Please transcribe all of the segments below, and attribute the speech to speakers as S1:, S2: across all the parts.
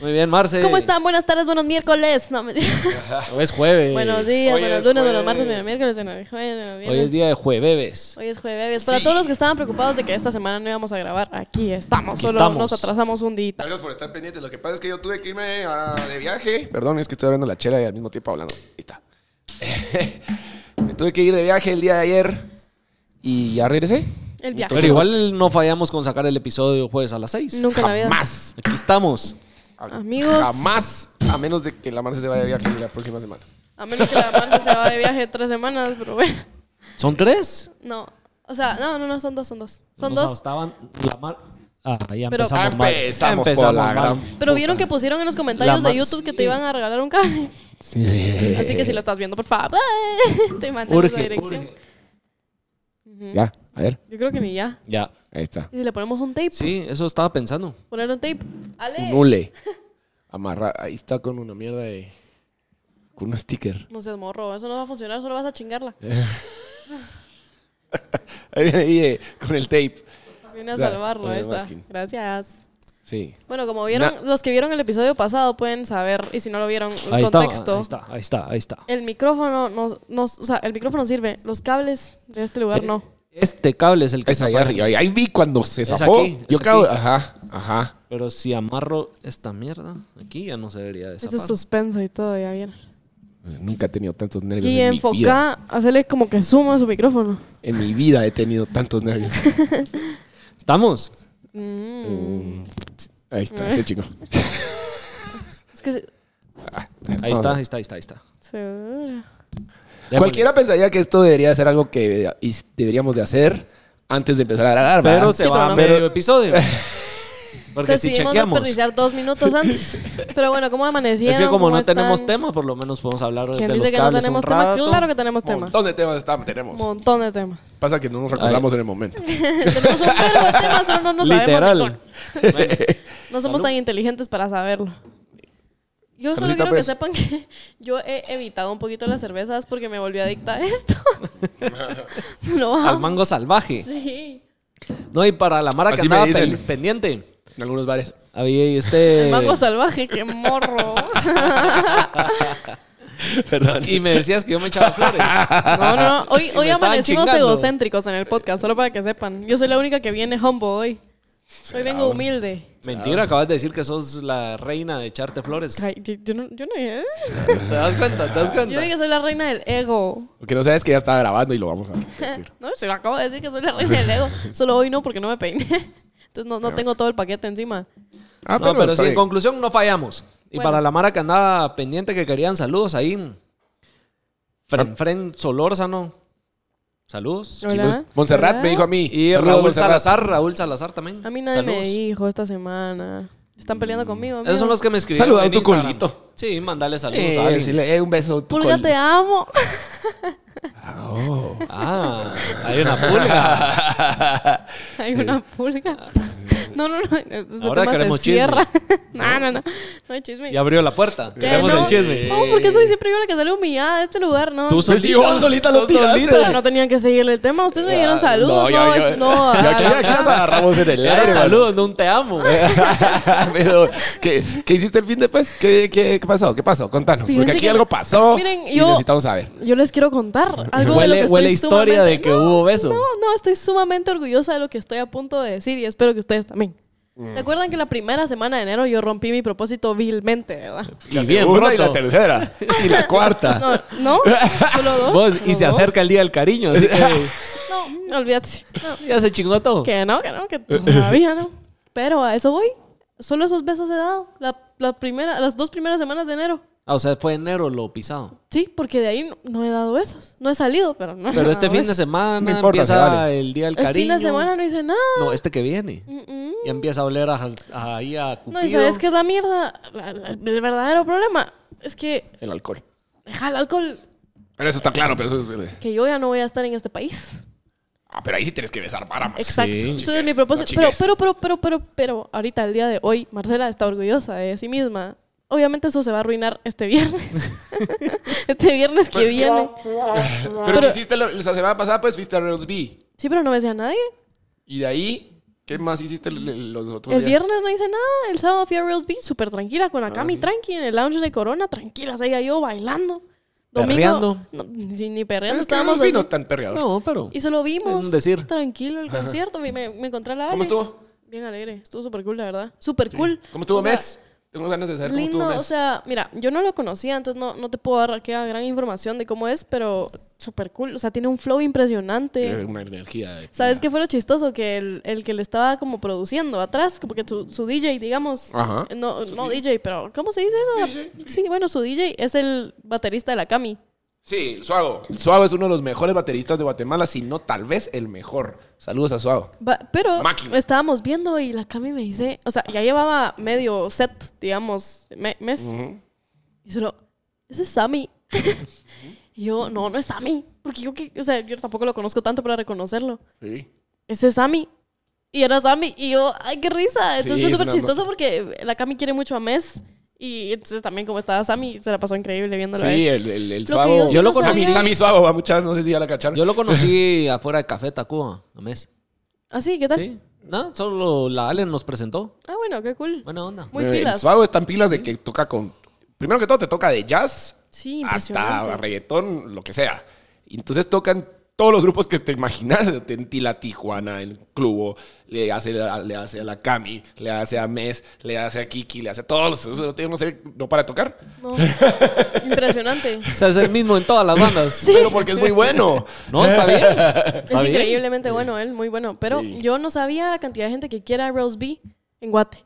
S1: Muy bien, Marce.
S2: ¿Cómo están? Buenas tardes, buenos miércoles. No, me-
S1: Hoy es jueves.
S2: buenos días,
S1: Hoy
S2: buenos lunes,
S1: es jueves.
S2: buenos martes, buenos miércoles, buenos jueves, buenos
S1: Hoy es
S2: viernes.
S1: día de jueves.
S2: Hoy es jueves. Para todos los que estaban preocupados de que esta semana no íbamos a grabar, aquí estamos.
S1: Aquí
S2: Solo
S1: estamos.
S2: nos atrasamos un día.
S3: Gracias por estar pendiente. Lo que pasa es que yo tuve que irme ah, de viaje. Perdón, es que estoy abriendo la chela y al mismo tiempo hablando. Ahí está. Me tuve que ir de viaje el día de ayer y ya regresé.
S2: El viaje.
S1: Pero igual no fallamos con sacar el episodio jueves a las 6.
S2: Nunca en la vida.
S3: Jamás.
S1: Aquí estamos.
S2: Amigos.
S3: Jamás. A menos de que la Marce se vaya de viaje la próxima semana.
S2: A menos que la Marce se va de viaje tres semanas, pero bueno.
S1: ¿Son tres?
S2: No. O sea, no, no, no, son dos, son dos. Son
S1: Nos
S2: dos.
S1: Estaban la mar... Ah, ya
S2: Pero-
S1: empezamos mal.
S3: Empezamos por la gran-
S2: Pero vieron que pusieron en los comentarios
S1: La
S2: de
S1: Mar-
S2: YouTube que te iban a regalar un cable. Así que si lo estás viendo, por favor, te mandan
S1: Urge,
S2: esa dirección.
S1: Mm.
S3: Ya, a ver.
S2: Yo creo que ni ya.
S1: Ya.
S3: Ahí está.
S2: ¿Y si le ponemos un tape?
S1: Sí, eso estaba pensando.
S2: Poner un tape. Ale.
S3: Nule. Amarra. Ahí está con una mierda de. Con un sticker.
S2: No seas morro, eso no va a funcionar, solo vas a chingarla.
S1: Eh,
S3: Ahí viene ahí, eh, con el tape.
S2: Viene a
S3: Ya,
S2: salvarlo
S3: oye,
S2: esta.
S3: Maskin.
S2: Gracias.
S3: Sí.
S2: Bueno, como vieron,
S3: Na-
S2: los que vieron el episodio pasado pueden saber, y si no lo vieron, el
S1: Ahí está,
S2: contexto.
S1: ahí está, ahí está, ahí está.
S2: El micrófono nos, nos- o sea, el micrófono sirve, los cables de este lugar no.
S1: Este cable es el que
S3: Es allá
S1: está
S3: arriba. Ahí, ahí vi cuando se
S1: Es
S3: zafó.
S1: aquí, es
S3: Yo acabo.
S1: aquí.
S3: Ajá, ajá.
S1: fuera. Pero si amarro esta mierda, aquí ya no se debería de
S2: Esto es
S1: zafar.
S2: suspenso y todo, ya bien.
S3: Nunca he tenido tantos nervios.
S2: Y
S3: en mi vida.
S2: enfoca, hacerle como que suma a su micrófono.
S3: En mi vida he tenido tantos nervios.
S1: ¿Estamos?
S3: Ahí está, ese chico.
S2: Es que se-
S1: Ahí está, ahí está, ahí está, ahí está.
S2: se-
S1: Démosle.
S3: Cualquiera pensaría que esto debería ser algo que eh, is- deberíamos de hacer antes de empezar a grabar, ¿verdad?
S1: Pero se
S2: Sí,
S1: va
S2: pero no.
S1: a medio episodio. Porque si
S2: Decidimos
S1: chequeamos.
S2: desperdiciar dos minutos antes. Pero bueno, ¿cómo amanecieron?
S1: Es que como
S2: ¿Cómo
S1: no tenemos
S2: están?
S1: tema, por lo menos podemos hablar de
S2: ¿Quién
S1: los
S2: dice que no
S1: cables
S2: tenemos
S1: un
S2: tema?
S1: rato.
S2: Claro que tenemos
S3: Un
S2: tema.
S3: montón de temas está- tenemos.
S2: montón de temas.
S3: Pasa que no nos recordamos en el momento.
S2: tenemos un verbo de temas, solo no nos sabemos.
S1: Literal.
S2: ninguno. No somos tan inteligentes para saberlo. Yo solo
S3: Saludita,
S2: quiero que
S3: pues.
S2: sepan que yo he evitado un poquito las cervezas porque me volví adicta a esto. no,
S1: Al mango salvaje.
S2: sí.
S1: No, y para la mara que
S3: Así me
S1: andaba
S3: dicen.
S1: pen- pendiente.
S3: En algunos bares.
S1: Había este.
S2: El mango salvaje, qué morro.
S3: Perdón.
S1: y me decías que yo me echaba flores.
S2: No, no, no. Hoy,
S1: Y
S2: hoy
S1: me estaban
S2: amanecimos
S1: chingando.
S2: egocéntrico en el podcast, solo para que sepan. Yo soy la única que viene humble hoy. Hoy vengo humilde.
S1: Mentira, acabas de decir que sos la reina de echarte flores.
S2: Ay, yo, yo no, yo no ¿eh?
S1: ¿Te das cuenta? ¿Te das
S2: Yo
S1: cuenta?
S2: dije que soy la reina del ego.
S3: Lo que no sabes es que ya estaba grabando y lo vamos a repetir.
S2: No, se lo acabo de decir que soy la reina del ego. Solo hoy no, porque no me peiné. Entonces no, no tengo todo el paquete encima.
S3: Ah,
S1: No, pero
S3: está
S1: sí, en
S3: bien.
S1: conclusión no fallamos. Y
S2: Bueno.
S1: para la mara que andaba pendiente que querían saludos ahí.
S3: Ah.
S1: Fren, Fren Solórzano. Saludos.
S2: Hola.
S3: pues, Montserrat
S2: Hola.
S3: me dijo a mí.
S1: Y
S3: saludos,
S1: Raúl
S3: Montserrat.
S1: Salazar, Raúl Salazar también.
S2: A mí nadie me
S1: Saludos.
S2: dijo esta semana. Están peleando conmigo.
S1: Esos son los que me escribieron.
S3: Saluda a
S1: en
S3: tu
S1: Instagram.
S3: culito.
S1: Sí, mandale saludos
S3: Eh,
S1: a alguien.
S3: decirle, eh, un beso. tu
S2: Pulga,
S3: col-
S2: te amo.
S1: Ah, hay una pulga.
S2: Hay una pulga. No, no, no. Este
S1: Ahora
S2: tema
S1: queremos
S2: se
S1: chisme.
S2: cierra. no, no, no. No hay chisme.
S1: Y abrió la puerta.
S2: ¿Qué?
S1: Queremos
S2: no,
S1: el chisme.
S2: No, porque soy siempre yo la que sale humillada de este lugar, ¿no?
S1: Tú
S3: Pues sí, vos solita lo
S1: Vos
S3: tiraste.
S2: Pero no tenían que seguirle el tema. Ustedes me dieron saludos. No,
S3: ya, ya.
S2: es- no.
S3: Ya, aquí-
S2: ah,
S3: aquí nos agarramos en el
S1: Era
S3: aire.
S1: saludos, no un te amo.
S3: Pero, ¿qué, qué hiciste el fin de pues? ¿Qué, qué, qué pasó? ¿Qué pasó? Contanos. Porque
S2: Fíjense
S3: aquí
S2: que-
S3: algo pasó
S2: Miren,
S3: y
S2: yo-
S3: necesitamos saber.
S2: Yo les quiero contar algo de lo
S1: Huele-
S2: que estoy
S1: huele historia
S2: sumamente-
S1: de que hubo beso.
S2: No, no, estoy sumamente orgullosa de lo que estoy a punto de decir y espero que ustedes también. ¿Se acuerdan que la primera semana de enero yo rompí mi propósito vilmente, verdad?
S3: La
S1: bien
S3: segunda y
S1: roto.
S3: la tercera. Y la cuarta.
S2: No, no, solo dos.
S1: Vos,
S2: solo
S1: y se
S2: dos.
S1: acerca el día del cariño. Así que
S2: No, mm, olvídate. No,
S1: ya se chingó todo.
S2: que no, que no, que todavía no. Pero a eso voy. Solo esos besos he dado. La, la primera, las dos primeras semanas de enero.
S1: Ah, o sea, fue enero lo pisado.
S2: Sí, porque de ahí no, no he dado besos. No he salido, pero no. he
S1: Pero
S2: dado
S1: este fin de
S2: besos.
S1: semana
S3: No importa, se
S1: empieza
S3: vale.
S1: el día del
S2: El
S1: cariño.
S2: fin de semana no hice nada. Mm,
S1: No, este que viene.
S2: Mm-mm.
S1: Ya empieza a oler a, a- ahí a Cupido.
S2: No, y sabes qué es la mierda. La- la- el verdadero problema es que
S3: El alcohol.
S2: deja el alcohol,
S3: Pero eso está claro, pero eso es. eh,
S2: que yo ya no voy a estar en este país.
S3: Ah, pero ahí sí tienes que besar para más.
S2: Exacto. Entonces, mi
S3: Chiques,
S2: propósito.
S3: no
S2: Pero,
S3: chiques.
S2: pero, pero, pero, pero, pero, ahorita, el día de hoy, Marcela está orgullosa de sí misma. Obviamente, eso se va a arruinar este viernes. este viernes que viene.
S3: Pero, ¿qué
S2: pero-
S3: hiciste la, la semana pasada? Pues fuiste a Reynolds B.
S2: Sí, pero no me decía nadie.
S3: Y de ahí, ¿qué más hiciste el- el- los otros
S2: El
S3: días?
S2: viernes no hice nada. El sábado fui a Reels Beach, súper tranquila,
S3: Ah,
S2: con la cami tranqui, en el lounge de Corona, tranquila, seguía yo bailando.
S1: Perreando.
S2: No, ni, ni perreando,
S3: Pero Es que
S2: estábamos
S3: Reynolds B no
S2: así.
S3: es tan perreador.
S1: No, pero.
S2: Y solo vimos.
S1: un decir.
S2: Tranquilo el concierto. Me, me me encontré a la Ale.
S3: ¿Cómo estuvo?
S2: Bien alegre. Estuvo súper cool, la verdad. Súper cool.
S3: ¿Cómo estuvo
S2: O sea,
S3: Mes? Tengo ganas de saber cómo
S2: Lindo,
S3: estuvo Mes.
S2: o sea, mira, yo no lo conocía, entonces no, no te puedo dar aquella gran información de cómo es, pero súper cool. O sea, tiene un flow impresionante.
S3: Eh, una energía. de-
S2: ¿Sabes qué fue lo chistoso? Que el, el que le estaba como produciendo atrás, como que su, su DJ, digamos.
S3: Ajá.
S2: No, no DJ, pero ¿cómo se dice eso? sí. bueno, su DJ es el baterista de la Cami.
S3: Sí, Suago. Suago es uno de los mejores bateristas de Guatemala, si no tal vez el mejor. Saludos a Suago.
S2: Ba- pero
S3: Máquina.
S2: estábamos viendo y la Cami me dice, o sea, ya llevaba medio set, digamos, me- mes. Y solo, ese es Sammy. y yo, no, no es Sammy. Porque yo, que, o sea, yo tampoco lo conozco tanto para reconocerlo.
S3: Sí.
S2: ese es Sammy. Y era Sammy. Y yo, ay, qué risa. Entonces
S3: Sí,
S2: fue
S3: es
S2: súper
S3: una-
S2: chistoso porque la Cami quiere mucho a Mes. Y entonces también como estaba Sammy, se la pasó increíble viéndolo. a
S3: Sí, eh.
S2: él.
S3: el, el, el
S2: Lo que
S3: Suago.
S2: yo sí Yo
S1: lo no
S3: Sammy,
S1: conocí. sabía.
S3: Sammy Suago, va muchas, no sé si ya la cacharon.
S1: Yo lo conocí afuera de Café Tacuba, a mes.
S2: Ah, sí, ¿qué tal?
S1: Sí. No, solo la Ale nos presentó.
S2: Ah, bueno, qué cool.
S1: Buena onda.
S2: Muy
S3: Eh, El
S2: pilas.
S3: Suago está en pilas de que toca con... Primero que todo, te toca de jazz
S2: Sí, impresionante.
S3: hasta reggaetón, lo que sea. Y entonces tocan todos los grupos que te imaginas. En Tila Tijuana, el Clubo, le hace, a- le hace a la Cami, le hace a Mes, le hace a Kiki, le hace a todos. los- eso no sé, no para de tocar.
S2: No. Impresionante.
S1: O sea, es el mismo en todas las bandas.
S3: Pero porque es muy bueno.
S1: No, está bien.
S2: Es increíblemente bueno él, muy bueno. Pero yo no sabía la cantidad de gente que quiere a Rose B en Guate.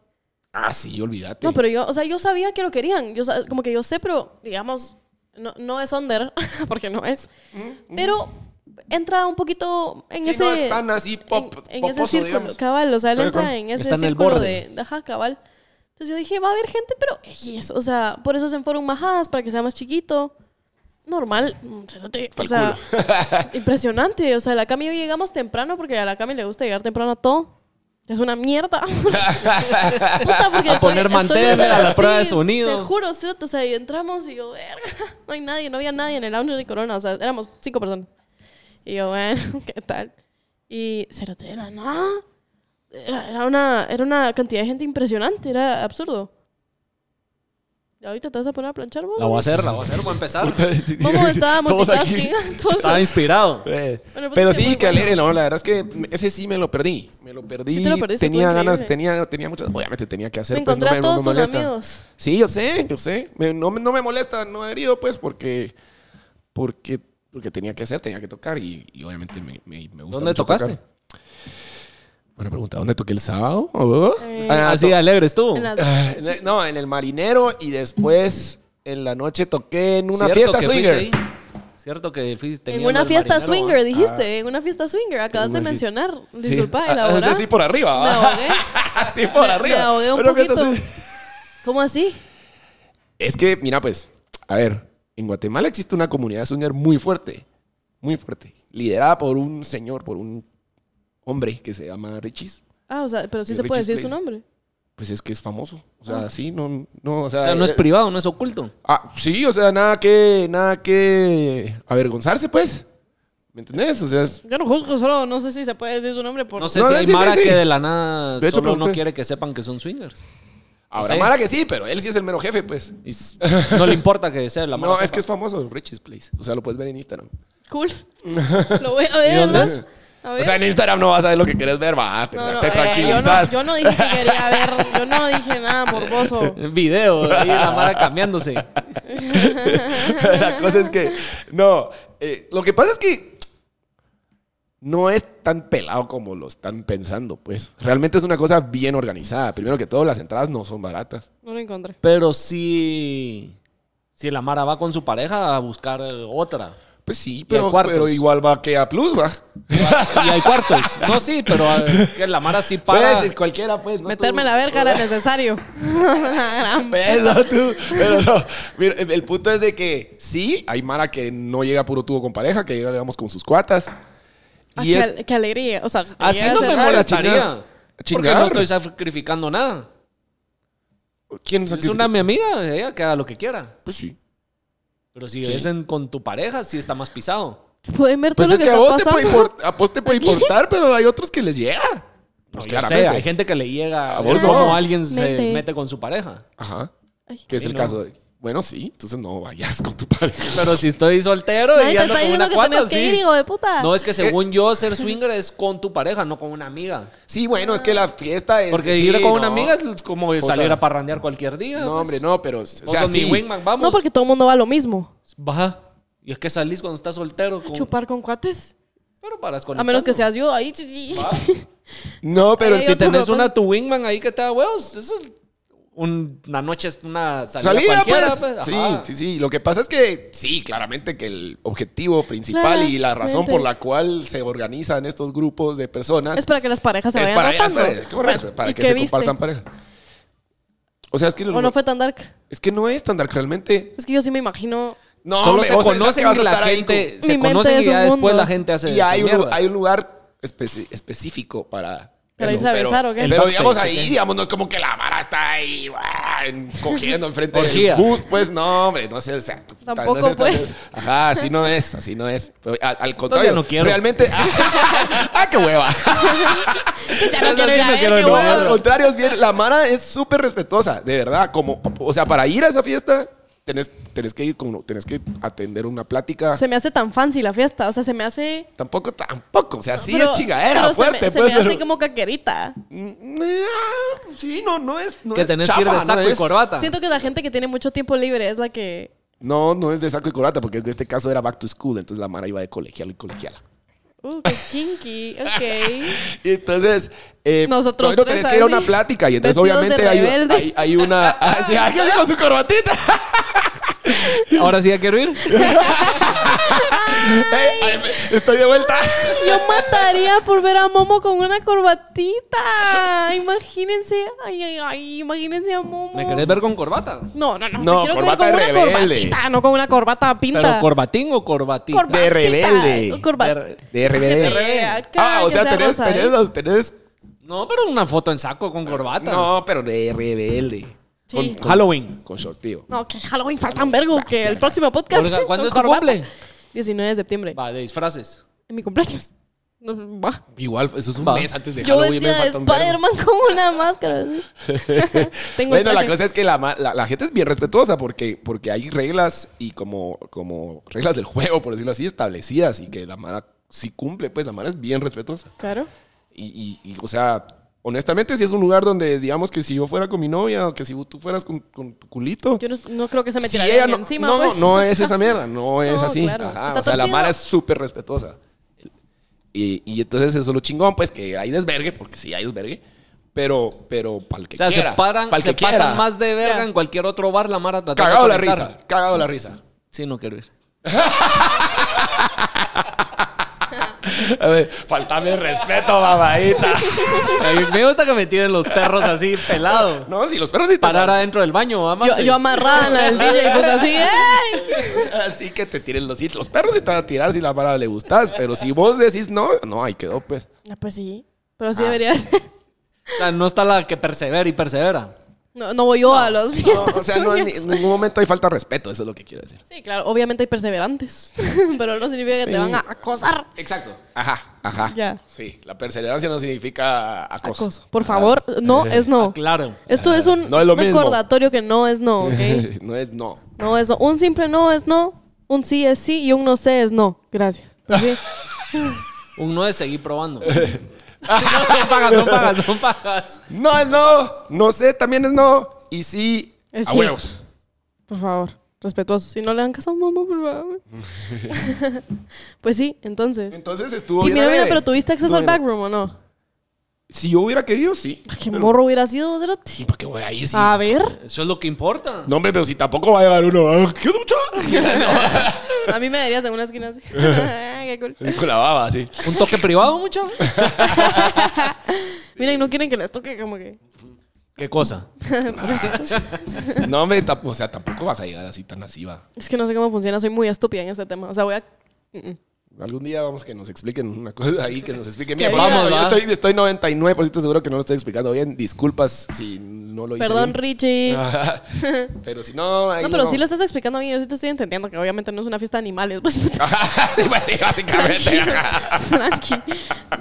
S3: Ah, sí, olvídate.
S2: No, pero yo, o sea, yo sabía que lo querían. Yo, sa- como que yo sé, pero digamos, no, no es under, porque no es. Pero entra un poquito en
S3: Mm, Sí,
S2: ese.
S3: no es tan así pop-
S2: en, en
S3: poposo,
S2: ese círculo,
S3: digamos.
S2: cabal. O sea, él
S3: Pero
S2: entra
S3: con-
S2: en ese
S1: está en el
S2: círculo
S1: borde.
S2: de. Ajá, cabal. Entonces yo dije, va a haber gente, pero X. O sea, por eso se fueron majadas, para que sea más chiquito. Normal, mm, cerote, o sea, impresionante. O sea, la Cami y yo llegamos temprano porque a la Cami le gusta llegar temprano a todo. Es una mierda. Puta, porque
S1: A poner mantela,
S2: desde
S1: a la
S2: las
S1: prueba de
S2: seis,
S1: sonido.
S2: Te juro, cerote, o sea, y entramos y yo, verga, no hay nadie, no había nadie en el lounge de Corona, o sea, éramos cinco personas. Y yo, bueno, ¿qué tal? Y cerote, era nada. Era, era una, era una cantidad de gente impresionante, era absurdo. ¿Y ahorita te vas a poner a planchar vos?
S1: La voy a hacer, la voy a hacer, voy a empezar.
S2: ¿Cómo estaba
S3: Todos aquí.
S2: multitasking? Entonces,
S1: Estaba inspirado.
S3: Eh,
S2: Bueno, pues
S3: pero
S2: es que
S3: sí,
S2: muy
S3: que
S2: bueno.
S3: alegre, ¿no? La verdad es que ese sí me lo perdí. Me lo perdí.
S2: Sí te lo perdiste,
S3: tenía
S2: estuvo
S3: ganas,
S2: increíble.
S3: tenía, tenía muchas. Obviamente tenía que hacer.
S2: me
S3: pues, no
S2: encontré a
S3: no
S2: todos tus
S3: molesta.
S2: amigos.
S3: Sí, yo sé, yo sé. Me- no, me- no me molesta no haber ido, pues, porque. Porque, porque tenía que hacer, tenía que tocar y, y obviamente me, me, me gusta.
S1: ¿Dónde
S3: mucho
S1: tocaste?
S3: tocar. Buena pregunta. ¿Dónde toqué el sábado? Oh.
S2: Eh,
S3: Ah,
S1: Así de alegre estuvo.
S2: En las-
S3: Ah, en el- No, en el marinero y después en la noche toqué en una
S1: Cierto
S3: fiesta
S1: que fuiste
S3: swinger.
S1: ahí. Cierto que fuiste
S2: En
S1: yendo
S2: una
S1: al
S2: fiesta
S1: marinero,
S2: swinger,
S1: ¿ah?
S2: dijiste. En una fiesta swinger, acabas de mencionar. Disculpa,
S3: Ah,
S2: elabora.
S3: ese sí por arriba.
S2: Me
S3: ¿va?
S2: ahogué.
S3: Así por
S2: Me-
S3: arriba.
S2: me ahogué un
S3: Bueno, que esto
S2: poquito.
S3: sí.
S2: ¿Cómo así?
S3: Es que, mira, pues, a ver, en Guatemala existe una comunidad swinger muy fuerte. Muy fuerte. Liderada por un señor, por un hombre que se llama Richis.
S2: Ah, o sea, pero sí
S3: Sí,
S2: se puede
S3: Richie's
S2: decir su
S3: Place.
S2: nombre.
S3: Pues es que es famoso. O
S2: Ah.
S3: sea, sí, no, no, o sea.
S1: O sea, no es
S3: eh,
S1: privado, no es oculto.
S3: Ah, sí, o sea, nada que, nada que avergonzarse, pues. ¿Me entendés? O sea, es-
S2: Yo no juzgo, solo no sé si se puede decir su nombre por...
S1: No sé
S3: No,
S1: si
S3: no,
S1: hay
S3: sí, sí,
S1: Mara
S3: sí.
S1: que de la nada
S3: De hecho,
S1: solo no
S3: pregunté.
S1: quiere que sepan que son swingers.
S3: Ahora,
S1: Sí.
S3: Mara que sí, pero él sí es el mero jefe, pues.
S1: Y s- no le importa que sea de la Mara.
S3: No, es
S1: sepa.
S3: que es famoso, Richie's Place. O sea, lo puedes ver en Instagram.
S2: Cool. Lo voy a ver.
S1: ¿Y dónde
S2: ¿no?
S1: es?
S2: A
S3: O sea, en Instagram no vas a ver lo que quieres ver, va. Te,
S2: No, no,
S3: te
S2: eh,
S3: tranquilizas.
S2: yo, no, yo no dije que quería ver, yo no dije nada morboso.
S1: Video, ahí la mara cambiándose.
S3: La cosa es que, no, eh, lo que pasa es que no es tan pelado como lo están pensando, pues. Realmente es una cosa bien organizada. Primero que todo, las entradas no son baratas.
S2: No lo encontré.
S1: Pero sí. Si la Mara va con su pareja a buscar otra.
S3: Pues sí,
S1: Y
S3: pero,
S1: hay cuartos.
S3: pero igual va que a Plus, va.
S1: Y hay cuartos. No, sí, pero a ver, que la Mara sí
S3: Puede
S1: para.
S3: ser cualquiera, pues. no
S2: Meterme
S3: tú.
S2: la verga era necesario. Gran-
S3: Eso tú. Pero no. Mira, el, el punto es de que sí, hay Mara que no llega puro tubo con pareja, que llega, digamos, con sus cuatas.
S2: Ah,
S3: Y
S2: qué,
S3: es-
S2: al- qué alegría. O sea,
S1: Así
S2: llegas
S1: no
S2: a
S1: me
S2: cerrar-
S1: molestaría.
S3: chingar.
S1: Porque no
S3: Chingar.
S1: estoy sacrificando nada.
S3: ¿Quién
S1: Es
S3: sacrifica?
S1: una mi amiga, ella que haga lo que quiera.
S3: Pues sí.
S1: Pero si
S3: Sí.
S1: es en- con tu pareja, sí está más pisado.
S2: Pueden ver todo
S3: Pues
S2: lo
S3: es
S2: que,
S3: que, a,
S2: está
S3: vos te puede
S2: pasando.
S3: import- a vos te puede importar, pero hay otros que les llega.
S1: Yo
S3: Pues
S1: sé,
S3: claramente.
S1: hay gente que le llega
S3: A vos
S1: como
S3: no.
S1: alguien se
S2: Mente.
S1: mete con su pareja.
S3: Ajá.
S2: Ay.
S3: Que es
S1: Sí,
S3: el
S1: no.
S3: caso de. Bueno, sí, entonces no vayas con tu pareja.
S1: Pero si estoy soltero
S2: Nadie
S1: y
S2: te está
S1: ando con
S2: diciendo
S1: una
S2: que
S1: cuata,
S2: tenías que ir,
S1: sí.
S2: hijo de puta.
S1: No, es que según yo, ser swinger es con tu pareja, no con una amiga.
S3: Sí, bueno, es que la fiesta es.
S1: Porque
S3: sí,
S1: ir con una
S3: no.
S1: amiga es como
S3: Puta.
S1: salir a parrandear cualquier día.
S3: No,
S1: pues.
S3: hombre, no, pero. O sea,
S1: Vos sos
S3: sí.
S1: mi wingman, vamos.
S2: No, porque todo el mundo va a lo mismo.
S1: Baja. Y es que salís cuando estás soltero. con-
S2: Chupar con cuates.
S1: Pero paras con
S2: A menos que seas yo ahí.
S3: No, pero
S2: Ay,
S3: si
S1: Si
S2: yo
S3: te.
S1: tenés
S2: otro
S1: una
S2: papel.
S1: tu wingman ahí que te da huevos, eso es un- una noche, es una salida,
S3: Salida,
S1: cualquiera.
S3: pues.
S1: pues,
S3: Sí,
S1: ajá.
S3: sí, sí. Lo que pasa es que, sí, claramente que el objetivo principal y la razón
S2: Claramente.
S3: por la cual se organizan estos grupos de personas
S2: Es para que las parejas se
S3: es
S2: vayan
S3: para, es
S2: rotando.
S3: para- es correcto,
S2: Bueno,
S3: para
S2: ¿y
S3: que
S2: qué
S3: se
S2: viste?
S3: compartan pareja. O sea, es que,
S2: O no fue tan dark.
S3: es que no es tan dark realmente.
S2: Es que yo sí me imagino.
S3: No,
S1: Solo
S3: hombre,
S1: se
S3: vos pensás que
S1: conocen
S3: vas
S1: y
S3: a
S1: la
S3: estar ahí
S1: gente.
S2: Mi
S1: Se
S2: mente
S1: conocen
S2: es
S1: y
S2: un
S1: ya después
S2: mundo.
S1: la gente hace.
S3: con- Y hay
S1: sus
S3: un,
S1: mierdas.
S3: hay un lugar especi- específico para.
S2: Para
S3: eso,
S2: irse a
S3: pero-
S2: besar, ¿o qué?
S1: El
S3: Pero
S1: backstage,
S3: digamos
S1: ¿o
S3: ahí,
S1: qué?
S3: digamos, no es como que la vara está ahí ¡buah! en- cogiendo enfrente del
S1: Orgía.
S3: booth. Pues no, hombre, no sé. O sea, tú-
S2: Tampoco,
S3: no sé, tal vez-
S2: pues.
S3: Ajá, así no es, así no es. Pero, a- al contrario,
S1: ya no quiero.
S3: realmente. ¡Ah, qué hueva!
S2: Pues ya no
S1: Eso
S2: quiero
S1: sí
S2: ir a
S1: no
S2: ver,
S1: quiero
S2: qué
S1: ir, no,
S2: hueva.
S3: Al contrario, es bien. La Mara es súper respetuosa, de verdad. Como, o sea, para ir a esa fiesta, tenés, tenés que ir con, tenés que atender una plática.
S2: Se me hace tan fancy la fiesta. O sea, se me hace.
S3: Tampoco, tampoco. O sea, sí
S2: Pero-
S3: es chingadera,
S2: pero se
S3: fuerte.
S2: me- Se me,
S3: pues,
S2: hace
S3: pero-
S2: como caquerita.
S3: Mm, ah, Sí, no, no es. No
S1: Que
S3: es
S1: tenés que ir
S3: chafa,
S1: de saco
S3: no
S1: y
S3: es-
S1: corbata.
S2: Siento que la gente que tiene mucho tiempo libre es la que.
S3: No, no es de saco y corbata, porque en este caso era back to school. Entonces la Mara iba de colegial y colegiala.
S2: Uh, qué kinky. Ok.
S3: Y entonces. eh,
S2: Nosotros
S3: no, no,
S2: tres
S3: tenés que ir a
S2: así,
S3: una plática. Y entonces,
S2: vestidos de
S3: obviamente, hay,
S2: rebelde.
S3: hay- hay una. Ah, sí, ay, con su corbatita.
S1: Ahora sí ya quiero ir.
S3: Eh, ay, me- estoy de vuelta.
S2: Yo mataría por ver a Momo con una corbatita. Imagínense. Ay, ay, ay. Imagínense a Momo.
S1: ¿Me querés ver con corbata?
S2: No, no, no.
S3: No,
S2: te quiero
S3: corbata
S2: ver con una
S3: rebelde.
S2: corbatita, no con una corbata pinta.
S1: ¿Pero corbatín o corbatita?
S2: Corbatita,
S3: De rebelde.
S2: corba-
S1: De-
S3: De
S2: De
S3: RBD.
S2: acá,
S3: Ah, o
S2: que
S3: sea,
S2: sea
S3: tenés,
S2: rosa,
S3: tenés
S2: ¿eh?
S3: los, tenés.
S1: No, pero una foto en saco con corbata.
S3: No, pero de RBD.
S2: Sí.
S1: Halloween.
S3: Con sorteo.
S2: No, que Halloween faltan vergo, que el próximo podcast.
S1: Olga, ¿Cuándo
S2: con
S1: es tu
S2: corbata.
S1: cumple?
S2: 19 de septiembre.
S1: Va, de disfraces.
S2: En mi cumpleaños. No, va.
S3: Igual, eso es un
S1: Va.
S3: mes antes de
S2: Yo
S3: Halloween. me
S2: decía de
S3: falta un verbo.
S2: Spider-Man con una máscara. así. Tengo
S3: Bueno, la
S2: Spider-Man.
S3: cosa es que la, ma- la- la gente es bien respetuosa porque, porque hay reglas y como, como reglas del juego, por decirlo así, establecidas y que la Mara sí cumple, pues la Mara es bien respetuosa.
S2: Claro.
S3: Y, y- y, o sea, honestamente, si es un lugar donde, digamos, que si yo fuera con mi novia o que si tú fueras con, con tu culito.
S2: Yo no, no creo que se me
S3: si
S2: tiraría
S3: ella
S2: ni
S3: no,
S2: encima.
S3: no,
S2: pues.
S3: no es esa mierda, no es así.
S2: claro.
S3: Ajá,
S2: Está
S3: o sea, la
S2: torcido.
S3: Mara es súper respetuosa. Y, y entonces eso es lo chingón, pues que hay desvergue, porque sí hay desvergue, pero, pero para el que
S1: O sea,
S3: quiera.
S1: se paran,
S3: pa'l
S1: se
S3: que quiera.
S1: pasan más de verga
S2: Ya.
S1: en cualquier otro bar, la Mara tratando de
S3: Cagado la
S1: conectar.
S3: risa, cagado la risa.
S1: Sí, no quiero ir.
S3: A ver, faltame el respeto, babadita.
S1: Ay, me gusta que me tiren los perros así pelado.
S3: No, si los perros sí te-
S1: Parar adentro del baño,
S2: Yo,
S1: amarse.
S2: yo amarrada en la del DJ, pues así. ¡Ay!
S3: Así que te tiren los sí, Los perros sí te van a tirar si la mara le gustas, pero si vos decís no, no, ahí quedó, pues.
S2: Ah, Pues sí. Pero sí deberías.
S1: O sea, no está la que persevera y persevera.
S2: No, no voy yo a los
S3: No,
S2: fiestas.
S3: o sea, no, en,
S2: suyas.
S3: en ningún momento hay falta de respeto, eso es lo que quiero decir.
S2: Sí, claro, obviamente hay perseverantes, pero no significa que
S3: Sí.
S2: te van a acosar.
S3: Exacto. Ajá, ajá.
S2: Ya.
S3: Sí, la perseverancia no significa acoso. Ah.
S2: Acoso. Por favor, no es no.
S1: Claro.
S2: Esto es un
S3: No es lo mismo.
S2: recordatorio que no es no, ¿ok?
S3: No es no.
S2: No es no. Un simple no es no, un sí es sí y un no sé es no. Gracias. ¿Sí?
S1: Un no es seguir probando. no, son pajas, son pajas, son pajas.
S3: No es no. No sé, también es no. Y sí,
S2: Es
S3: a
S2: sí.
S3: huevos.
S2: Por favor, respetuoso. Si no le dan caso a mamá, por favor. pues sí, entonces.
S3: Entonces estuvo
S2: Y
S3: bien
S2: mira, mira,
S3: leve.
S2: pero ¿tuviste acceso
S3: Estuvo
S2: al
S3: bien.
S2: backroom o no?
S3: Si yo hubiera querido, sí.
S2: ¿Qué morro hubiera sido, Cerote?
S3: Sí, ¿para qué voy a ir? Sí.
S2: A ver,
S1: Eso es lo que importa.
S3: No, hombre, pero si tampoco va a llevar uno. ah, ¿Qué onda, muchacho?
S2: a mí me darías en una esquina así. Qué cool.
S3: Así Con la baba, así.
S1: Un toque privado, mucho.
S2: Mira, y no quieren que les toque como que.
S1: ¿Qué cosa?
S3: No, hombre, tam- o sea, tampoco vas a llegar así tan así, va.
S2: Es que no sé cómo funciona, soy muy estúpida en este tema. O sea, voy a. Mm, mm.
S3: Algún día vamos que nos expliquen una cosa ahí, que nos expliquen
S2: Que
S3: bien.
S2: digan,
S3: Vamos, yo
S1: ¿va?
S3: estoy, estoy 99% seguro que no lo estoy explicando bien. Disculpas si no lo hice
S2: Perdón,
S3: bien.
S2: Richie.
S3: pero si no... ahí
S2: No, pero sí lo estás explicando bien. Yo sí te estoy entendiendo que obviamente no es una fiesta de animales. Pues,
S3: sí, pues sí, básicamente.
S2: Tranqui.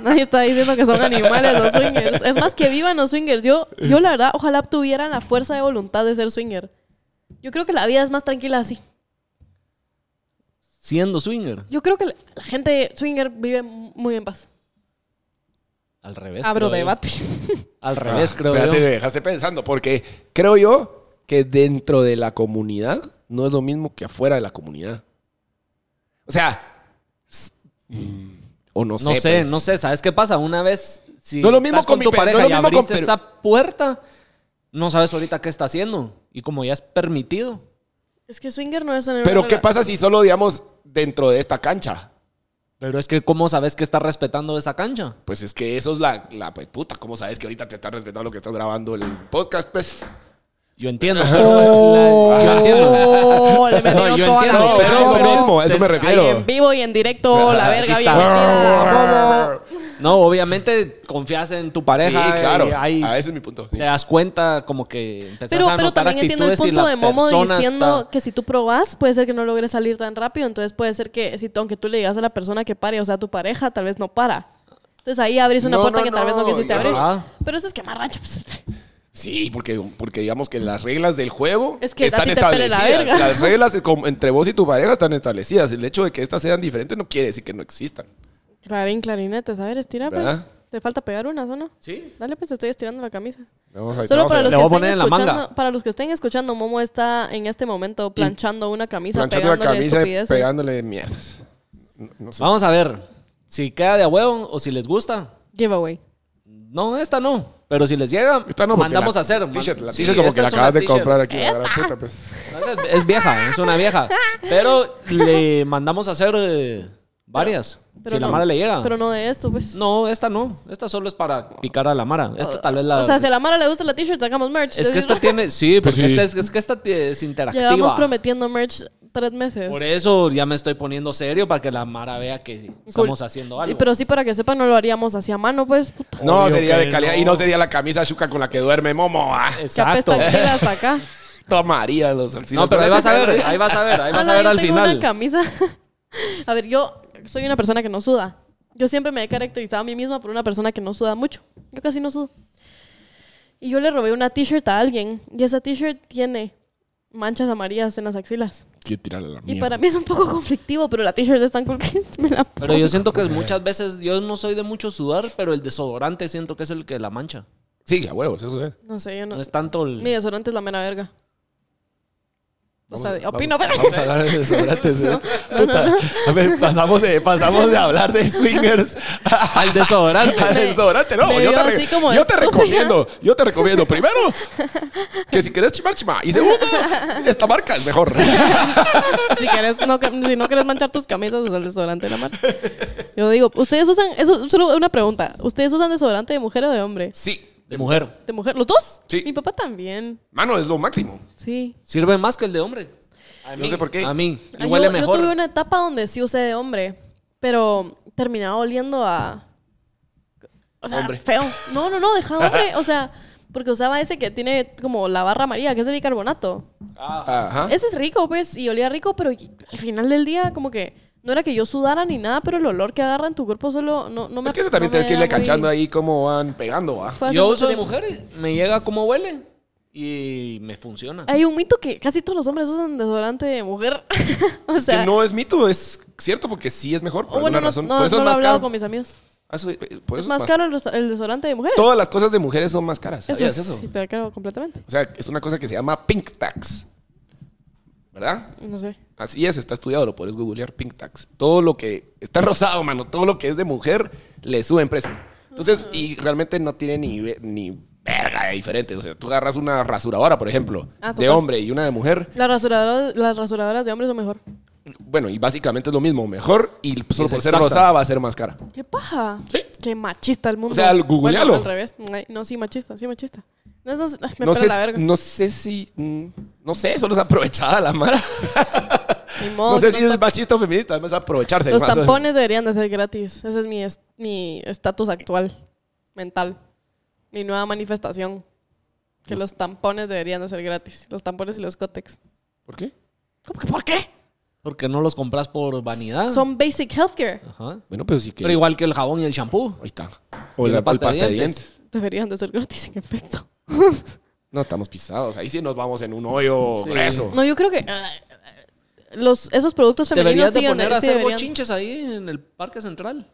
S2: Nadie está diciendo que son animales los swingers. Es más, que vivan los swingers. Yo, yo la verdad, ojalá tuvieran la fuerza de voluntad de ser swinger. Yo creo que la vida es más tranquila así.
S1: Siendo swinger.
S2: Yo creo que la la gente swinger vive muy en paz.
S1: Al revés.
S2: Abro
S1: creo yo.
S2: debate.
S1: Al revés, creo
S3: Espérate,
S1: yo.
S3: me dejaste pensando, porque creo yo que dentro de la comunidad no es lo mismo que afuera de la comunidad. O sea, s- mm, o no sé.
S1: No sé,
S3: pues.
S1: no sé, ¿sabes qué pasa? Una vez, si
S3: No es lo mismo
S1: estás
S3: con
S1: con,
S3: mi
S1: tu
S3: pe-
S1: pareja
S3: no es lo
S1: y
S3: mismo con
S1: abriste
S3: Perú.
S1: esa puerta, no sabes ahorita qué está haciendo. Y como ya es permitido.
S2: es que swinger no es en
S3: Pero ¿qué pasa si solo, digamos, dentro de esta cancha?
S1: Pero es que, ¿cómo sabes que está respetando esa cancha?
S3: Pues es que eso es la, la pues, puta, ¿cómo sabes que ahorita te están respetando lo que estás grabando el podcast? Pues
S1: Yo entiendo. pero
S3: Oh,
S1: la- la- yo entiendo.
S2: Oh, le metieron
S1: No, yo
S2: toda la
S1: entiendo,
S2: verga,
S1: pero
S2: bobo.
S1: es lo mismo,
S3: a eso me refiero.
S2: Ahí en vivo y en directo, la verga
S1: Ah,
S2: bien
S1: Aquí está. Ah,
S2: metida, bobo.
S1: No, obviamente confías en tu pareja.
S3: sí, claro.
S1: y ahí
S3: Ah, ese es mi punto. sí.
S1: te das cuenta como que empezás
S2: Pero,
S1: a
S2: pero
S1: notar
S2: también entiendo el
S1: actitudes y
S2: punto
S1: la
S2: de Momo
S1: persona
S2: diciendo
S1: está-
S2: que si tú probas, puede ser que no logres salir tan rápido. Entonces puede ser que, si, aunque tú le digas a la persona que pare, o sea, a tu pareja, tal vez no para. Entonces ahí abrís una
S3: No,
S2: puerta
S3: no,
S2: que tal vez no
S3: no,
S2: quisiste
S3: yo
S2: abrir.
S1: no.
S2: Pero eso es que rancho. Pues,
S3: Sí, porque, porque digamos que las reglas del juego
S2: Es que a
S3: están
S2: ti te pele la
S3: establecidas.
S2: verga.
S3: Las reglas como entre vos y tu pareja están establecidas. El hecho de que estas sean diferentes no quiere decir que no existan.
S2: clarín, clarinetes. A ver, estira, pues.
S3: ¿Verdad?
S2: Te falta pegar una, ¿o no?
S1: Sí.
S2: Dale, pues te estoy estirando la camisa.
S3: Vamos a,
S2: Solo
S3: vamos a
S2: para los,
S1: Pues
S3: ver.
S1: Le
S2: que
S1: voy a
S2: estén
S1: poner en la
S2: escuchando,
S1: manga.
S2: para los que estén escuchando, Momo está en este momento planchando una camisa,
S3: Planchando la
S2: pegándole
S3: camisa y
S2: estupideces.
S3: pegándole mierdas. No, no sé.
S1: Vamos a ver si queda de a huevo o si les gusta.
S2: Giveaway.
S1: No, esta no. Pero si les llega,
S3: Esta no, porque
S1: mandamos a
S3: la
S1: hacer.
S3: T-shirt, la
S1: Sí,
S3: t-shirt como
S1: esta
S3: que la
S1: es una
S3: acabas de
S1: t-shirt.
S3: comprar aquí. la gran puta, pues.
S1: Esta Es es vieja, es una vieja. Pero le mandamos a hacer eh, varias.
S2: Pero
S1: si
S2: no,
S1: la Mara le llega.
S2: Pero no de esto, pues.
S1: No, esta no. Esta solo es para picar a la Mara. Esta tal vez la.
S2: O sea, si a la Mara le gusta la t-shirt, sacamos merch.
S1: Es que esta tiene. Sí, porque esta es, es que esta es interactiva.
S2: Llevamos prometiendo merch tres meses.
S1: Por eso ya me estoy poniendo serio para que la Mara vea que estamos
S2: Cool.
S1: haciendo
S2: Sí,
S1: algo.
S2: pero sí, para que sepan, no lo haríamos así a mano, pues. Puta,
S3: No,
S1: Obvio
S3: sería
S1: que
S3: de calidad.
S1: no.
S3: Y no sería la camisa chuca con la que duerme Momo. Ah,
S2: que apesta
S1: Exacto.
S2: axila hasta acá.
S3: tomaría los
S1: No, pero ahí vas a ver, ahí vas a ver, ahí vas
S2: Ala,
S1: a ver
S2: Ah, yo
S1: al
S2: tengo una
S1: final.
S2: camisa. a ver, yo soy una persona que no suda. Yo siempre me he caracterizado a mí misma por una persona que no suda mucho. Yo casi no sudo. Y yo le robé una t-shirt a alguien. Y esa t-shirt tiene manchas amarillas en las axilas.
S3: Quiero tirarle la
S2: Y
S3: mierda.
S2: para mí es un poco conflictivo, pero la t-shirt es tan cool que me la
S1: Pero yo siento que muchas veces yo no soy de mucho sudar, pero el desodorante siento que es el que la mancha.
S3: Sí, a huevos, eso es.
S2: No sé, yo no.
S1: No es tanto el.
S2: Mi desodorante es la mera verga. O sea,
S3: Vamos a-
S2: opino, pero.
S3: Vamos a hablar de desodorantes. ¿eh? Puta, a ver, pasamos de, pasamos de hablar de swingers a-
S1: Al desodorante.
S3: al desodorante. No,
S2: me
S3: yo
S2: vio
S3: te, re-
S2: así como
S3: yo te
S2: estúpida.
S3: recomiendo. Yo te recomiendo. Primero, que si quieres chimar, chima. Y segundo, esta marca es mejor.
S2: si, quieres, no, que- si no quieres manchar tus camisas, usa el desodorante de la marca. Yo digo, ¿ustedes usan. Eso, solo una pregunta. ¿Ustedes usan desodorante de mujer o de hombre?
S3: Sí,
S1: De mujer.
S2: ¿De mujer? ¿Los dos?
S3: Sí.
S2: Mi papá también.
S3: mano, es lo máximo.
S2: Sí.
S1: Sirve más que el de hombre. A
S3: No sé por qué.
S1: A mí. Y
S2: Ah,
S1: huele
S2: yo, yo
S1: mejor.
S2: tuve una etapa donde sí usé de hombre, pero terminaba oliendo a. O sea, feo. No, no, no, dejaba hombre. O sea, porque usaba ese que tiene como la barra amarilla, que es de bicarbonato.
S3: Ajá.
S2: Ese es rico, pues, y olía rico, pero y- al final del día, como que no era que yo sudara ni nada, pero el olor que agarra en tu cuerpo solo no, no me.
S3: Es que eso
S2: no
S3: también tienes
S2: me
S3: que irle
S2: era muy-
S3: cachando ahí cómo van pegando, ¿va?
S2: Fue hace
S1: Yo
S2: mucho
S1: uso de
S2: tiempo.
S1: mujer, y me llega como huele y me funciona.
S2: Hay un mito que casi todos los hombres usan desodorante de mujer. o sea,
S3: que no es mito, es cierto, porque sí es mejor. Por
S2: O bueno,
S3: alguna
S2: no,
S3: razón.
S2: no-
S3: por eso
S2: no lo
S3: es
S2: he
S3: más
S2: hablado
S3: caro.
S2: con mis amigos.
S3: Ah, eso, eh, por eso
S2: Es más caro el, resta- el restaurante de mujeres.
S3: Todas las cosas de mujeres son más caras.
S2: Eso
S3: ¿Sabías eso?
S2: sí, te aclaro completamente.
S3: O sea, es una cosa que se llama pink tax. ¿Verdad?
S2: No sé.
S3: Así es, está estudiado, lo puedes googlear pink tax. Todo lo que está rosado, mano, todo lo que es de mujer, le suben precio. Entonces, y realmente no tiene ni, ve- ni verga de diferente. O sea, tú agarras una rasuradora, por ejemplo,
S2: Ah,
S3: de
S2: total.
S3: hombre y una de mujer.
S2: Las rasuradoras, las rasuradoras de hombres son mejor.
S3: Bueno, y básicamente es lo mismo, mejor y solo
S1: Es
S3: por ser
S1: exacta.
S3: rosada va a ser más cara.
S2: ¿Qué paja?
S3: Sí.
S2: Qué machista el mundo.
S3: O sea, al- googlealo.
S2: Bueno, al revés. Ay, No, sí, machista, sí, machista. No, eso es- me
S3: No
S2: pela
S3: sé,
S2: la verga.
S3: no sé si. mm, No sé, solo es aprovechada la mara.
S2: Ni modo,
S3: No sé
S2: los
S3: si es
S2: tam-
S3: machista o feminista, además aprovecharse.
S2: Los
S3: más.
S2: tampones deberían de ser gratis. Ese es mi est- mi estatus actual mental. Mi nueva manifestación. Que los tampones deberían de ser gratis. Los tampones y los cótex.
S3: ¿Por qué?
S2: ¿Cómo que por qué?
S1: Porque no los compras por vanidad.
S2: Son basic healthcare.
S1: Ajá.
S3: Bueno, pero sí que.
S1: Pero igual que el jabón y el shampoo.
S3: Ahí está. O
S1: Y
S3: la,
S1: la
S3: o el pasta, de dientes.
S2: Deberían de ser gratis, en efecto.
S3: No, estamos pisados. Ahí sí nos vamos en un hoyo
S1: Sí.
S3: grueso.
S2: No, yo creo que ah, los, esos productos femeninos
S1: Deberías de
S2: siguen
S1: poner a
S2: sí,
S1: hacer
S2: deberían.
S1: bochinches ahí en el Parque Central.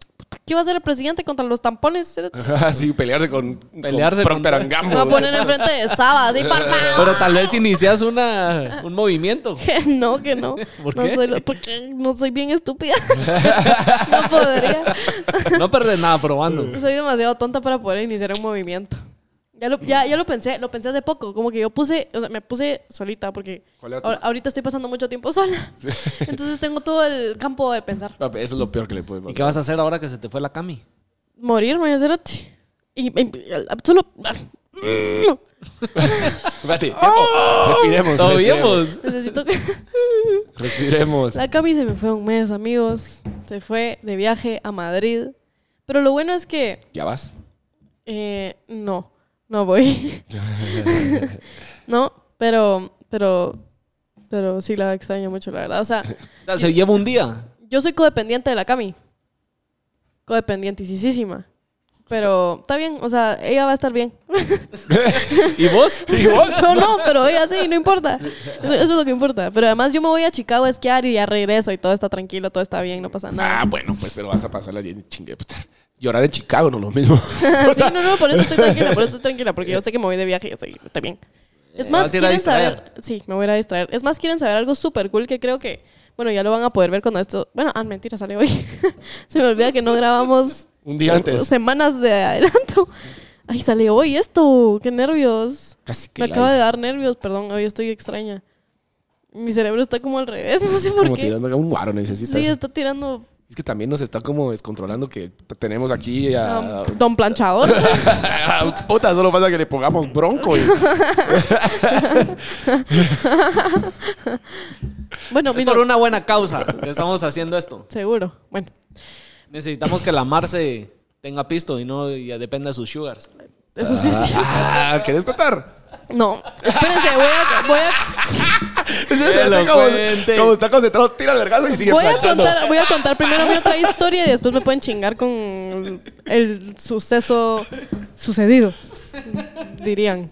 S2: ¿Qué va a hacer el presidente contra los tampones? Va
S3: Ajá, sí, pelearse con,
S1: Pelearse
S3: con Procter
S1: con-
S3: and Gamble.
S2: a poner enfrente de Saba, así, por favor.
S1: Pero tal vez inicias una, un movimiento.
S2: Que no, que no.
S1: ¿Por
S2: no
S1: qué?
S2: Soy lo- porque no soy bien estúpida. no podría.
S1: No perdes nada probando.
S2: Soy demasiado tonta para poder iniciar un movimiento. Ya lo, ya, ya lo pensé, lo pensé hace poco. Como que yo puse, o sea, me puse solita porque
S3: ¿Cuál era tu-
S2: ahor- ahorita estoy pasando mucho tiempo sola. Entonces tengo todo el campo de pensar.
S3: Papi, Eso es lo peor que le puede
S1: ¿Y qué
S3: pasar.
S1: vas a hacer ahora que se te fue la cami?
S2: morirme, yo cerote. Y, y- y- solo.
S3: Espérate, tiempo. Respiremos.
S1: Lo
S3: respiremos.
S1: vimos.
S2: Necesito que.
S3: Respiremos.
S2: La Cami se me fue un mes, amigos. Se fue de viaje a Madrid. Pero lo bueno es que.
S3: Ya vas.
S2: eh, no, no voy. no, pero. Pero. Pero sí la extraño mucho, la verdad. O sea,
S1: O sea, se lleva un día.
S2: yo soy codependiente de la Cami. Codependientisísima. Pero está bien, o sea, ella va a estar bien.
S1: ¿Y vos?
S3: ¿Y vos?
S2: Yo no, pero ella sí, no importa. Eso, eso es lo que importa. Pero además yo me voy a Chicago a esquiar y ya regreso y todo está tranquilo, todo está bien, no pasa nada.
S3: Ah, bueno, pues, pero vas a pasar la chingue. puta. Llorar en Chicago no es lo mismo.
S2: sí, no, no, por eso estoy tranquila, por eso estoy tranquila, porque yo sé que me voy de viaje y yo sé- está bien. Es más,
S1: Eh, vas a ir a
S2: quieren saber...
S1: distraer.
S2: Sí, me voy a ir a distraer. Es más, quieren saber algo súper cool que creo que... Bueno, ya lo van a poder ver cuando esto... Bueno, ah, mentira, sale hoy. Se me olvida que no grabamos
S3: Un día antes.
S2: semanas de adelanto. Ay, sale hoy esto. Qué nervios.
S3: Casi que
S2: Me
S3: la-
S2: acaba de dar nervios, perdón, hoy estoy extraña. Mi cerebro está como al revés, no sé por
S3: Como
S2: qué.
S3: tirando a un guaro necesitas.
S2: Sí, está tirando um,
S3: Es que también nos está como descontrolando que tenemos aquí a...
S2: um, don planchador.
S3: Puta, solo pasa que le pongamos bronco. y-
S2: bueno,
S1: Es
S2: vino,
S1: por una buena causa que estamos haciendo esto.
S2: seguro. Bueno,
S1: Necesitamos que la Marce tenga pisto y no y dependa de sus sugars.
S2: eso sí es cierto.
S3: Ah, ¿Querés contar?
S2: No, espérense, voy a, voy a,
S3: Es ese, está como,
S1: Elocuente.
S3: como está concentrado, tira el vergazo y sigue
S2: voy a
S3: planchando.
S2: contar, voy a contar primero mi otra historia y después me pueden chingar con el, el suceso sucedido, dirían.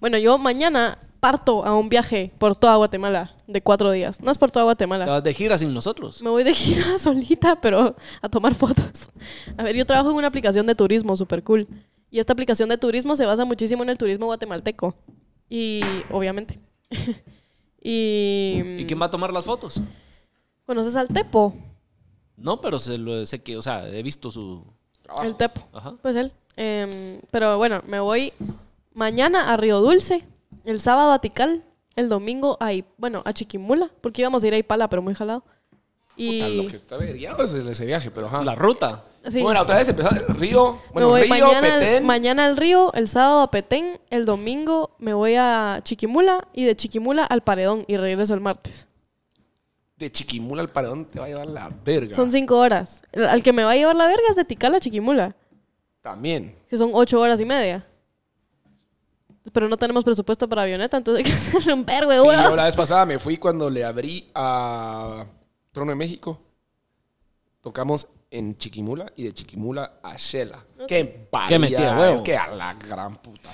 S2: Bueno, yo mañana parto a un viaje por toda Guatemala de cuatro días. No es por toda Guatemala.
S1: Te vas de gira sin nosotros.
S2: Me voy de gira solita, pero a tomar fotos. A ver, yo trabajo en una aplicación de turismo súper cool. Y esta aplicación de turismo se basa muchísimo en el turismo guatemalteco. Y, obviamente. y.
S1: ¿Y quién va a tomar las fotos?
S2: ¿Conoces al Tepo?
S1: No, pero se lo, sé que, o sea, he visto su.
S2: El Tepo.
S1: Ajá.
S2: Pues él. Em, pero bueno, me voy mañana a Río Dulce, el sábado a Tical, el domingo a, I- bueno, a Chiquimula, porque íbamos a ir a Ipala, pero muy jalado. Y.
S3: Puta, Lo que está averiado es el- ese viaje, pero ajá.
S1: La ruta.
S2: Sí.
S3: Bueno, otra vez empezó el río. Bueno,
S2: me voy
S3: río,
S2: mañana,
S3: Petén.
S2: mañana al río, el sábado a Petén, el domingo me voy a Chiquimula y de Chiquimula al Paredón y regreso el martes.
S3: De Chiquimula al Paredón te va a llevar la verga.
S2: Son cinco horas. El- Al que me va a llevar la verga es de Tikal a Chiquimula,
S3: También.
S2: que son ocho horas y media. Pero no tenemos presupuesto para avioneta, entonces hay que hacer un vergo de
S3: Sí,
S2: huevos.
S3: yo la vez pasada me fui cuando le abrí a Trono de México. Tocamos en Chiquimula y de Chiquimula a Shela. Qué parida.
S1: metida, huevo.
S3: Qué a la gran puta.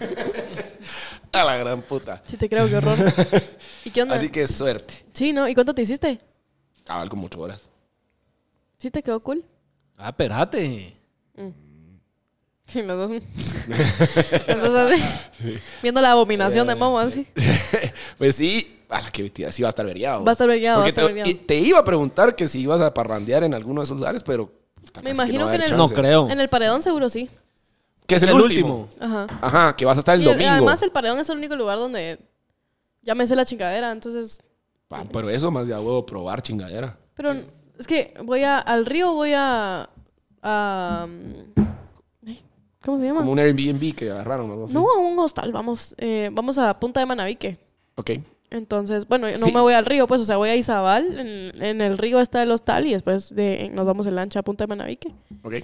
S3: a la gran puta.
S2: Sí, te creo, qué horror. ¿Y qué onda?
S3: Así que suerte.
S2: Sí, ¿no? ¿Y cuánto te hiciste?
S3: Cabal como ocho horas.
S2: ¿Sí te quedó cool?
S1: Ah, espérate.
S2: Sí, los dos. los dos así. Viendo la abominación
S3: Eh,
S2: de Momo así.
S3: Pues sí, a la que vestida, sí va a estar veriado.
S2: Va a estar averiado, va a
S3: Porque
S2: estar
S3: te,
S2: averiado.
S3: y te iba a preguntar que si ibas a parrandear en alguno de esos lugares, pero. puta,
S2: Me
S3: casi va
S2: imagino
S3: a
S2: que
S3: haber
S2: en el-
S1: No
S3: chance.
S1: creo.
S2: En el paredón seguro sí.
S3: Que es, el, último.
S2: Ajá.
S3: Ajá, que vas a estar el
S2: Y el-
S3: domingo.
S2: además el paredón es el único lugar donde ya me sé la chingadera, entonces...
S3: Ah, pero eso más de a huevo probar chingadera.
S2: Pero es que voy a, al río, voy a... a mm, ay, ¿Cómo se llama?
S3: Como un Airbnb que agarraron. No,
S2: No, a un hostal, vamos. Eh, vamos a Punta de Manabique.
S3: Ok.
S2: Entonces, bueno, no
S3: Sí.
S2: me voy al río, pues, o sea, voy a Izabal, en, en el río está el hostal y después de, nos vamos en lancha a Punta de Manabique.
S3: Ok.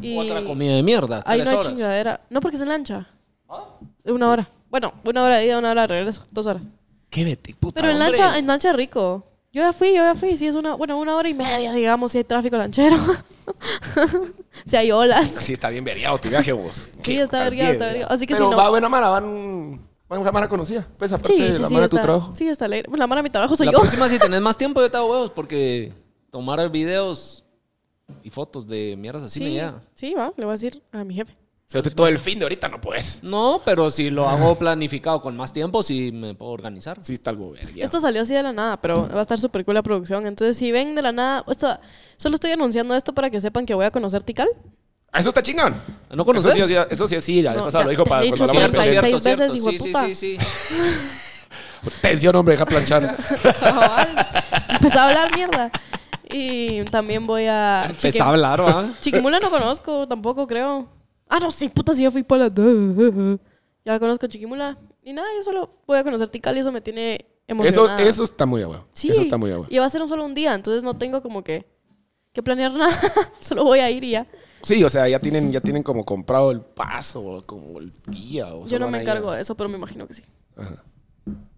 S2: Y
S1: Otra comida de mierda.
S2: ahí
S1: tres
S2: no hay
S1: horas.
S2: chingadera. No, porque es en lancha.
S3: ¿Ah?
S2: Una hora. Bueno, una hora de ida, una hora de regreso, dos horas.
S3: Qué vete, puta.
S2: Pero en
S1: hombre.
S2: lancha, en lancha es rico. Yo ya fui, yo ya fui. Sí, es una, bueno, una hora y media, digamos, si hay tráfico lanchero. si hay olas.
S3: Sí, está bien veriado tu viaje, vos.
S2: Sí, está vergueado, está vergueado. Así que
S3: pero
S2: si no...
S3: va buena mara, van. Van una mara conocida. Pues aparte
S2: Sí,
S3: de
S2: sí,
S3: la
S2: sí,
S3: mara de tu
S2: está,
S3: trabajo.
S2: sí, está alegre. Bueno, La mara de mi trabajo soy
S1: La
S2: yo.
S1: próxima, si tenés más tiempo, yo te hago huevos porque tomar videos y fotos de mierdas así me
S2: Sí,
S1: llega.
S2: sí, va, le voy a decir a mi jefe.
S3: Se hace todo el fin de ahorita, no puedes.
S1: No, pero si lo hago
S3: Ah.
S1: planificado con más tiempo, sí me puedo organizar.
S3: Sí, está algo vergueado.
S2: Esto salió así de la nada, pero va a estar súper cool la producción. Entonces, si ven de la nada, esto- solo estoy anunciando esto para que sepan que voy a conocer Tikal.
S3: Ah, Eso está chingón.
S1: ¿No conoces?
S3: Eso sí, eso sí, sí, la vez
S2: No,
S3: pasada
S2: ya
S3: lo dijo
S2: te
S3: para
S2: he
S3: cuando
S2: dicho
S3: hablamos de
S2: cierto,
S3: pensión.
S2: cierto. veces, hijo de
S1: sí, sí,
S2: puta.
S1: sí, sí.
S3: Tensión, hombre, deja planchar.
S2: Cabal. Empezó a hablar mierda. Y también voy a.
S3: Pues
S1: Empezá a hablar, ¿va?
S2: Chiqui- Chiquimula no conozco, tampoco creo. Ah, no, sí, puta, sí, yo fui para la. Ya conozco a Chiquimula. Y nada, yo solo voy a conocer Tikal y eso me tiene
S3: Eso,
S2: emocionada.
S3: eso está muy a huevo.
S2: Sí.
S3: Eso está muy a huevo.
S2: Y va a ser un solo un día, entonces no tengo como que, que planear nada. solo voy a ir y ya.
S3: Sí, o sea, ya tienen, ya tienen como comprado el paso o como el guía. O
S2: Yo
S3: solo
S2: no
S3: van
S2: me
S3: a ir
S2: encargo
S3: a-
S2: de eso, pero me imagino que sí.
S3: Ajá.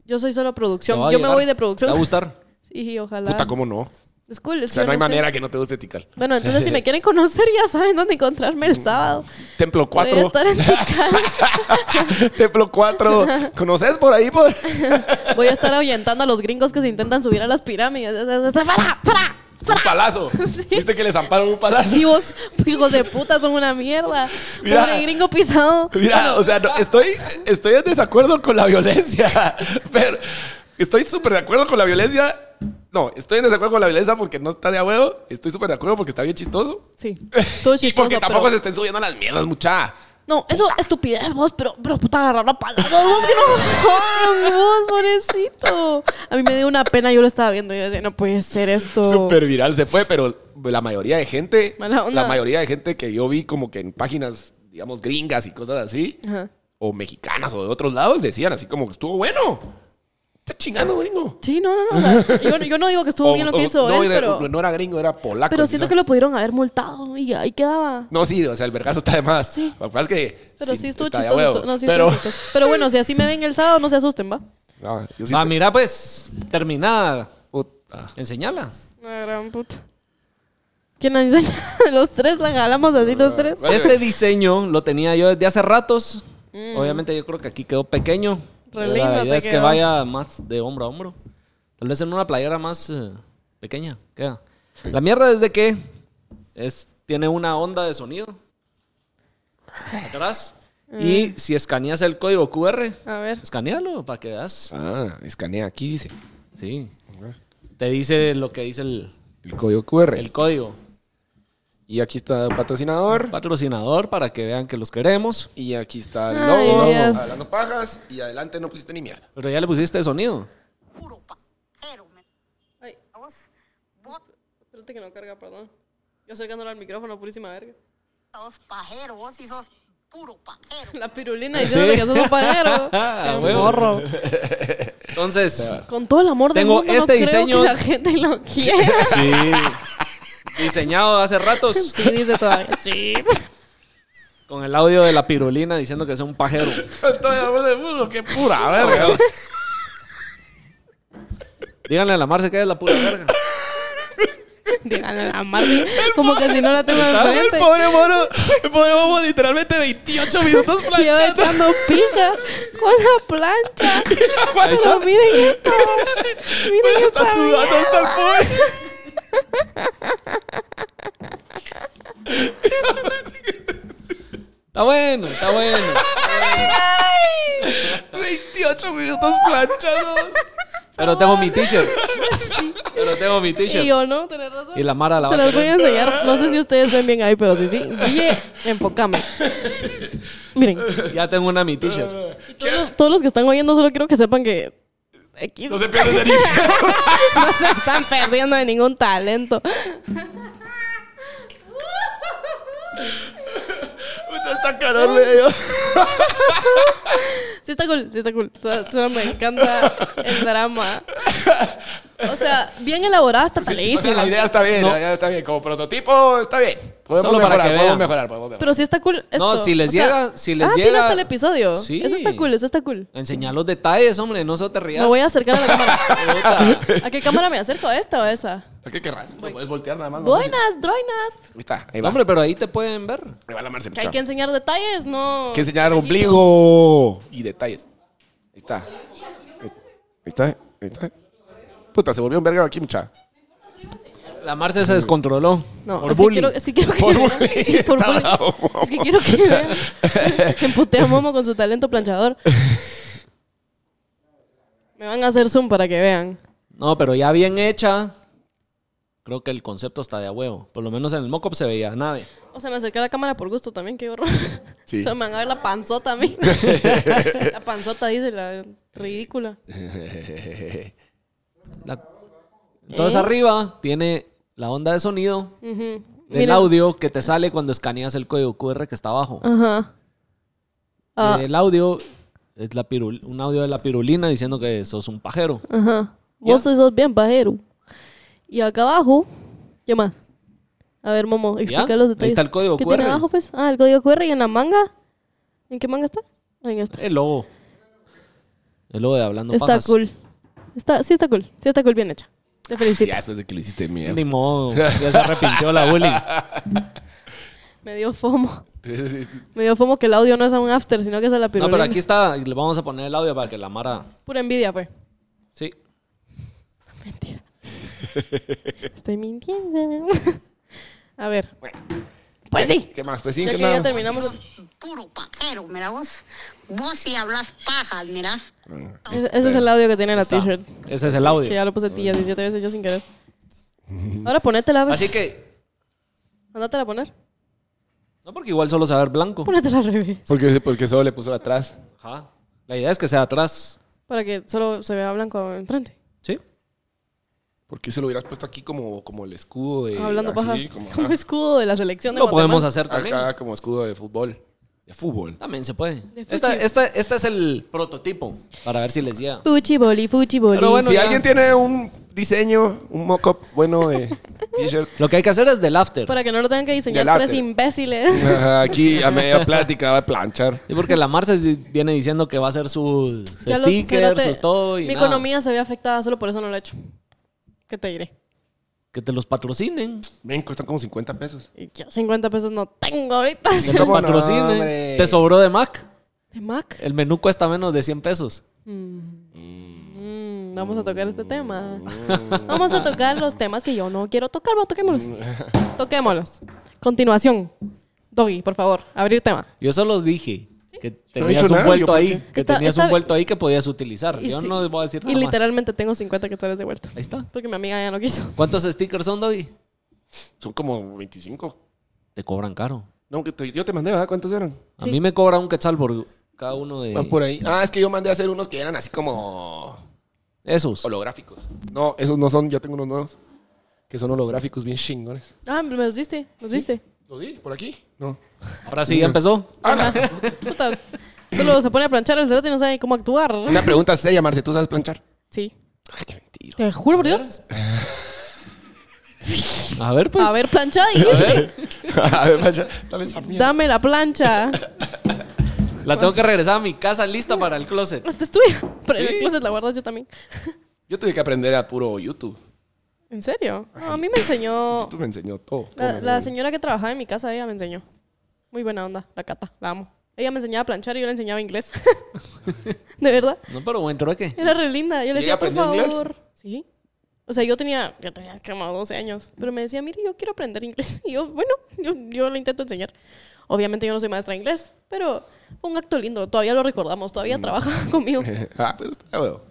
S2: Yo soy solo
S1: Te
S2: producción.
S1: va a
S2: Yo me
S1: llegar.
S2: voy de
S1: Te
S2: producción.
S1: va a gustar.
S2: Sí, ojalá.
S3: Puta, ¿cómo no? O
S2: Es cool. Es que
S3: sea,
S2: yo
S3: no hay
S2: sé.
S3: manera que no te guste Tikal.
S2: Bueno, entonces si me quieren conocer ya saben dónde encontrarme el sábado.
S3: Templo
S2: Voy a
S3: 4.
S2: estar en Tikal.
S3: Templo 4. ¿Conoces por ahí? Por?
S2: voy a estar ahuyentando a los gringos que se intentan subir a las pirámides. ¡Para! ¡Para!
S3: Un palazo. ¿Viste que le zamparon un palazo?
S2: Vivos, hijos de puta, son una mierda.
S3: Mira.
S2: Pobre gringo pisado.
S3: Mira,
S2: Bueno,
S3: o sea, no, estoy, estoy en desacuerdo con la violencia, pero estoy súper de acuerdo con la violencia. No, estoy en desacuerdo con la violencia porque no está de a huevo. Estoy súper de acuerdo porque está bien chistoso.
S2: Sí. Todo
S3: y
S2: chistoso,
S3: porque tampoco
S2: pero-
S3: se estén subiendo las mierdas, mucha.
S2: No, eso estupidez, vos, pero, pero puta, agarrar la palabra, vos, que no jodan, vos, pobrecito. A mí me dio una pena, yo lo estaba viendo, yo decía, no puede ser esto.
S3: Súper viral se fue, pero la mayoría de gente,
S2: Mala onda.
S3: la mayoría de gente que yo vi como que en páginas, digamos, gringas y cosas así,
S2: Ajá.
S3: o mexicanas o de otros lados, decían así como que estuvo bueno. Está chingando, gringo.
S2: Sí, no, no, no. o sea, yo, yo no digo que estuvo
S3: O-
S2: bien lo
S3: o-
S2: que hizo
S3: no,
S2: él,
S3: era-
S2: pero,
S3: no era gringo, era polaco.
S2: pero siento
S3: quizá.
S2: que lo pudieron haber multado y ahí quedaba.
S3: No, sí, o sea, el vergazo está de más.
S2: Sí.
S3: Lo que pasa es que.
S2: Pero sí, estuvo
S3: está de
S2: chistoso.
S3: huevo.
S2: estuvo- No, sí,
S3: pero,
S2: estuvo chistoso. Pero bueno, si así me ven el sábado, no se asusten, ¿va?
S3: No, yo sí
S1: Ah,
S3: te-
S1: mira, pues, terminada.
S3: Puta.
S1: Enseñala.
S2: La gran puta. ¿Quién la enseña? los tres la jalamos así,
S3: Ah,
S2: los tres.
S3: Vale.
S1: Este diseño lo tenía yo desde hace ratos. Obviamente yo creo que aquí quedó pequeño.
S2: Mm. Re
S1: Pero
S2: lindo
S1: La
S2: te
S1: idea es que
S2: quedó.
S1: vaya más de hombro a hombro. Tal vez en una playera más eh, pequeña. Queda. La mierda es de que es, tiene una onda de sonido atrás.
S2: Mm.
S1: Y si escaneas el código QR,
S2: A ver.
S1: escanealo para que veas.
S3: Ah, escanea aquí, dice.
S1: Sí. Te dice lo que dice el,
S3: El código QR.
S1: el código.
S3: Y aquí está el patrocinador.
S1: Patrocinador para que vean que los queremos.
S3: Y aquí está el
S2: Ay,
S3: logo.
S2: Dios.
S3: Hablando pajas. Y adelante no pusiste ni mierda.
S1: Pero ya le pusiste sonido.
S4: puro pajero, men.
S2: Ay.
S4: A vos, vos,
S2: Espérate que no carga, perdón. Yo acercándole al micrófono, purísima verga.
S4: sos pajero, vos sí sos puro pajero.
S2: La pirulina diciéndole que sos un paguero.
S1: Ah,
S2: Qué
S1: huevos.
S2: morro.
S1: Entonces,
S2: Con todo el amor del
S1: Tengo
S2: mundo,
S1: este
S2: no creo
S1: diseño.
S2: que la gente lo quiera.
S1: Sí. Diseñado hace ratos
S2: Sí, dice todavía. Sí.
S1: con el audio de la pirulina diciendo que es un pajero.
S3: Estoy hablando de burro, qué pura verga.
S1: Díganle a la Marce que es la pura verga.
S2: Díganle a la madre. Como que si no la tengo
S3: Ah, El
S2: enfrente.
S3: pobre mono, el pobre mono literalmente 28 minutos
S2: Y yo
S3: planchando.
S2: echando pija con la plancha. Pero miren esto. Miren
S3: Está
S2: esta
S1: Pues
S3: sudando
S2: mierda.
S3: hasta el pobre.
S1: Está bueno, está bueno.
S3: 28 minutos planchados.
S1: Pero tengo mi t-shirt. Pero tengo mi t-shirt.
S2: Y yo, ¿no? Tenés razón.
S1: Y la Mara la va
S2: Se
S1: a
S2: las voy
S1: tener.
S2: a enseñar. No sé si ustedes ven bien ahí, pero sí, sí. Guille, enfócame. Miren,
S1: Ya tengo una mi t-shirt.
S2: todos los, todos los que están oyendo, solo quiero que sepan que. X.
S3: No se pierden de ni-
S2: no se están perdiendo de ningún talento.
S3: Puta, está calor, medio.
S2: Sí está cool, sí está cool. Solo, solo me encanta el drama. O sea, bien elaborada hasta
S3: O sea, la
S2: peleísima.
S3: idea está bien,
S1: No.
S3: la idea está bien. Como prototipo, está bien. Podemos
S1: Solo para
S3: mejorar,
S1: que
S3: podemos
S1: vean.
S3: mejorar, podemos mejorar.
S2: Pero sí está cool esto.
S1: si les
S2: O sea,
S1: llega- si les
S2: ah, tiene
S1: llega-
S2: hasta el episodio.
S1: Sí.
S2: Eso está cool, eso está cool.
S1: Enseñar los detalles, hombre, no se te rías.
S2: Me voy a acercar a la cámara. ¿A qué cámara me acerco? ¿A esta o a esa?
S3: ¿A qué querrás? Lo puedes voltear nada más. ¿no?
S2: Buenas, droinas.
S3: Ahí está, ahí
S1: No,
S3: va.
S1: Hombre, pero ahí te pueden ver.
S3: ahí va la Marcel.
S2: Que hay
S3: chao.
S2: que enseñar detalles, no.
S3: Hay que enseñar ombligo y detalles. Ahí está. Ahí está, ahí está. Puta, se volvió un verga aquí, mucha.
S1: La Marce se descontroló.
S2: No,
S1: Por
S2: es que,
S1: bullying.
S2: quiero, es que quiero que
S3: Por
S2: vean-
S3: bullying,
S2: sí, por
S3: está
S2: bullying.
S3: bravo, Momo.
S2: Es que quiero que vean. que emputé a Momo con su talento planchador. Me van a hacer zoom para que vean.
S1: No, pero ya bien hecha. Creo que el concepto está de a huevo. Por lo menos en el mock-up se veía nave.
S2: O sea, me acerqué a la cámara por gusto también, qué horror.
S3: Sí.
S2: O sea, me van a ver la panzota a mí. la panzota, dice, la ridícula.
S1: La- Entonces
S2: ¿Eh?
S1: arriba tiene la onda de sonido del
S2: Mira.
S1: audio que te sale cuando escaneas el código QR que está abajo.
S2: Ajá. Ah.
S1: El audio es la pirul- un audio de la pirulina diciendo que sos un pajero.
S2: Ajá. Vos sos bien pajero. Y acá abajo, ¿qué más? A ver, Momo, explica
S1: ¿Ya?
S2: los
S1: Ahí
S2: detalles.
S1: está el código
S2: ¿Qué
S1: QR.
S2: tiene abajo, pues? Ah, el código QR y en la manga. ¿En qué manga está? Ah, En esta.
S1: El lobo. El lobo de Hablando
S2: está
S1: Pajas.
S2: cool. Está, sí está cool. Sí está cool, bien hecha.
S1: Ah,
S2: Te felicito.
S3: Ya después de Ah, que lo hiciste
S1: Ni
S3: mierda.
S1: modo. Ya se arrepintió la bullying.
S2: Me dio fomo. Me dio fomo que el audio no es a un after, sino que es a la
S1: No,
S2: pirulina.
S1: pero aquí está. Le vamos a poner el audio para que la Mara...
S2: Pura envidia, pues.
S1: Sí.
S2: Mentira. Estoy mintiendo. a ver. Pues sí.
S3: ¿Qué más? Pues sí,
S2: Ya
S3: que
S2: que ya
S3: nada.
S2: terminamos.
S4: Puro pajero, mira vos. Vos sí hablas pajas, mira.
S2: Ese, ese es el audio que tiene la t-shirt.
S1: Ese es el
S2: Que
S1: audio.
S2: ya lo puse a ti ya 17 veces yo sin querer. Ahora ponétela, ¿ves?
S1: Así que...
S2: Mándatela a poner.
S1: No, porque igual solo saber blanco.
S2: Ponétela al revés.
S3: Porque, porque solo le puso atrás.
S1: Ajá. La idea es que sea atrás.
S2: Para que solo se vea blanco enfrente.
S1: Sí.
S3: ¿Por qué se lo hubieras puesto aquí como, como el escudo de.
S2: Hablando
S3: así,
S2: pajas.
S3: Como,
S2: Como,
S3: ajá,
S2: escudo de la selección de
S1: Lo podemos
S2: Guatemala.
S1: hacer también.
S3: acá, como escudo de fútbol. De fútbol.
S1: También se puede.
S2: De
S1: Esta,
S2: fuchi.
S1: esta, este es el prototipo para ver si les llega.
S2: Fuchi boli, fuchi boli.
S1: Pero bueno,
S3: si
S1: ya.
S3: alguien tiene un diseño, un mock-up bueno de t-shirt.
S1: Lo que hay que hacer es del after.
S2: Para que no lo tengan que diseñar
S3: Del
S2: tres
S3: arte.
S2: imbéciles.
S3: ajá, Aquí a media plática va a planchar.
S1: Sí, porque la Marce sí viene diciendo que va a hacer sus
S2: Ya los-
S1: stickers,
S2: espérate,
S1: sus todo y
S2: Mi
S1: nada.
S2: economía se ve afectada, solo por eso no lo he hecho. ¿Qué te diré?
S1: Que te los patrocinen,
S3: Ven, cuestan como 50 pesos.
S2: Y Yo 50 pesos no tengo ahorita.
S1: que los
S3: ¿Cómo no,
S1: patrocinen.
S3: hombre?
S1: te sobró de Mac.
S2: ¿De Mac?
S1: El menú cuesta menos de 100 pesos.
S2: Mm, Vamos a tocar este tema. Vamos a tocar los temas que yo no quiero tocar. Vamos, toquémoslos. Toquémoslos. Continuación. Doggy, por favor, abrir tema.
S1: Yo solo os dije que
S3: he
S1: tenías
S3: dicho
S1: un
S3: nada,
S1: vuelto
S3: yo,
S1: ahí,
S3: ¿por qué?
S1: que
S2: Está-
S1: tenías
S2: está-
S1: un vuelto ahí que podías utilizar.
S2: Y
S1: Yo
S2: sí.
S1: no les voy a decir nada
S2: Y
S1: más.
S2: literalmente tengo 50 que de vuelta.
S1: Ahí está.
S2: Porque mi amiga ya no quiso.
S1: ¿Cuántos stickers son, David?
S3: Son como 25.
S1: Te cobran caro.
S3: No, que te- yo te mandé, ¿verdad? ¿Cuántos eran?
S1: A mí me cobra un quetzal por cada uno de
S3: Van por ahí. Ah, es que yo mandé a hacer unos que eran así como
S1: esos.
S3: holográficos. No, esos no son, yo tengo unos nuevos. Que son holográficos bien chingones.
S2: Ah, me los diste, los diste.
S3: ¿Lo di? ¿Por aquí? No.
S1: Ahora sí, ya empezó.
S2: Puta, solo se pone a planchar el cerote y no sabe cómo actuar.
S3: Una pregunta seria, Marce, ¿tú sabes planchar?
S2: Sí.
S3: Ay, qué mentira.
S2: Te juro por Dios.
S1: A ver, pues.
S2: A ver, planchada, dijiste.
S3: a ver, planchar. Dame esa mierda.
S2: Dame la plancha.
S1: La tengo que regresar a mi casa lista para el closet.
S2: Esta es tuya. Pero en el closet la guardas yo también.
S3: Yo tuve que aprender a puro YouTube.
S2: ¿En serio? No, a mí me enseñó.
S3: YouTube me enseñó todo. todo me
S2: La, la
S3: enseñó.
S2: señora que trabajaba en mi casa, ella me enseñó. Muy buena onda, la cata, la amo. Ella me enseñaba a planchar y yo le enseñaba inglés. de verdad.
S1: No, pero buen trueque.
S2: Era re linda. Yo le
S3: ¿Y ella
S2: decía, por
S3: aprendió inglés?
S2: favor. Sí. O sea, yo tenía, yo tenía como 12 años, pero me decía, mire, yo quiero aprender inglés. Y yo, bueno, yo, yo le intento enseñar. Obviamente yo no soy maestra de inglés, pero fue un acto lindo. Todavía lo recordamos, todavía
S3: Mm.
S2: trabaja conmigo.
S3: ah, pero está bueno.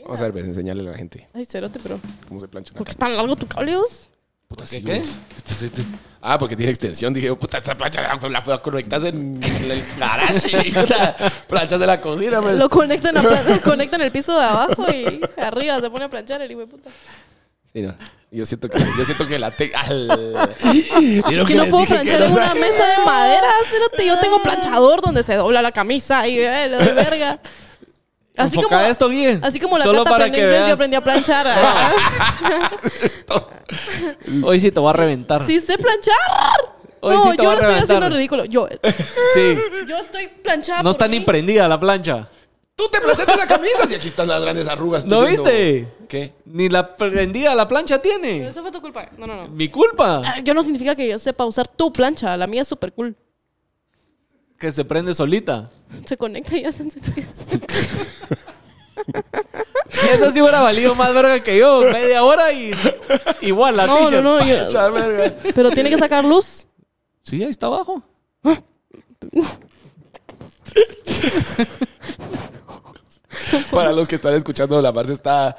S3: Vamos a ver, pues, enseñarle a la gente
S2: Ay, cerote, pero
S3: cómo se plancha una
S2: ¿por qué es tan largo tu cableos?
S3: Puta,
S1: ¿Qué,
S3: sí,
S1: qué?
S3: güey. Este- este- Ah, porque tiene extensión. Dije, puta, esta plancha la, la, la conectas en el garage. hijo de la- planchas de la cocina. Pues.
S2: Lo conectan, a pla- lo conectan el piso de abajo y arriba se pone a planchar el hijo de puta.
S3: Sí, no. Yo siento que, yo siento que la te... al- Vieron
S2: Que no
S3: les
S2: puedo
S3: dije que
S2: planchar
S3: no
S2: en una
S3: sabe-
S2: mesa de madera, cerote. Yo tengo planchador donde se dobla la camisa y eh, lo de verga. Así como,
S1: Enfoca esto bien.
S2: así como la
S1: Solo
S2: Cata
S1: para
S2: aprendió
S1: que
S2: inglés, yo
S1: veas.
S2: aprendí a planchar. ah.
S1: Hoy sí te voy a reventar.
S2: ¡Sí sé planchar!
S1: Hoy
S2: no,
S1: sí te
S2: yo no
S1: va a
S2: estoy
S1: reventar.
S2: haciendo ridículo. Yo,
S1: Sí.
S2: yo estoy planchada
S1: No
S2: por
S1: está ni
S2: mí.
S1: prendida la plancha.
S3: Tú te planchaste la camisa y aquí están las grandes arrugas.
S1: ¿No
S3: Estoy viendo-
S1: viste?
S3: ¿Qué?
S1: Ni la prendida la plancha tiene.
S2: Eso fue tu culpa. No, no, no.
S1: Mi culpa.
S2: Ah, Yo no significa que yo sepa usar tu plancha. La mía es súper cool.
S1: Que se prende solita.
S2: Se conecta y ya está encendida.
S1: Y esa sí hubiera valido más verga que yo. Media hora y igual la
S2: No, no,
S1: t-shirt.
S2: no. yo-
S3: Planchar, verga.
S2: pero tiene que sacar luz.
S1: Sí, ahí está abajo.
S3: Para los que están escuchando, la Marce está...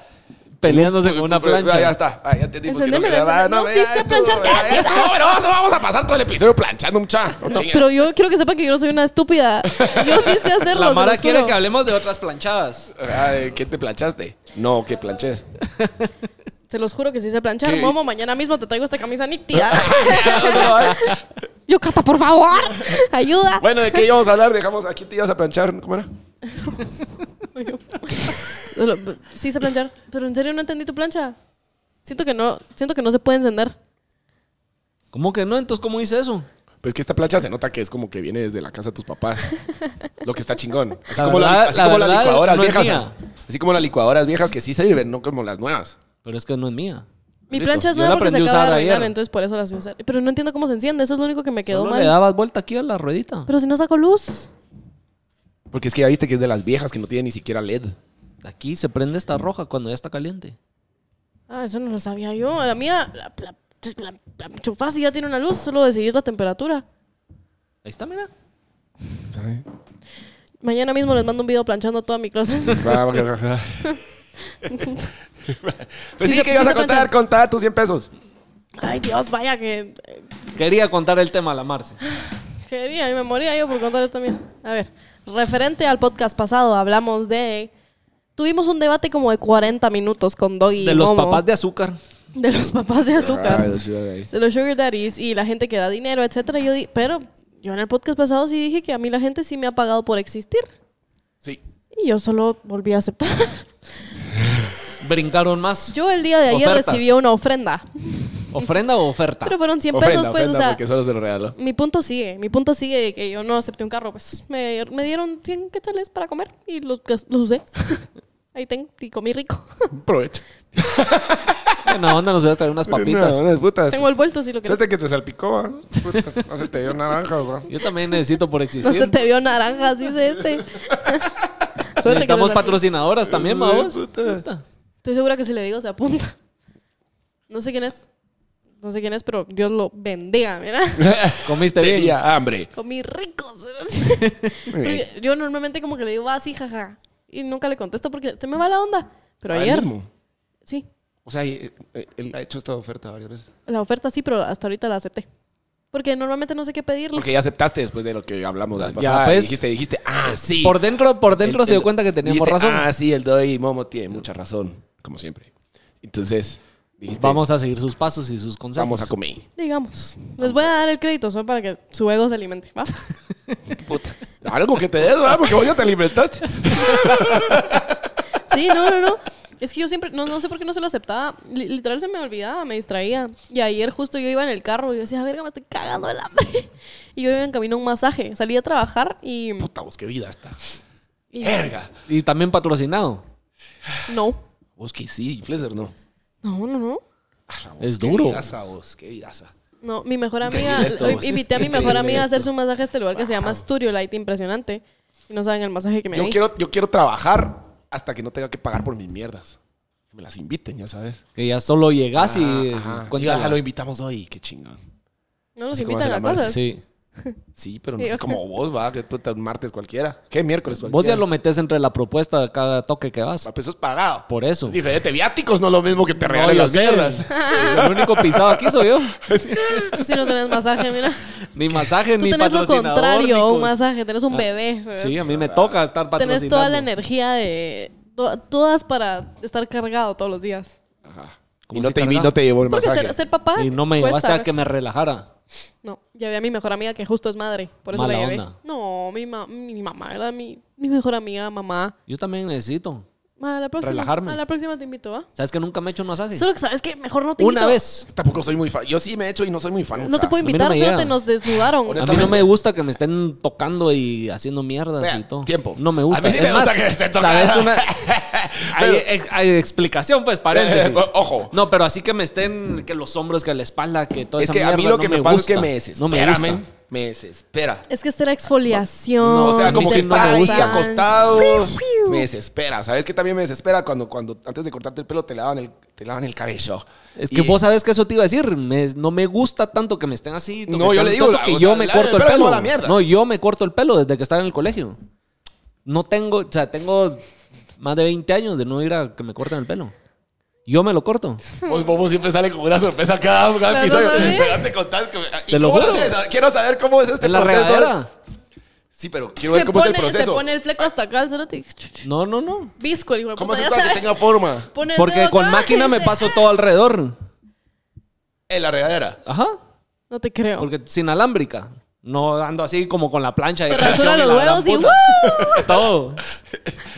S1: Peleándose con una
S3: Ah, ya
S1: plancha.
S3: está. Ah, ya entendimos. que
S2: Encendémela,
S3: quería-
S1: Ah,
S2: encendémela. No,
S3: ya
S2: sí sé
S3: estuvo,
S2: planchar,
S3: ya
S2: ¿qué?
S3: estuvo, pero vamos, vamos a pasar todo el episodio planchando, mucha. No
S2: No,
S3: chinguen.
S2: pero yo quiero que sepan que yo no soy una estúpida. Yo sí sé hacerlo.
S1: La
S2: se
S1: Mara
S2: los
S1: quiere
S2: juro.
S1: que hablemos de otras planchadas.
S3: Ah, ¿de ¿Qué te planchaste? No, que planches.
S2: Se los juro que sí sé planchar.
S3: ¿Qué?
S2: Momo, mañana mismo te traigo esta camisa nítida. yo, Cata, por favor. Ayuda.
S3: Bueno, ¿de qué íbamos a hablar? Dejamos aquí te ibas a planchar. ¿Cómo era?
S2: Sí sé planchar, pero en serio no entendí tu plancha. Siento que no, siento que no se puede encender.
S1: ¿Cómo que no? Entonces, ¿cómo hice eso?
S3: Pues que esta plancha se nota que es como que viene desde la casa de tus papás. Lo que está chingón. Así
S1: La
S3: como, la,
S1: verdad-
S3: así
S1: la
S3: como las
S1: verdad
S3: licuadoras
S1: no es
S3: viejas.
S1: mía.
S3: Así como las licuadoras viejas que sí sirven, no como las nuevas.
S1: Pero es que no es mía.
S2: Mi
S3: Listo,
S2: plancha es
S1: yo la
S2: nueva porque se
S1: aprendí a
S2: acaba de
S1: usar
S2: arruinar,
S1: ayer.
S2: entonces por eso la sé usar. Pero no entiendo cómo se enciende, eso es lo único que me quedó
S1: Solo
S2: mal.
S1: le dabas vuelta aquí a la ruedita.
S2: Pero si no saco luz.
S3: Porque es que ya viste que es de las viejas que no tiene ni siquiera E LED.
S1: Aquí se prende esta roja cuando ya está caliente.
S2: Ah, eso no lo sabía yo. La mía, la, la, la, la enchufás y ya tiene una luz, solo decidís la temperatura.
S1: Ahí está, mira.
S2: Mañana mismo les mando un video planchando toda mi closet.
S3: pues sí,
S2: Sí se-
S3: que
S2: sí
S3: ibas
S2: se
S3: a contar,
S2: planchan.
S3: contá tus 100 pesos.
S2: Ay, Dios, vaya que eh,
S1: Quería contar el tema a la Marce.
S2: Quería y me moría yo por contar esto también. A ver, referente al podcast pasado, hablamos de. Tuvimos un debate como de 40 minutos con Doggy. y
S1: De los
S2: Momo.
S1: papás de azúcar.
S2: De los papás de azúcar.
S3: Ah, los sugar daddies.
S2: de los sugar daddies y la gente que da dinero, etcétera. Yo di- pero yo en el podcast pasado sí dije que a mí la gente sí me ha pagado por existir.
S3: Sí.
S2: Y yo solo volví a aceptar.
S1: Brincaron más.
S2: Yo el día de ayer
S1: Ofertas.
S2: recibí una ofrenda.
S1: ¿Ofrenda o oferta?
S2: Pero fueron 100
S3: Ofrenda,
S2: pesos, pues,
S3: ofrenda,
S2: o sea.
S3: porque solo se lo regaló.
S2: Mi punto sigue, mi punto sigue de que yo no acepté un carro, pues me, me dieron 100 quetzales para comer y los, gas- los usé. Ahí tengo, y comí rico.
S3: Provecho.
S1: No, onda nos voy a traer unas papitas.
S3: No, unas putas.
S2: tengo el vuelto, si lo quieres.
S3: Suerte que te salpicó, ¿ah? Puta, No se te dio naranjas, ¿va?
S1: Yo también necesito por
S2: No
S1: existir.
S2: se te vio naranja, dice este. Suerte que
S1: Necesitamos
S2: no se-
S1: patrocinadoras también, vamos.
S2: Estoy segura que si le digo se apunta. No sé quién es, no sé quién es, pero Dios lo bendiga, mira.
S1: Comiste bien.
S3: Tenía hambre.
S2: Comí rico. ¿será?
S3: Muy bien.
S2: Porque yo normalmente como que le digo, ah, sí, jaja. Y nunca le contesto porque se me va la onda. Pero
S3: Ahí
S2: ayer,
S3: mismo.
S2: sí,
S3: O sea, eh, eh, él ha hecho esta oferta varias veces.
S2: La oferta sí, pero hasta ahorita la acepté. Porque normalmente no sé qué pedirle.
S3: Porque ya aceptaste después de lo que hablamos las
S1: Ya,
S3: pasadas.
S1: pues.
S3: dijiste, dijiste, ah, sí.
S1: Por dentro, por dentro
S3: El-
S1: se dio
S3: el-
S1: cuenta que teníamos
S3: dijiste,
S1: razón.
S3: Ah, sí, el Doy Momo tiene mucha razón, como siempre. Entonces, dijiste, vamos,
S1: Vamos a seguir sus pasos y sus consejos.
S3: vamos a comer.
S2: Digamos. Les voy a dar el crédito, solo para que su ego se alimente. ¿va?
S3: Puta. Algo que te des, ¿verdad? Porque vos ya te alimentaste.
S2: sí, no, no, no. Es que yo siempre, no, no sé por qué no se lo aceptaba. Li- Literal se me olvidaba, me distraía. Y ayer justo yo iba en el carro y yo decía, verga, me estoy cagando el hambre. Y yo iba en camino a un masaje. Salí a trabajar y...
S3: Puta, vos, qué vida está.
S2: y-
S3: Verga.
S1: Y también patrocinado.
S2: no.
S3: Vos que sí, influencer, no.
S2: No, no, no.
S3: Ah, vos,
S1: Es
S3: qué
S1: duro.
S3: Vidaza, vos, qué vidaza.
S2: No, mi mejor amiga,
S3: Increíble esto,
S2: lo- invité a mi mejor
S3: increíble
S2: amiga a
S3: esto.
S2: hacerse un masaje a este lugar que se llama Studio Light, impresionante. Y no saben el masaje que me
S3: Yo
S2: di.
S3: quiero, yo quiero trabajar hasta que no tenga que pagar por mis mierdas. que me las inviten, ya sabes.
S1: Que ya solo llegas y
S3: Ajá, ajá.
S1: cuéntala.
S3: Ya lo invitamos hoy, qué chingón.
S2: No los
S3: Así como
S2: invitan
S3: hace
S2: a
S3: la
S2: cosas.
S1: Sí.
S3: Sí, pero no
S2: Digo.
S3: sé como vos, va, que tú te- martes cualquiera. ¿Qué miércoles cualquiera?
S1: Vos ya lo metes entre la propuesta de cada toque que vas.
S3: A pesos pagados.
S1: Por eso.
S3: Es diferente. Viáticos no es lo mismo que te regalen
S1: yo
S3: las
S1: sé.
S3: mierdas.
S1: El único pisado aquí soy yo.
S2: Tú sí no tenés masaje, mira.
S1: Ni masaje,
S2: Tú
S1: ni
S2: tenés lo
S1: patrocinador,
S2: contrario
S1: ni
S2: a un
S1: co-
S2: masaje. Tenés un bebé. ¿sabes?
S1: Sí, a mí me toca estar patrocinando.
S2: Tenés toda la energía de... to- Todas para estar cargado todos los días.
S3: Y
S1: Como
S3: no
S1: si
S3: te, y
S1: cargaba.
S3: no te llevó el
S2: Porque
S3: masaje.
S2: ser, ser papá
S1: Y no me
S2: cuesta,
S1: llevaste a
S2: ¿ves?
S1: que me relajara.
S2: No, ya había mi mejor amiga que justo es madre. Por eso
S1: Mala
S2: la llevé.
S1: onda.
S2: No, mi, ma- mi mamá era mi, mi mejor amiga, mamá.
S1: Yo también necesito.
S2: A la próxima,
S1: Relajarme.
S2: A la próxima te invito, ¿ah?
S1: ¿Sabes que nunca me he hecho un masaje?
S2: Solo que sabes que mejor no te
S1: Una
S2: invito.
S1: vez.
S3: Tampoco soy muy fan. Yo sí me he hecho y no soy muy fan.
S2: No te puedo
S1: A mí no
S2: invitar,
S1: me
S2: solo
S1: llega.
S2: te nos desnudaron.
S1: A mí no me gusta que me estén tocando y haciendo mierdas
S3: Vea,
S1: y todo.
S3: tiempo.
S1: No me gusta.
S3: A mí
S1: Es
S3: sí me gusta
S1: más,
S3: que me estén tocando.
S1: ¿Sabes una? hay, ex- hay explicación, pues, paréntesis.
S3: Eh, ojo.
S1: No, pero así que me estén, que los hombros, que la espalda, que toda
S3: Es
S1: esa
S3: que a mí
S1: mierda,
S3: lo
S1: no
S3: que me, pasa
S1: gusta.
S3: es que me desespera.
S1: No me gusta.
S3: men. Me desespera.
S2: Es que esta era exfoliación.
S1: No,
S3: O
S1: a
S3: sea,
S1: mí
S3: como
S1: sí
S3: que
S1: no
S3: está
S1: me
S3: ahí
S1: gusta.
S3: acostado. Me desespera. ¿Sabes qué también me desespera? Cuando, cuando antes de cortarte el pelo te lavan el, te lavan el cabello.
S1: Es que
S3: Y-
S1: vos sabes que eso te iba a decir. me- no me gusta tanto que me estén así.
S3: No,
S1: toqueteando
S3: yo le digo,
S1: todo eso, que
S3: o
S1: yo
S3: sea,
S1: me
S3: la-
S1: corto el
S3: el pelo
S1: pelo.
S3: a la mierda.
S1: No, yo me corto el pelo desde que estaba en el colegio. No tengo, o sea, tengo más de 20 años de no ir a que me corten el pelo. Yo me lo corto.
S3: Vos, vos siempre sale con una sorpresa cada, cada
S2: ¿Las
S3: episodio.
S2: vas a ver?
S3: Pero ya te contás que- ¿y
S1: Te lo
S3: cómo
S1: juro.
S3: haces? Ah, Quiero saber cómo es este
S1: en la
S3: proceso.
S1: regadera.
S3: Sí, pero quiero
S2: se
S3: ver cómo
S2: pone,
S3: es el
S2: se
S3: proceso.
S2: pone el fleco hasta acá, el cerote.
S1: No, no, no.
S2: Visco, el hijo de
S3: ¿Cómo
S2: puta, ya
S3: haces para que
S2: sabes.
S3: tenga forma?
S2: Pone el
S1: Porque
S2: dedo
S1: con
S2: acá y
S1: máquina me
S2: dice,
S1: paso
S2: "Ah".
S1: todo alrededor.
S3: En la regadera.
S1: Ajá.
S2: No te creo.
S1: Porque es inalámbrica. No ando así como con la plancha. de
S2: Se rasura
S1: presión y
S2: los
S1: la gran
S2: huevos y
S1: puta.
S2: ¡woo!
S1: Todo.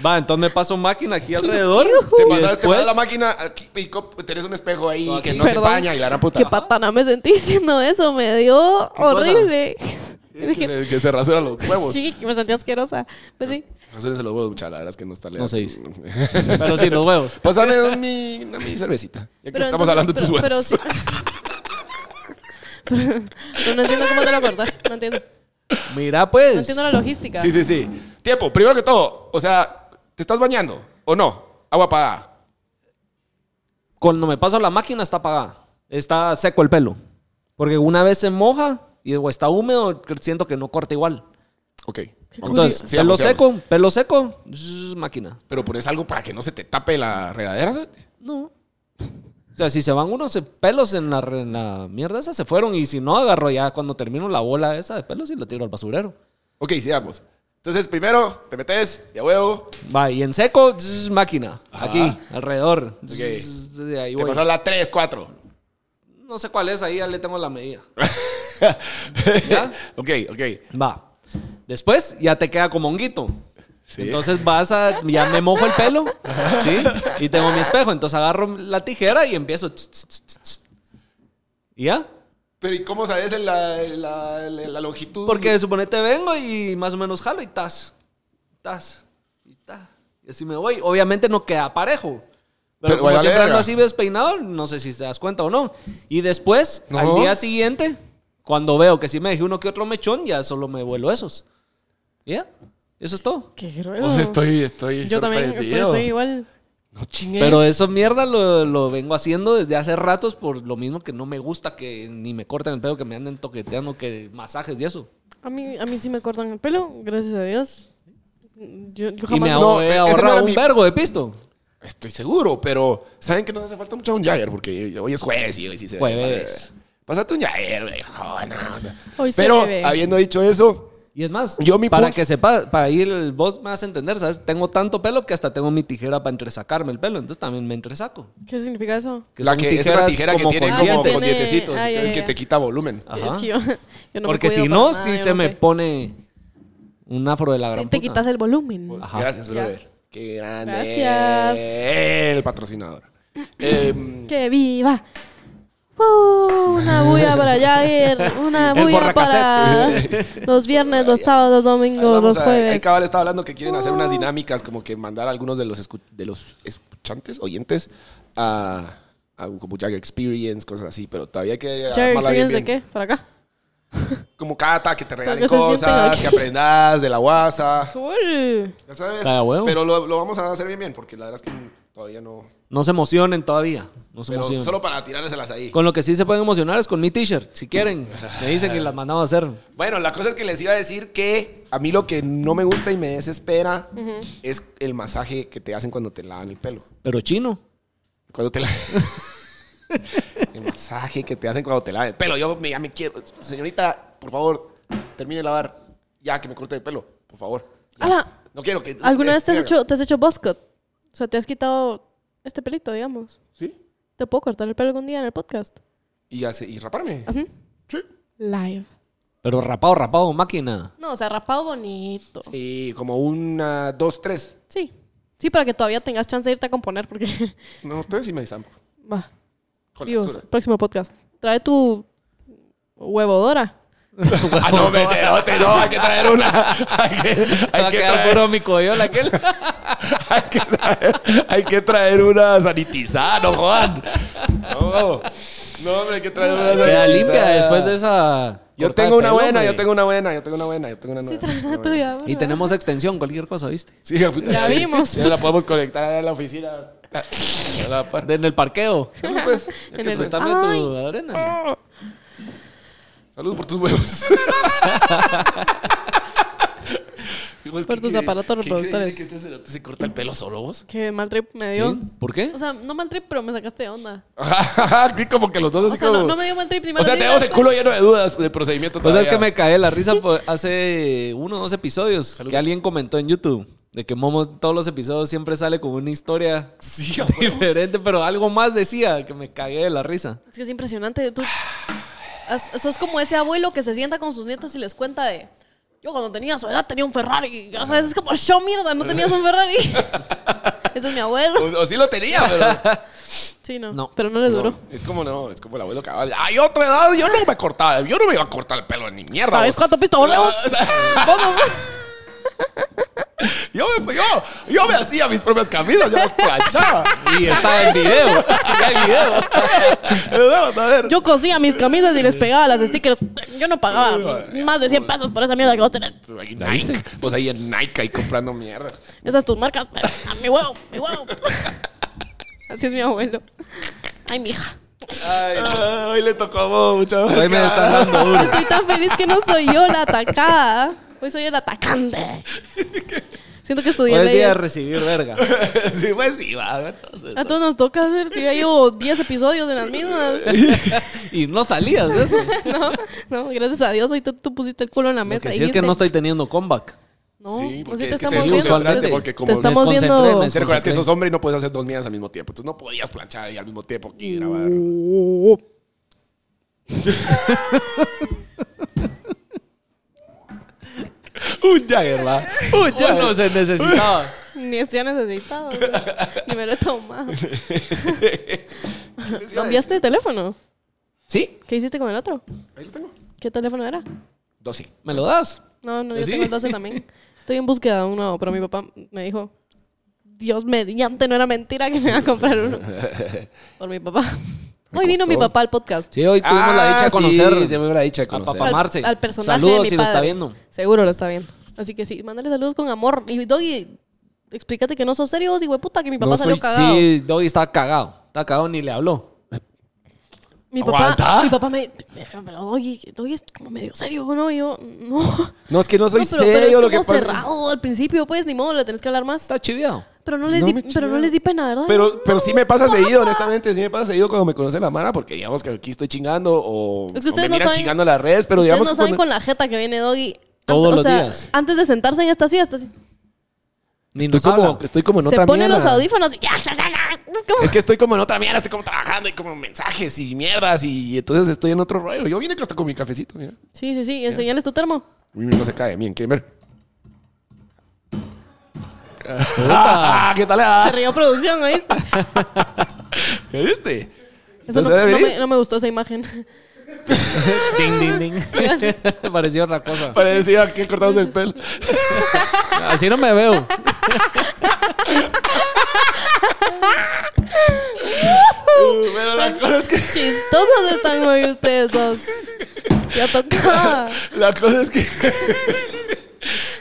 S1: Va, entonces me paso máquina aquí alrededor.
S3: Te
S1: y
S3: pasas, te
S1: después-
S3: vas a la máquina aquí, y co- tenés un espejo ahí
S1: Aquí.
S3: que no se
S2: Perdón.
S3: empaña y la gran puta.
S2: Qué patana me sentí diciendo eso. Me dio horrible.
S3: Que se, que se rasura los huevos.
S2: Sí, que me sentí asquerosa. Pues sí.
S3: Rasúrense los huevos, mucha, la verdad es que no está legal.
S1: No se dice. Pero sí, los huevos.
S3: Pásame Pues un- mi, una- mi cervecita. Ya que
S2: Pero
S3: estamos
S2: entonces-
S3: hablando de tus
S2: pero-
S3: huevos.
S2: pero sí. Pero no entiendo cómo te lo cortas. No entiendo.
S1: Mira, pues.
S2: No entiendo la logística.
S3: Sí, sí, sí. Tiempo, primero que todo, o sea, ¿te estás bañando o no? Agua apagada.
S1: Cuando me paso la máquina está apagada. Está seco el pelo. Porque una vez se moja y o está húmedo, siento que no corta igual.
S3: Ok.
S1: Entonces, pelo
S3: Sigamos, sigamos.
S1: seco, pelo seco, zzz, máquina.
S3: Pero pones algo para que no se te tape la regadera. ¿sabes?
S1: No. O sea, si se van unos pelos en la, re- en la mierda esa, se fueron. Y si no, agarro ya cuando termino la bola esa de pelos y lo tiro al basurero.
S3: Ok, sigamos. Entonces, primero te metes y a huevo,
S1: Va, y en seco, zzz, máquina. Aquí, alrededor. Zzz, de ahí
S3: te
S1: voy.
S3: pasas la 3, 4.
S1: No sé cuál es, ahí ya le tengo la medida.
S3: ok, ok.
S1: Va. Después ya te queda como honguito.
S3: Sí.
S1: Entonces vas a. Ya me mojo el pelo. ¿Sí? Y tengo mi espejo. Entonces agarro la tijera y empiezo. tss, tss, tss, tss. ¿Y ya?
S3: Pero ¿y cómo sabes el- la, la- la- la longitud?
S1: Porque suponete vengo y más o menos jalo y tas. Tas. Y tas. Y así me voy. Obviamente no queda parejo. Pero,
S3: Pero
S1: como
S3: vale
S1: siempre
S3: verga.
S1: ando así despeinado, no sé si te das cuenta o no. Y después,
S3: No.
S1: al día siguiente, cuando veo que sí me dejé uno que otro mechón, ya solo me vuelo esos. ¿Ya? Eso es todo.
S2: Qué grueso.
S3: Pues estoy, estoy
S2: Yo también estoy,
S3: sorprendido.
S2: estoy igual.
S3: No chingues.
S1: Pero eso mierda lo, lo vengo haciendo desde hace ratos por lo mismo que no me gusta que ni me corten el pelo, que me anden toqueteando, que masajes y eso.
S2: A mí, a mí sí me cortan el pelo, gracias a Dios. Yo, yo
S1: Y
S2: jamás.
S1: me
S2: No,
S1: ahor-
S3: No, e-
S1: he
S3: ese no
S1: ahorrado
S3: era
S1: un
S3: mi-
S1: vergo de pisto.
S3: Estoy seguro, pero ¿saben que no hace falta mucho un Jagger? Porque hoy es jueves y hoy sí se
S1: Jueves.
S3: Pásate un Jagger, güey. Oh, no, no.
S2: Hoy se
S3: Pero
S2: bebe.
S3: habiendo dicho eso,
S1: Y es más,
S3: Yo mi
S1: para
S3: punto-
S1: que sepa, para ir, el- vos me vas a entender, ¿sabes? Tengo tanto pelo que hasta tengo mi tijera para entresacarme el pelo, entonces también me entresaco.
S2: ¿Qué significa eso?
S1: Que
S3: la
S1: son
S3: que es
S1: tijeras
S3: una tijera que
S1: como
S3: tiene
S1: con
S3: como
S1: dientes.
S3: con
S2: Tiene-
S3: dientecitos,
S2: ay, ay,
S3: es que
S2: ay.
S3: te quita volumen.
S1: Ajá.
S2: Es que yo, yo no
S1: Porque
S2: me cuido
S1: si
S2: para
S1: no,
S2: nada,
S1: sí
S2: yo
S1: se
S2: no
S1: me
S2: sé.
S1: pone un afro de la
S2: Te,
S1: gran
S2: te
S1: puta.
S2: quitas el volumen.
S1: Ajá.
S3: Gracias, brother. Qué grande.
S2: Gracias.
S3: El patrocinador. Em,
S2: ¡Que viva! ¡Uh! una bulla para Jagger, una
S1: El
S2: bulla para los viernes, los sábados,
S3: ahí
S2: domingos,
S3: vamos
S2: los
S3: a- ahí
S2: jueves. Uh.
S3: Cabal estaba hablando que quieren hacer unas dinámicas, como que mandar a algunos de los, escu- de los escuchantes, oyentes, a, a un- como Jagger Experience, cosas así, pero todavía hay que...
S2: ¿Jagger
S3: armarla bien,
S2: Experience de
S3: bien.
S2: qué? ¿Para acá?
S3: Como cata, que te regalen
S2: que se sienten
S3: cosas,
S2: aquí.
S3: que aprendas de la guasa,
S2: ¡Cool!
S3: ya sabes.
S1: Está de huevo.
S3: Pero lo, lo vamos a hacer bien bien, porque la verdad es que todavía no...
S1: No se emocionen todavía. No se
S3: Pero
S1: emocionen.
S3: solo para tirárselas ahí.
S1: Con lo que sí se pueden emocionar es con mi t-shirt. Si quieren, me dicen que las mandamos a hacer.
S3: Bueno, la cosa es que les iba a decir que a mí lo que no me gusta y me desespera es el masaje que te hacen cuando te lavan el pelo.
S1: Pero chino.
S3: Cuando te la... el masaje que te hacen cuando te lavan el pelo. Yo me, ya me quiero. Señorita, por favor, termine de lavar. Ya que me corte el pelo, por favor. Ya.
S2: Ala,
S3: No quiero que.
S2: ¿Alguna
S3: eh,
S2: vez te has
S3: verga.
S2: hecho, te has hecho buzz cut? O sea, te has quitado este pelito, digamos.
S3: Sí.
S2: ¿Te puedo cortar el pelo algún día en el podcast?
S3: Y, hace- y raparme.
S2: Ujú.
S3: Sí.
S2: Live.
S1: Pero rapado, rapado, máquina.
S2: No, o sea, rapado bonito. Sí.
S3: Sí, como una, dos, tres.
S2: Sí, para que todavía tengas chance de irte a componer porque...
S3: No, tres y me zampo.
S2: Va,
S3: Con la
S2: vivos,
S3: basura.
S2: próximo podcast. Trae tu huevodora.
S3: Ah, no, becerote, no, hay que traer una. Hay que,
S1: Va
S3: hay
S1: a
S3: que
S1: quedar
S3: traer,
S1: puro mi coyola aquel.
S3: hay que traer, hay que traer una sanitizada, no jodan. No, no, hombre, hay que traer una sanitizada.
S1: Queda limpia después de esa.
S3: Yo
S1: cortada
S3: tengo
S1: de
S3: una
S1: pelo,
S3: buena,
S1: hombre.
S3: yo tengo una buena, yo tengo una buena, yo tengo una
S2: Sí,
S3: nueva.
S2: trae
S3: una
S2: la
S3: buena.
S2: tuya.
S1: Y tenemos extensión, cualquier cosa, ¿viste?
S3: Sí, ya puta,
S2: Ya
S3: ya-
S2: vimos.
S3: Ya la podemos conectar allá en la oficina. A la par.
S1: De- En el parqueo.
S3: Salud, pues. Ya que
S2: En el-
S3: soy.
S1: Préstame tu arena.
S3: Salud por tus huevos.
S2: Por tus aparatos reproductores.
S3: Que este cerote se corta el pelo solo vos.
S2: Qué mal trip me dio.
S1: ¿Sí? ¿Por qué?
S2: O sea, no mal trip, pero me sacaste de onda.
S3: Ajá, sí, como que los dos
S2: O
S3: así
S2: sea,
S3: como...
S2: no, no me dio mal trip ni mal
S3: O sea, tenemos el culo lleno de dudas del procedimiento
S1: Pues
S3: todavía.
S1: es que me cae la risa por- hace uno o dos episodios que alguien comentó en YouTube de que Momo en todos los episodios siempre sale con una historia
S3: Sí, a huevos.
S1: diferente, pero algo más decía que me cagué de la risa.
S2: Es que es impresionante. Tú As- sos como ese abuelo que se sienta con sus nietos y les cuenta de. Yo cuando tenía su edad tenía un Ferrari. O sea, es como, yo mierda, no tenías un Ferrari. Ese es mi abuelo.
S3: O, o sí lo tenía, pero...
S2: Sí, no.
S1: No.
S2: Pero no les duró.
S3: No, es como no, es como el abuelo cabal. Ay, otra edad, yo no me cortaba, yo no me iba a cortar el pelo ni mierda.
S2: ¿Sabes
S3: vos.
S2: cuánto pistoleo?
S3: O sea, yo, me, yo, yo me hacía mis propias camisas, yo las planchaba.
S1: Y estaba en video. Está en video.
S3: Pero vamos a ver.
S2: Yo cosía mis camisas y les pegaba las stickers. Yo no pagaba más de 100 pesos por esa mierda que vos tenés.
S3: Ahí Nike, pues ahí en Nike ahí comprando mierdas.
S2: Esas tus marcas. pero a mi huevo, mi huevo. Así es mi abuelo. Ay, mija.
S3: Ah, hoy le tocó a vos, muchachos.
S1: Pues Ahí me están dando uno.
S2: Estoy tan feliz que no soy yo la atacada. Hoy soy el atacante. Siento que
S1: Hoy
S2: estudié
S1: es día de
S2: leyes.
S1: recibir verga.
S3: Sí, pues sí, va. entonces.
S2: A todos nos toca hacer, tío. Ya llevo 10 episodios de las mismas.
S1: Y no salías de eso.
S2: No, no, gracias a Dios. Hoy tú, tú pusiste el culo en la
S1: Lo
S2: mesa.
S1: que
S2: y
S1: sí es que
S2: dijiste,
S1: no estoy teniendo comeback.
S2: No,
S3: Sí, porque
S2: así te
S3: es que
S2: estamos
S3: se
S2: viendo.
S3: desconcentraste
S2: Te-
S3: porque como
S2: te
S3: me
S2: estamos
S1: desconcentré,
S2: viendo.
S1: me
S3: ¿Te recuerdas que
S1: Concentré.
S3: sos hombre y no puedes hacer dos mías al mismo tiempo? Entonces no podías planchar y al mismo tiempo y grabar. Un Jagger, va. Un
S1: Uno se necesitaba.
S2: Ni se ha necesitado. o sea, Ni me lo he tomado. ¿Cambiaste de teléfono?
S3: Sí,
S2: ¿Qué hiciste con el otro?
S3: ahí lo tengo.
S2: ¿Qué teléfono era?
S3: 12.
S1: ¿Me lo das?
S2: No, no, yo
S1: ¿Sí?
S2: tengo el 12 también. Estoy en búsqueda de un nuevo, pero mi papá me dijo, Dios mediante, no era mentira que me iba a comprar uno. Por mi papá. Hoy vino mi papá al podcast.
S1: Ah, Sí, hoy tuvimos la dicha de conocer.
S3: Ah, Sí, tuvimos la dicha de
S1: a
S3: conocer.
S1: Papá Marce.
S2: Al, al personaje
S1: Saludos
S2: de mi
S1: si lo está
S2: padre.
S1: viendo.
S2: Seguro lo está viendo. Así que sí, mándale saludos con amor. Y Doggy, explícate que no sos serio y puta, que mi papá
S1: No
S2: salió
S1: soy-
S2: cagado.
S1: Sí, Doggy está cagado. Está cagado, ni le habló.
S2: Mi papá,
S3: ¿Aguanta?
S2: mi papá me... Pero, pero Doggy, Doggy es como medio serio, ¿no? Y yo, no.
S3: No, es que no soy
S2: no, pero,
S3: serio
S2: pero es
S3: lo que
S2: como
S3: pasa.
S2: cerrado al principio, pues, ni modo, le tenés que hablar más.
S1: Está chiviado.
S2: Pero no les,
S3: No
S2: di,
S3: me
S2: pero no les di pena, ¿verdad?
S3: Pero, pero sí me pasa seguido, honestamente, sí me pasa seguido cuando me conoce la mara, porque digamos que aquí estoy chingando o,
S2: Es que
S3: o me
S2: ustedes no
S3: miran
S2: saben-
S3: chingando las redes, pero
S2: Ustedes
S3: digamos
S2: no
S3: que
S2: saben
S3: cuando-
S2: con la jeta que viene Doggy.
S1: Todos
S2: Ant-
S1: los días.
S2: Antes de sentarse en esta silla, está así.
S1: Ni
S3: estoy,
S1: nos
S3: como,
S1: habla.
S3: estoy como en
S2: se
S3: otra
S2: pone
S3: mierda.
S2: los audífonos y... Es como-
S3: Es que estoy como en otra mierda, estoy como trabajando y como mensajes y mierdas y entonces estoy en otro rollo. Yo vine hasta con mi cafecito, mira.
S2: Sí, sí, sí. Enseñales tu termo.
S3: Uy, No se cae, miren, quieren ver. Ah, ¿Qué tal?
S2: Se
S3: Ah,
S2: rió producción, ¿oíste?
S3: ¿Viste?
S2: Eso
S3: ¿No
S2: no,
S3: se ve
S2: no me,
S3: venir?
S2: no me gustó esa imagen.
S1: Ding, ding, ding. Pareció otra cosa.
S3: Parecía que cortamos el pelo.
S1: Así no me veo.
S3: Pero la cosa es que...
S2: Chistosos están hoy ustedes dos. Ya tocaba.
S3: La cosa es que.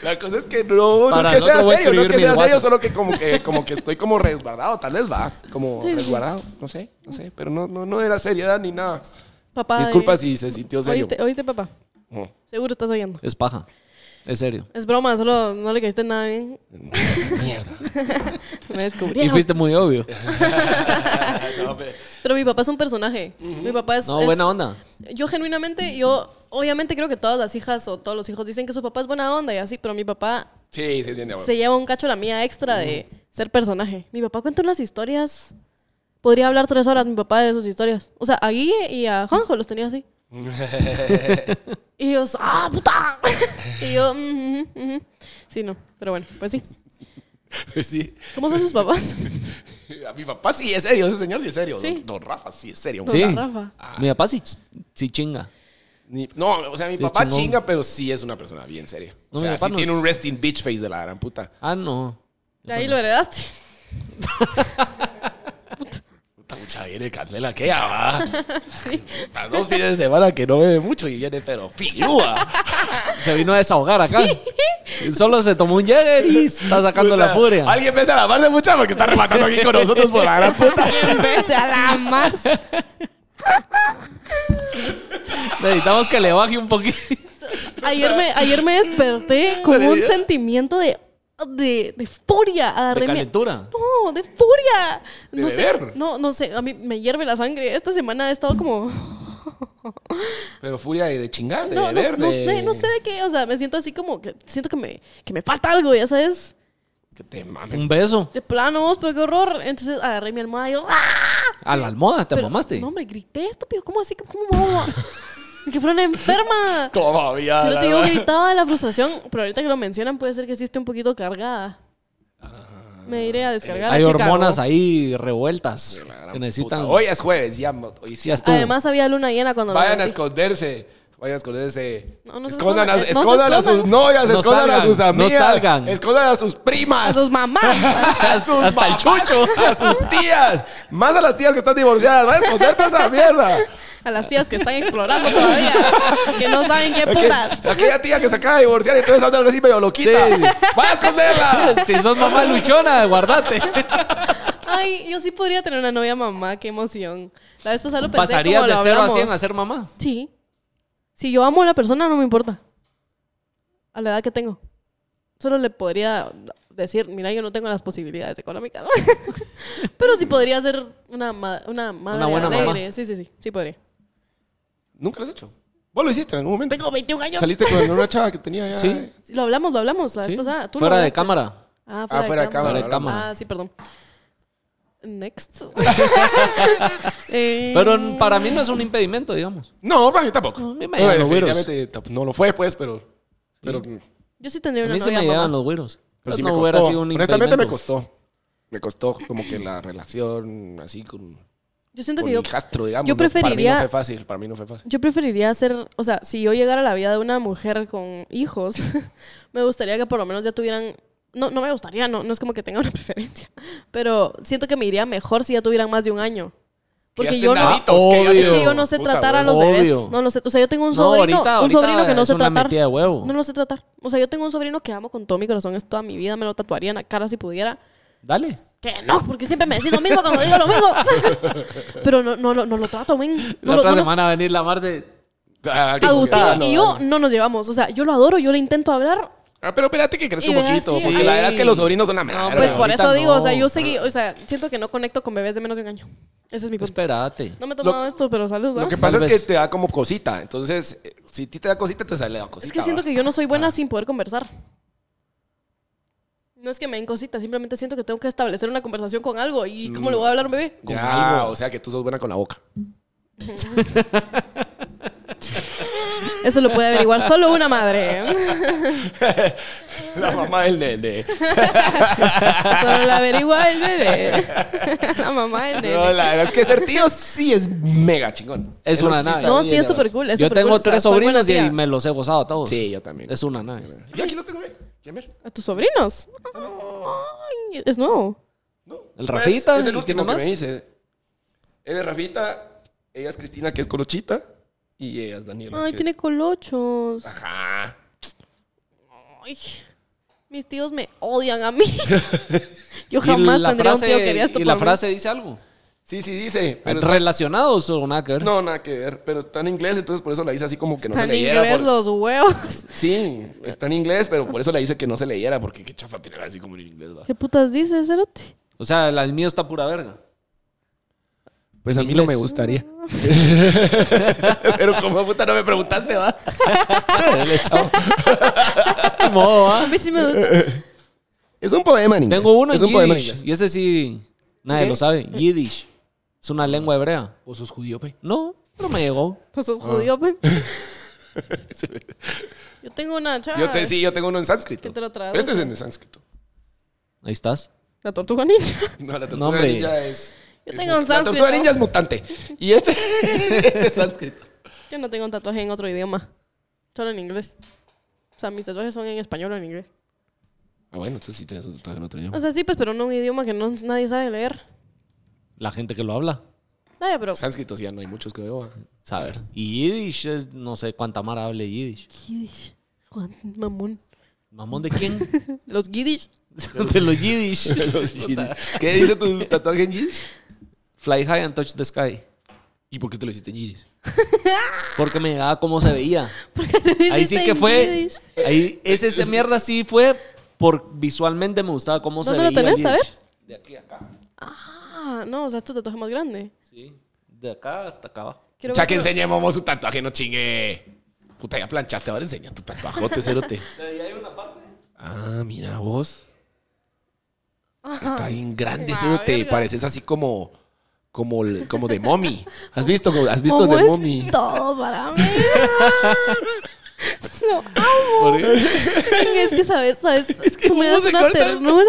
S3: La cosa es que no, no es
S1: Para,
S3: que
S1: no
S3: sea
S1: te voy a
S3: serio, no es que
S1: escribir
S3: sea
S1: mil
S3: serio,
S1: WhatsApp.
S3: solo que como que, como que estoy como resguardado, tal vez va, como resguardado, no sé, no sé, pero no, no, no era seriedad ni nada.
S2: Papá.
S3: Disculpa
S2: eh,
S3: si se sintió serio.
S2: ¿Oíste, oíste, papá?
S3: Mm.
S2: Seguro estás oyendo.
S1: Es paja. Es serio.
S2: Es broma, solo no le caíste nada bien.
S3: Mierda.
S2: Me
S1: Y
S2: descubrieron.
S1: fuiste muy obvio.
S2: Pero mi papá es un personaje. Mi papá es.
S1: No,
S2: es-
S1: buena onda.
S2: Yo genuinamente, yo obviamente creo que todas las hijas o todos los hijos dicen que su papá es buena onda y así, pero mi papá
S3: Sí, sí, entiende.
S2: se lleva un cacho la mía extra de ser personaje. Mi papá cuenta unas historias. Podría hablar tres horas mi papá de sus historias. O sea, a Guille y a Juanjo los tenía así. y yo, ¡ah, puta! y yo, "Mm, ujú, ujú". sí, no, pero bueno, pues sí.
S3: Sí.
S2: ¿Cómo son sus papás?
S3: A mi papá sí es serio, ese señor sí es serio.
S2: Sí.
S3: Don, don Rafa sí es serio.
S2: Don
S3: O
S1: Sí.
S3: sea,
S2: Rafa.
S1: Ah, Mi papá sí, sí chinga.
S3: ni- no, o sea, mi
S1: Sí,
S3: papá
S1: chingón.
S3: chinga, pero sí es una persona bien seria.
S1: No,
S3: o
S1: mi
S3: sea, sí
S1: papá no
S3: tiene
S1: es-
S3: un resting bitch face de la gran puta.
S1: Ah, no.
S2: De ahí lo heredaste.
S3: Puta, mucha viene candela que ya va. Las dos fines de semana que no bebe mucho y viene, pero filúa.
S1: Se vino a desahogar acá. Solo se tomó un Jäger y está sacando la
S3: Puta,
S1: furia.
S3: Alguien empieza a lavarse mucha porque está rematando aquí con nosotros por la gran puta.
S2: Empecé a la más.
S1: Necesitamos que le baje un poquito.
S2: Ayer me, ayer me desperté con un sentimiento de, de, de furia. Agarré
S1: De
S2: mi-
S1: calentura.
S2: No, de furia.
S3: ¿De
S2: no sé.
S3: beber?
S2: No, no sé. A mí me hierve la sangre. Esta semana he estado como.
S3: Pero furia de, de chingar, de
S2: No, no,
S3: beber,
S2: no
S3: de-
S2: sé, no sé de qué. O sea, me siento así como que siento que me, que me falta algo, ya sabes.
S3: Que te mamen.
S1: Un beso.
S2: De planos, pero qué horror. Entonces agarré mi almohada y. ¡ah!
S1: A la almohada, te
S2: Pero,
S1: mamaste.
S2: No, hombre, grité, estúpido. ¿Cómo así? ¿Cómo me voy a- Que fuera una enferma.
S3: Todavía.
S2: Si no
S3: la
S2: te digo,
S3: verdad.
S2: gritaba de la frustración, pero ahorita que lo mencionan puede ser que sí esté un poquito cargada.
S3: Ah,
S2: Me iré a descargar. a
S1: Hay
S2: Chicago.
S1: hormonas ahí revueltas
S3: La gran
S1: que necesitan.
S3: puta. Hoy es jueves, ya. mo- Hoy sí
S1: Ya estuvo.
S2: Además había luna llena cuando lo
S3: Vayan a
S2: sentí.
S3: esconderse. Vayan a esconderse.
S2: No, no se
S3: escondan a,
S2: escondan, eh, no se
S3: escondan a
S2: escondan.
S3: sus novias,
S1: No
S3: escondan a
S1: salgan,
S3: sus
S1: no
S3: amigas.
S1: salgan.
S3: Escondan a sus primas.
S2: a sus mamás.
S3: a sus
S1: Hasta el
S3: mamás,
S1: chucho.
S3: A sus tías. Más a las tías que están divorciadas. Vayan a esconderte esa mierda.
S2: A las tías que están explorando todavía. Que no saben qué putas.
S3: Aquella, aquella tía que se acaba de divorciar y entonces anda algo así medio loquita.
S1: Sí.
S3: Vayan a esconderla.
S1: Si sos mamá luchona, guardate.
S2: Ah, Ay, yo sí podría tener una novia mamá, qué emoción. La vez pasada lo pensé
S1: Pasarías
S2: como
S1: de
S2: lo
S1: 0 a
S2: hablamos.
S1: 100 a ser mamá.
S2: Sí. Si yo amo a la persona, no me importa. A la edad que tengo. Solo le podría decir, mira, yo no tengo las posibilidades económicas. Pero sí podría ser una, ma- una madre
S1: buena mamá.
S2: alegre. Sí, sí, sí. Sí podría.
S3: Nunca lo has hecho. Vos lo hiciste en algún momento.
S2: Tengo 21 años.
S3: Saliste con una chava que tenía ya.
S1: Sí.
S2: Sí, Lo hablamos, lo hablamos la vez
S1: Sí.
S2: pasada. ¿Tú lo
S1: Fuera de
S2: hablaste?
S1: cámara.
S2: Ah,
S3: Ah, fuera de cámara.
S1: Fuera de
S3: hablamos.
S1: cámara.
S2: Ah, sí, perdón. Next. Eh,
S1: Pero para mí no es un impedimento, digamos.
S3: No, para mí tampoco.
S1: No, a mí me
S3: No,
S1: llegan los güeros.
S3: definitivamente tam- no lo fue, pues, pero. Pero,
S2: Yo sí tendría
S1: A
S2: una
S1: mí se
S2: novia
S1: me
S2: mamá.
S1: llevan los güiros.
S3: pero
S1: Pues
S3: sí
S1: no
S3: me
S1: hubiera
S3: costó.
S1: sido un
S3: Honestamente me
S1: impedimento.
S3: costó. Me costó como que la relación así con,
S2: Yo siento
S3: con
S2: que
S3: mi
S2: yo,
S3: hijastro, digamos.
S2: yo
S3: no,
S2: preferiría-
S3: para mí no fue fácil, para mí no fue fácil.
S2: yo preferiría ser, o sea, si yo llegara a la vida de una mujer con hijos, me gustaría que por lo menos ya tuvieran, no, no me gustaría, no, no es como que tenga una preferencia, pero siento que me iría mejor si ya tuvieran más de un año. Porque yo no,
S3: Pues
S1: naditos, que ya
S2: es que
S1: estén-
S2: yo no sé
S3: Puta,
S2: tratar a
S3: güey.
S2: los
S1: Obvio.
S2: bebés, no lo sé, o sea, yo tengo un
S1: No,
S2: sobrino,
S1: ahorita-
S2: un
S1: ahorita
S2: sobrino que no sé
S1: es una
S2: tratar.
S1: metida de huevo.
S2: No lo sé tratar. O sea, yo tengo un sobrino que amo con todo mi corazón, es toda mi vida, me lo tatuaría en la cara si pudiera.
S1: Dale.
S2: Que no, porque siempre me decís lo mismo cuando digo lo mismo. Pero no, no, lo- no lo trato, men. No
S1: la
S2: lo-
S1: otra
S2: no lo-
S1: semana va a venir la Marce.
S3: Ah, como que-
S2: Agustín
S3: Ah, no,
S2: y
S3: ah,
S2: yo
S3: no.
S2: no nos llevamos. O sea, yo lo adoro, yo le intento hablar.
S3: Ah, pero espérate que crezca
S2: Y
S3: un
S2: vea,
S3: poquito,
S2: sí.
S3: porque la verdad es que los sobrinos son la
S1: No,
S3: mierda.
S2: Pues
S1: pero
S2: por
S1: ahorita
S2: eso digo, o sea,
S1: no.
S2: yo seguí, o sea, siento que no conecto con bebés de menos de un año. Ese es mi punto.
S1: Pues Espérate.
S2: No me he tomado
S3: Lo-
S2: esto, pero salud, ¿va?
S3: Lo que pasa
S1: Tal
S3: es que
S1: vez.
S3: te da como cosita. Entonces, eh, si a ti te da cosita, te sale la cosita.
S2: Es que siento que yo no soy buena sin poder conversar. No es que me den cositas, simplemente siento que tengo que establecer una conversación con algo. ¿Y cómo le voy a hablar a un bebé?
S1: Mm.
S3: Con O sea, que tú sos buena con la boca.
S2: Eso lo puede averiguar solo una madre. ¿eh?
S3: la mamá del nene.
S2: Solo lo averigua el bebé. La mamá del nene.
S3: No, la verdad es que ser tío sí es mega chingón.
S1: Es
S3: Eso
S1: una
S3: sí
S1: nave.
S3: está
S2: No,
S3: bien,
S2: sí, es
S3: la
S2: súper
S3: verdad.
S2: cool. es
S1: yo
S2: súper
S1: tengo
S2: cool, o sea,
S1: tres
S2: soy buena
S1: sobrinos y
S2: tía.
S1: me los he gozado a todos.
S3: Sí, yo también.
S1: Es una nave.
S3: Yo aquí los tengo, ve. ¿Quieren ver?
S2: ¿A tus sobrinos? Ay, es nuevo.
S3: No. Pues,
S1: El Rafita,
S3: Es, es el
S1: ¿y
S3: último
S1: quién
S3: que me
S1: más?
S3: dice. Él es Rafita, ella es Cristina, que es Colochita, y ella es Daniela.
S2: Ay,
S3: que-
S2: tiene colochos.
S3: Ajá.
S2: Ay, Mis tíos me odian a mí. Yo jamás tendría un tío que haría esto
S1: y la
S2: por mí.
S1: frase dice algo.
S3: Sí, sí, dice. Pero está-
S1: ¿Relacionados o nada que ver?
S3: no, nada que ver. Pero está en inglés, entonces por eso la hice así como que no se
S2: Tan
S3: leyera.
S2: inglés
S3: por-
S2: los huevos.
S3: Sí, está en inglés, pero por eso la hice que no se leyera, porque qué chafa tirar así como en inglés. ¿va?
S2: ¿Qué putas dices, Cerote?
S1: O sea, la- el mío está pura verga.
S3: Pues a mí
S1: Inglés.
S3: no me gustaría. pero como puta no me preguntaste, va. Dale, chao. ¿Ah?
S2: A mí sí me gusta.
S3: Es un poema en inglés.
S1: Tengo uno
S3: es
S1: en
S3: un poema en
S1: Yiddish.
S3: inglés.
S1: Y ese sí, nadie lo sabe. Yiddish. Es una lengua hebrea.
S3: ¿Vos Pues sos judío, pe?
S1: No, no me llegó.
S2: Pues
S3: Ah.
S2: sos judío, pe. Yo tengo una chava.
S3: Yo te, sí, yo tengo uno en sánscrito.
S2: Que te lo
S3: Pero
S2: traduzco.
S3: este es en sánscrito.
S1: Ahí estás.
S2: La tortuga ninja.
S3: No, la
S1: No,
S3: tortuga
S1: hombre.
S3: ninja es.
S2: Yo
S3: es
S2: tengo un
S3: mut- La tortuga
S2: sánscrito.
S3: ninja es mutante. Y este, este es sánscrito.
S2: Yo no tengo un tatuaje en otro idioma. Solo en inglés. O sea, mis tatuajes son en español o en inglés.
S3: Ah, bueno, entonces sí tienes un tatuaje en otro
S2: O
S3: idioma.
S2: sea, sí, pues, pero no un idioma que no, nadie sabe leer.
S1: La gente que lo habla.
S2: Nadie, pero.
S3: Sánscritos ya no hay muchos, creo. ¿va?
S1: Saber. Y Yiddish, es- no sé cuánta mara hable Yiddish.
S2: Yiddish. Juan, mamón.
S1: ¿Mamón de quién?
S2: Los Yiddish.
S1: de los Yiddish.
S3: ¿Qué dice tu tatuaje en Yiddish?
S1: Fly high and touch the sky.
S3: ¿Y por qué te lo hiciste en Yiddish?
S1: Porque me llegaba cómo se veía. Ahí sí
S2: Hiciste
S1: que
S2: en
S1: fue.
S2: Yiddish.
S1: Ahí, ese, esa mierda sí fue por visualmente me gustaba cómo se
S2: ¿Dónde
S1: veía.
S2: lo tenés?
S1: el
S2: A ver.
S1: Yiddish. De aquí a acá.
S2: Ah, no, o sea, tu tatuaje es más grande.
S1: Sí. De acá hasta acá abajo.
S2: Quiero
S3: Ya
S2: ver
S3: que
S2: si-
S3: enseñe Momo su tatuaje, no chingue. Puta, ya planchaste, ahora enseña tu tatuajote, cerote. Ah, mira vos. Está bien grande, cerote.
S2: verga.
S3: Pareces así como, como, el- como de mommy. ¿Has visto, has visto
S2: Momo
S3: de
S2: es
S3: mommy?
S2: Todo para mí. Lo amo. Es que sabes, sabes, tú me das
S3: se
S2: una
S3: corta.
S2: ternura,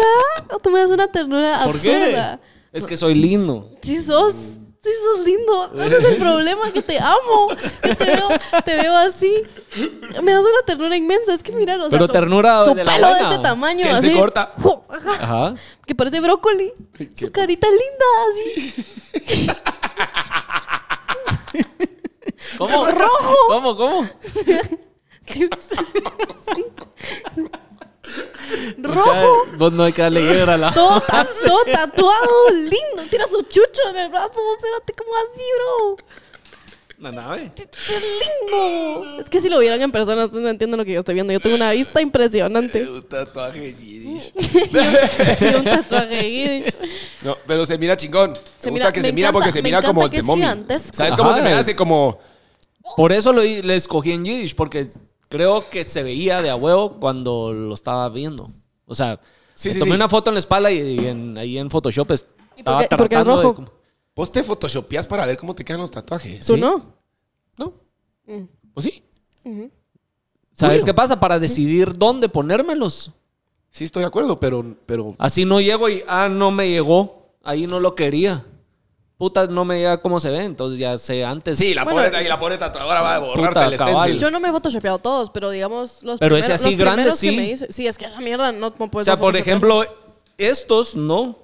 S2: tú me das una ternura
S1: ¿Por qué?
S2: absurda.
S1: Es que soy lindo.
S2: Sí sos, sí sos lindo. Ese es el problema, que te amo. Yo te veo, te veo así. Me das una ternura inmensa. Es que mirar, o sea,
S1: Pero
S2: su-
S1: ternura
S2: su
S1: de la
S2: pelo de
S1: buena.
S2: este tamaño,
S3: Que se
S2: así.
S3: corta.
S2: Ju- ajá,
S1: Ajá.
S2: Que parece brócoli. Su carita linda, así.
S1: ¿Cómo?
S2: rojo.
S1: ¿Cómo? ¿Cómo?
S2: Rojo.
S1: Ya, Vos no hay que darle guerra a la.
S2: Todo, ta- todo tatuado, lindo. Tira su chucho en el brazo. Cérate como así, bro.
S1: La nave.
S2: ¡Qué lindo! Es que si lo vieran en persona, ustedes no entienden lo que yo estoy viendo. Yo tengo una vista impresionante.
S3: Un tatuaje en Yiddish.
S2: Y un tatuaje yiddish.
S3: No, pero se mira chingón.
S2: Se
S3: Se
S2: mira-
S3: gusta que
S2: me
S3: se mira
S2: encanta-
S3: porque se
S2: me
S3: mira como
S2: encanta que
S3: de
S2: es
S3: mommy.
S2: gigantesco.
S3: ¿Sabes cómo
S1: Ajá.
S3: se me hace? Como.
S1: Por eso lo, le escogí en Yiddish, porque creo que se veía de a huevo cuando lo estaba viendo. O sea,
S3: Sí,
S1: me
S3: sí,
S1: tomé
S3: sí.
S1: una foto en la espalda y, en- ahí en Photoshop estaba
S2: por qué- por qué es
S1: tratando de
S2: rojo?
S1: como-
S3: Vos te photoshopeas para ver cómo te quedan los tatuajes.
S2: ¿Tú Mm. no?
S3: ¿No? ¿O sí?
S1: ¿Sabes
S3: Bueno.
S1: qué pasa? Para decidir dónde ponérmelos.
S3: Sí, estoy de acuerdo, pero, pero
S1: Así no llego y, ah, no me llegó. Ahí no lo quería. Puta, no me llega cómo se ve. Entonces ya sé antes.
S3: Sí, la
S2: Bueno,
S3: pobre y la pobre tatuadora va a borrarte
S1: Puta,
S3: el
S1: cabal.
S3: stencil.
S2: Yo no me he photoshopeado todos, pero digamos los
S1: Pero
S2: primeros,
S1: ese así
S2: los primeros
S1: grande,
S2: que
S1: sí.
S2: me hice- Sí, es que esa mierda no puedes
S1: o sea, por ejemplo, estos no.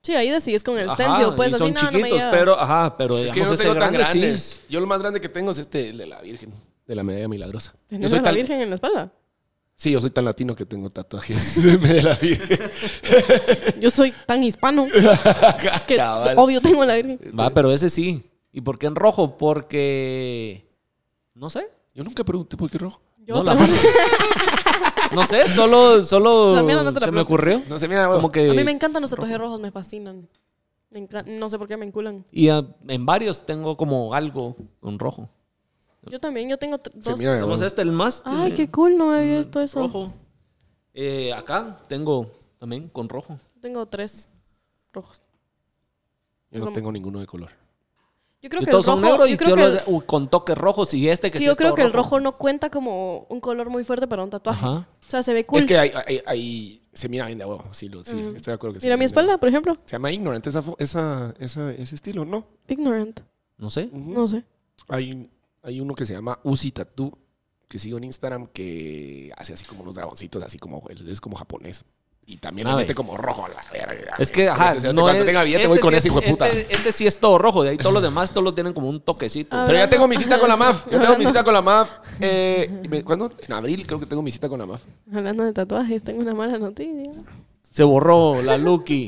S2: Sí, ahí decides con el
S1: Ajá,
S2: stencil. Pues
S1: y
S2: así
S1: son
S2: no, no me
S1: chiquitos,
S2: llega.
S1: pero, ajá, pero
S3: Es
S1: digamos,
S3: que yo no
S1: ese
S3: tengo tan
S1: grande sí.
S3: grandes. Yo lo más grande que tengo es este de la Virgen, de la medalla milagrosa. Yo
S2: ¿Tenés
S3: soy
S2: a la
S3: tan-
S2: virgen en la espalda?
S3: Sí, yo soy tan latino que tengo tatuajes de la Virgen.
S2: Yo soy tan hispano que
S3: Cabal.
S2: obvio tengo a la virgen.
S1: Va, pero ese sí. ¿Y por qué en rojo? Porque. No sé.
S3: Yo nunca pregunté por qué rojo.
S2: Yo
S1: no, la
S2: pregunto-
S1: No sé, solo, solo
S2: Esa mierda no te la
S1: se me
S2: pregunto.
S1: ocurrió.
S3: No sé, mira, bueno.
S1: Como que.
S2: A mí me encantan los tatuajes rojos, me fascinan. Me encan- No sé por qué me enculan.
S1: Y ah, en varios tengo como algo con rojo.
S2: Yo también, yo tengo t-
S3: Se
S2: dos.
S3: mira de
S1: Tenemos este, el más.
S2: Ay, qué cool, no me había visto eso.
S1: Rojo. Eh, acá tengo también con rojo.
S2: Tengo tres rojos.
S3: Yo no tengo ninguno de color.
S2: Yo creo
S1: Y
S2: que
S1: todos
S2: el
S1: son
S2: rojo-
S1: negros
S2: yo
S1: y
S2: creo
S1: solo
S2: que el-
S1: uh, con toques rojos y este
S2: Es
S1: que
S2: que
S1: sí
S2: yo
S1: es
S2: creo
S1: todo
S2: que el rojo no cuenta como un color muy fuerte para un tatuaje.
S1: Ajá.
S2: O sea, se ve cool.
S3: Es que ahí, ahí- ahí se mira bien de huevo. Sí, lo- sí, estoy de acuerdo que sí.
S2: Mira mi espalda, por ejemplo.
S3: Se llama ignorant esa, fo- esa, esa- ese estilo, ¿no?
S2: Ignorant.
S1: No sé.
S3: Mm.
S2: No sé.
S3: Hay, hay uno que se llama Uzi Tattoo, que sigo en Instagram, que hace así como unos dragoncitos, así como, es como japonés. Y también
S1: Nave.
S3: le mete como rojo a la verga.
S1: Es que, ajá,
S3: Ese cerote,
S1: no
S3: cuando
S1: es-
S3: tenga billete voy
S1: este
S3: con
S1: sí
S3: ese
S1: es-
S3: hijo de puta.
S1: Este, este sí es todo rojo, de ahí todos los demás todos lo tienen como un toquecito.
S2: Ah,
S3: Pero ya
S2: Hablando-
S3: tengo mi cita con la MAF. Ya tengo mi cita con la MAF. Eh, y me- ¿Cuándo? En abril creo que tengo mi cita con la MAF.
S2: Hablando de tatuajes, tengo una mala noticia.
S1: Se borró la Lucky.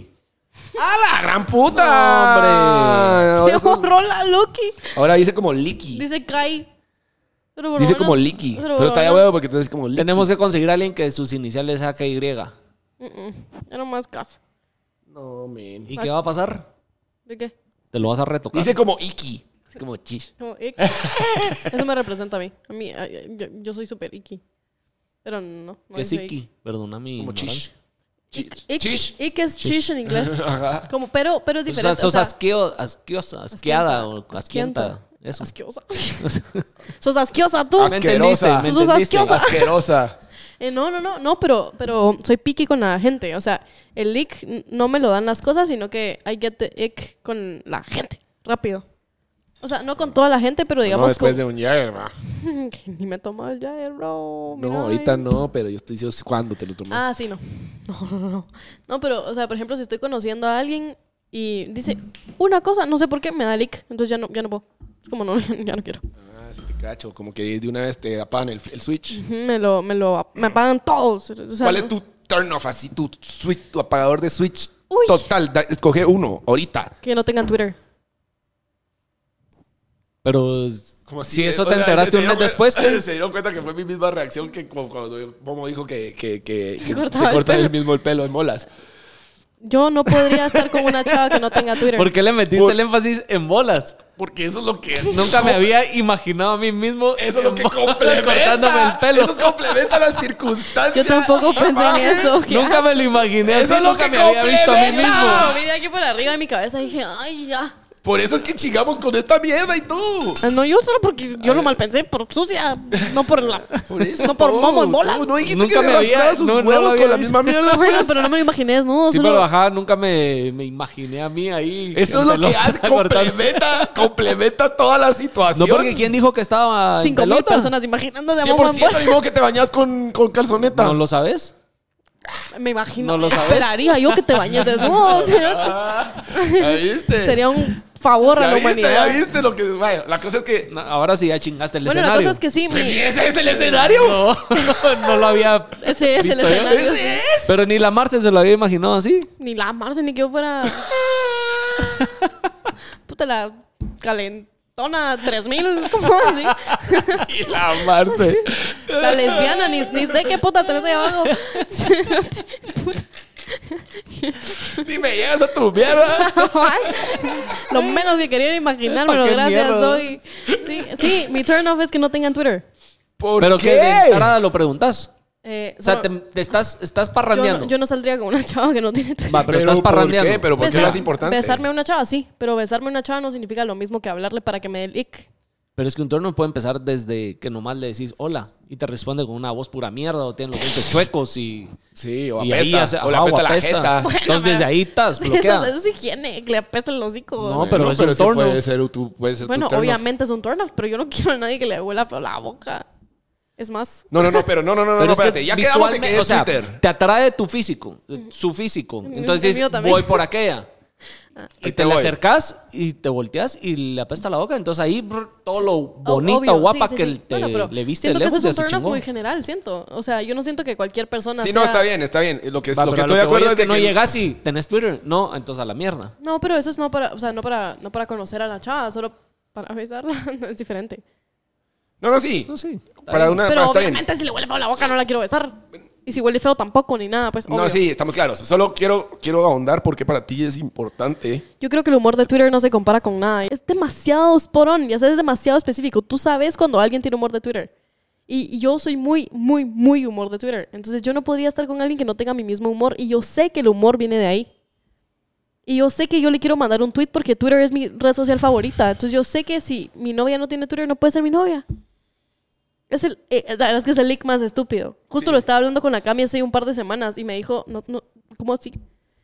S3: ¡A la ¡Ah, gran puta!
S1: No,
S3: Ahora,
S2: Se
S3: eso-
S2: borró la Lucky.
S3: ahora dice como Licky.
S2: Dice Kai. Pero por lo
S3: Dice
S2: menos-
S3: como Licky.
S2: por
S3: Pero
S2: lo
S3: está ya
S2: menos
S3: huevo porque entonces es como Licky.
S1: Tenemos que conseguir a alguien que sus iniciales sea KY.
S2: Era más casa.
S3: No, men.
S1: ¿Y qué va a pasar?
S2: ¿De qué?
S1: Te lo vas a retocar.
S3: Dice como Iki. Es como Chish.
S2: Como ick. Eso me representa a mí. A mí, a- a- yo, yo soy súper Iki. Pero no. no
S1: que es
S2: soy
S1: Iki. Perdona mi
S3: Como Chish.
S1: ignorancia.
S3: Chish.
S2: Ick-
S3: Chish.
S2: Ick es chish en inglés.
S3: Ajá.
S2: Como, pero, pero es
S1: O sea,
S2: diferente.
S1: sos
S2: o sea,
S1: asqueo- asquiosa, asqueada o
S2: asquienta,
S1: asquienta. Eso.
S2: Asquiosa. sos asquiosa tú.
S3: Asque- Asquerosa.
S1: ¿Me
S2: Tú sos
S1: entendiste?
S2: asquiosa.
S3: Asquerosa.
S2: Eh, no, no, no, no, pero, pero soy picky con la gente. O sea, el ick n- no me lo dan las cosas, sino que I get the ick con la gente. Rápido. O sea, no con toda la gente, pero
S3: No,
S2: digamos
S3: después
S2: con-
S3: de un Jagger, va.
S2: Que Ni me he tomado el Jair, bro. Oh,
S3: No,
S2: Mira,
S3: ahorita
S2: ay.
S3: no, pero yo estoy diciendo cuándo te lo tomé.
S2: Ah, sí, no. No, no, no. No, pero, o sea, por ejemplo, si estoy conociendo a alguien y dice una cosa, no sé por qué, me da leak. Entonces ya no, ya no puedo. Es como, no, ya no quiero.
S3: Ah, sí te cacho. Como que de una vez te apagan el, el switch.
S2: Ujú, Me lo, me lo, me apagan todos. O sea,
S3: ¿Cuál es tu turn off? Así tu switch, tu apagador de switch
S2: Uy.
S3: total. Da- escoge uno, ahorita.
S2: Que no tengan Twitter.
S1: Pero
S3: Como
S1: si eso te enteraste un mes después, ¿qué?
S3: Se dieron cuenta que fue mi misma reacción que como cuando Momo dijo que, que, que, que
S2: cortaba
S3: se
S2: el
S3: corta
S2: pelo.
S3: el mismo el pelo en molas.
S2: Yo no podría estar con una chava que no tenga Twitter.
S1: ¿por qué le metiste el énfasis en bolas?
S3: Porque eso es lo que.
S1: Nunca me había imaginado a mí mismo
S3: Eso es lo
S1: en
S3: que
S1: bolas
S3: complementa.
S1: cortándome el pelo.
S3: Eso es complementa las circunstancias.
S2: Yo tampoco pensé en eso. ¿Qué
S1: Nunca me lo imaginé. así,
S3: Eso es lo
S1: nunca
S3: que
S1: me había visto a mí
S3: complementa.
S1: mismo.
S2: No, vi de aquí por arriba de mi cabeza y dije, ay, ya.
S3: Por eso es que chingamos con esta mierda y todo.
S2: Ah, No, yo solo porque yo lo malpensé por sucia, no por la.
S3: Por eso,
S2: no por
S3: todo,
S2: momo en bolas.
S3: todo. No dijiste
S1: Nunca
S3: que
S1: me
S3: me
S1: había-
S3: había sus
S1: no, no
S3: huevos
S1: había
S3: con la
S1: visto.
S3: misma mierda.
S2: Bueno,
S3: pues.
S2: pero no me lo imaginé desnudo.
S1: Sí,
S2: solo-
S1: pero ajá, nunca me, me imaginé a mí ahí.
S3: Eso es
S1: en
S3: lo que
S1: pelota
S3: hace,
S1: cortando.
S3: complementa, complementa toda la
S1: No,
S3: situación.
S1: porque ¿quién dijo que estaba en
S2: Cinco mil
S1: pelota?
S2: personas imaginando de momo en
S3: 100%
S2: bolas.
S3: mismo que te bañas con, con calzoneta.
S1: ¿No lo sabes?
S2: Me imagino.
S1: No lo sabes.
S2: Esperaría yo que te bañes desnudo. o sea,
S3: Ah, ¿Ya viste?
S2: Sería un favor a
S3: ¿Ya
S2: la
S3: viste?
S2: humanidad.
S3: ¿Ya viste lo que... Bueno, la cosa es que...
S1: No, ahora sí ya chingaste el
S2: Bueno, la
S1: escenario.
S2: cosa es que sí, mi-
S3: Pues sí, ese es el escenario.
S1: No, no, no lo había
S2: ese es el
S1: visto yo.
S2: escenario. sí.
S1: Pero ni la Marcel se lo había imaginado así.
S2: Ni la Marce, ni que yo fuera. Puta la calentona 3000, ¿cómo así?
S3: Y la Marce.
S2: La lesbiana, ni, ni sé qué puta tenés ahí abajo. Puta.
S3: Ni me llegas a tu mierda.
S2: Lo menos que quería era imaginármelo,
S1: ¿Pa' qué
S2: gracias,
S1: mierda?
S2: doy. Sí, sí, mi turn off es que no tengan Twitter.
S3: ¿Por
S1: Pero que
S3: qué?
S1: de entrada lo preguntas.
S2: Eh,
S1: O sea,
S2: solo-
S1: te, te estás, estás
S2: yo,
S1: parrandeando.
S2: no, yo no saldría con una chava que no tiene Twitter.
S1: Va, pero, estás parrandeando.
S3: ¿Por qué? ¿Pero por qué
S2: Besar-
S3: lo hace importante?
S2: Besarme a una chava, sí, pero besarme a una chava no significa lo mismo que hablarle para que me dé el ick.
S1: Pero es que un turno puede empezar desde que nomás le decís hola y te responde con una voz pura mierda o tiene los dientes chuecos y.
S3: Sí, o
S1: y ahí
S3: apesta.
S1: hace-
S3: o le
S1: ajá,
S3: apesta la jeta.
S2: Bueno,
S1: Entonces desde
S2: pero-
S1: ahí estás
S3: Pues
S2: Sí, eso,
S1: bloqueada.
S2: eso es higiene, que le apesta el hocico.
S1: No, pero es un
S3: sí
S1: torno.
S3: Puede ser tu, puede ser tu
S2: bueno,
S3: turn off.
S2: obviamente es un turn off, pero yo no quiero a nadie que le huela feo la boca. Es más,
S3: No, no, no, pero no, no, no, no,
S1: Pero es que
S3: espérate. Ya quedamos de que
S1: visualmente,
S3: es
S1: o sea,
S3: Twitter.
S1: te atrae tu físico, eh, su físico. Entonces
S2: mío también. Ah,
S1: voy por aquella. Y
S3: Ahí
S1: te
S3: te
S1: le
S3: voy.
S1: acercas y te volteas y le apesta la boca. Entonces ahí brr, todo lo bonito,
S2: obvio, sí,
S1: guapa
S2: sí,
S1: que
S2: sí.
S1: te-
S2: Bueno, pero
S1: le viste
S2: Siento que
S1: lejos
S2: ese es un
S1: ya se
S2: turn off
S1: chingó.
S2: muy general, siento. O sea, yo no siento que cualquier persona
S3: Sí,
S2: sea...
S3: no, está bien, está bien. Lo que,
S1: Va,
S3: lo
S1: pero
S3: que
S1: a
S3: estoy
S1: que
S3: de acuerdo
S1: voy
S3: es de que
S1: no llegas y tenés Twitter. No, entonces a la mierda.
S2: No, pero eso es no para, o sea, no para, no para conocer a la chava, solo para besarla. No, es diferente.
S3: No, no, sí.
S1: No, sí.
S3: Para una,
S2: pero
S3: para- Ah, está bien.
S2: obviamente si le huele feo la boca no la quiero besar. Y si huele feo tampoco, ni nada, pues
S3: No,
S2: obvio.
S3: sí, estamos claros. Solo quiero, quiero ahondar porque para ti es importante.
S2: Yo creo que el humor de Twitter no se compara con nada. Es demasiado sporón, ya sabes, es demasiado específico. Tú sabes cuando alguien tiene humor de Twitter. Y, y yo soy muy, muy, muy humor de Twitter. Entonces yo no podría estar con alguien que no tenga mi mismo humor. Y yo sé que el humor viene de ahí. Y yo sé que yo le quiero mandar un tweet porque Twitter es mi red social favorita. Entonces yo sé que si mi novia no tiene Twitter, no puede ser mi novia. Es el, eh, la verdad es que es el leak más estúpido. Justo lo estaba hablando con la Cami hace un par de semanas y me dijo, no, no, ¿cómo así?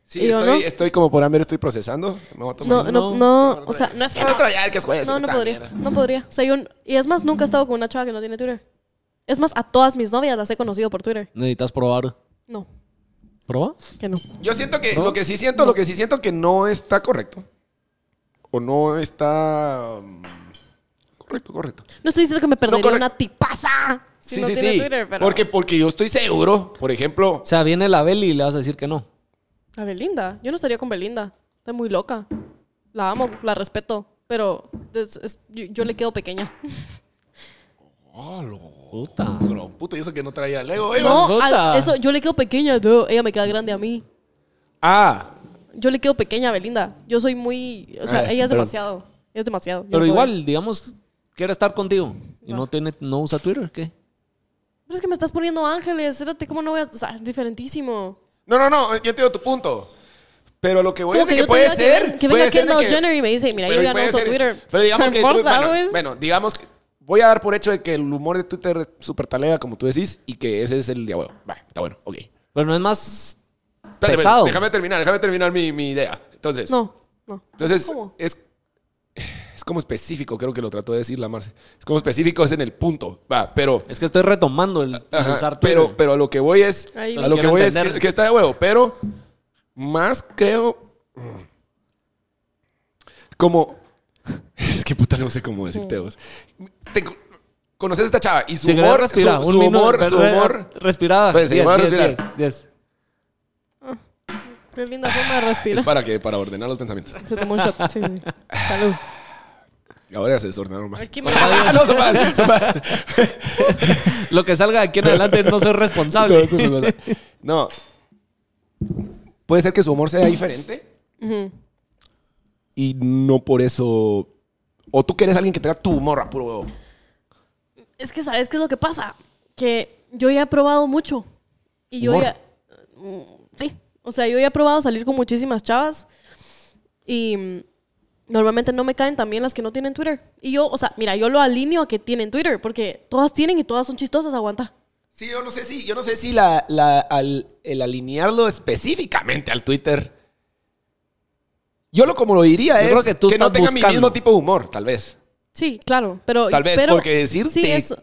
S3: Sí,
S2: Y yo,
S3: estoy,
S2: ¿no?
S3: estoy como por hambre, estoy procesando. Me voy a tomar
S2: No,
S3: un-
S2: no, no, o sea, no es que no,
S3: Otro ya, que es jueves,
S2: no, no
S3: esta
S2: podría,
S3: mierda.
S2: no podría. O sea, yo, y es más, nunca he estado con una chava que no tiene Twitter. Es más, a todas mis novias las he conocido por Twitter.
S1: Necesitas probar.
S2: No.
S1: ¿Probó?
S2: Que no.
S3: Yo siento que lo que sí siento, lo que sí siento que no está correcto. O no está mm, correcto, correcto.
S2: No estoy diciendo que me perdería
S3: corre-
S2: una tipaza. Si no tiene Twitter, pero.
S3: Porque, porque yo estoy seguro, por ejemplo,
S1: O sea, viene la Beli y le vas a decir que no.
S2: A Belinda. Yo no estaría con Belinda. Está muy loca. La amo, la respeto. Pero es- es- yo, yo le quedo pequeña.
S1: Puta.
S3: pero, puta, y eso que no traía Lego, Eva.
S2: No,
S1: Gota.
S2: a- eso, yo le quedo pequeña. no, ella me queda grande a mí.
S3: Ah,
S2: Yo le quedo pequeña a Belinda. Yo soy muy. O sea,
S3: Ah,
S2: ella es
S3: pero-
S2: demasiado. Ella es demasiado. Yo
S1: Pero
S2: no puedo.
S1: igual, digamos, quiere estar contigo y no, tiene, no usa Twitter, ¿qué?
S2: Pero es que me estás poniendo ángeles. Espérate, ¿cómo no voy a.? O sea, es diferentísimo.
S3: no, no, no, yo entiendo tu punto. Pero lo que voy
S2: Como
S3: a decir
S2: que yo
S3: que,
S2: te
S3: puede
S2: diga que
S3: ser.
S2: ven- que
S3: puede
S2: venga
S3: ser de
S2: Kendall Jenner y me dice, mira, yo ya no
S3: puede
S2: uso Twitter.
S3: Pero digamos
S2: No
S3: que.
S2: importa,
S3: bueno,
S2: pues.
S3: bueno, digamos que. Voy a dar por hecho de que el humor de Twitter es súper talega, como tú decís, y que ese es el de a huevo. Va, está bueno, ok.
S1: Pero no es más
S3: Espérate,
S1: pesado.
S3: Déjame terminar, déjame terminar mi, mi idea. Entonces,
S2: No, no.
S3: entonces
S2: ¿Cómo?
S3: es es como específico, creo que lo trató de decir la Marce. Es como específico, es en el punto. Va, pero
S1: Es que estoy retomando el
S3: Ajá,
S1: usar Twitter.
S3: pero, pero a lo que voy es.
S2: Ahí
S3: a
S2: va.
S3: lo que
S1: Quiero
S3: voy es
S1: entender.
S3: que, que está de huevo. Pero más creo. mm, Como. Es que puta, no sé cómo decirte vos. Te- conoces a esta chava y su
S1: Si querés
S3: humor.
S1: respirar,
S3: su,
S1: un
S3: su
S1: minuto,
S3: humor.
S1: pero
S3: Su
S1: re-
S3: humor.
S1: Respirada.
S3: Pues, sí,
S1: Diez,
S3: voy a
S1: diez,
S3: respirar.
S1: diez, diez.
S2: Qué linda forma de
S3: Es
S2: respirar.
S3: para que para ordenar los pensamientos.
S2: Se tomó un shot. Sí, sí. Salud.
S3: Ahora ya se desordenaron más.
S2: Aquí me va
S3: Ah, no, son más, son más.
S1: Lo que salga de aquí en adelante no soy
S3: Todo
S1: responsable.
S3: eso es verdad. No. Puede ser que su humor sea diferente. Y no por eso. O tú quieres alguien que tenga tu humor a puro huevo.
S2: Es que sabes qué es lo que pasa, que yo ya he probado mucho y yo
S3: Humor.
S2: ya Mm, sí, o sea, yo ya he probado salir con muchísimas chavas y mm, normalmente no me caen también las que no tienen Twitter. Y yo, o sea, mira, yo lo alineo a que tienen Twitter porque todas tienen y todas son chistosas, aguanta.
S3: Sí, yo no sé si, yo no sé si la, la- al- el alinearlo específicamente al Twitter. Yo lo como lo diría
S1: Yo
S3: es
S1: creo que tú
S3: no
S1: estás
S3: tenga mi
S1: buscando.
S3: mismo tipo de humor, tal vez.
S2: Sí, claro, pero
S3: Tal vez,
S2: pero-
S3: porque decirte
S2: Sí, es-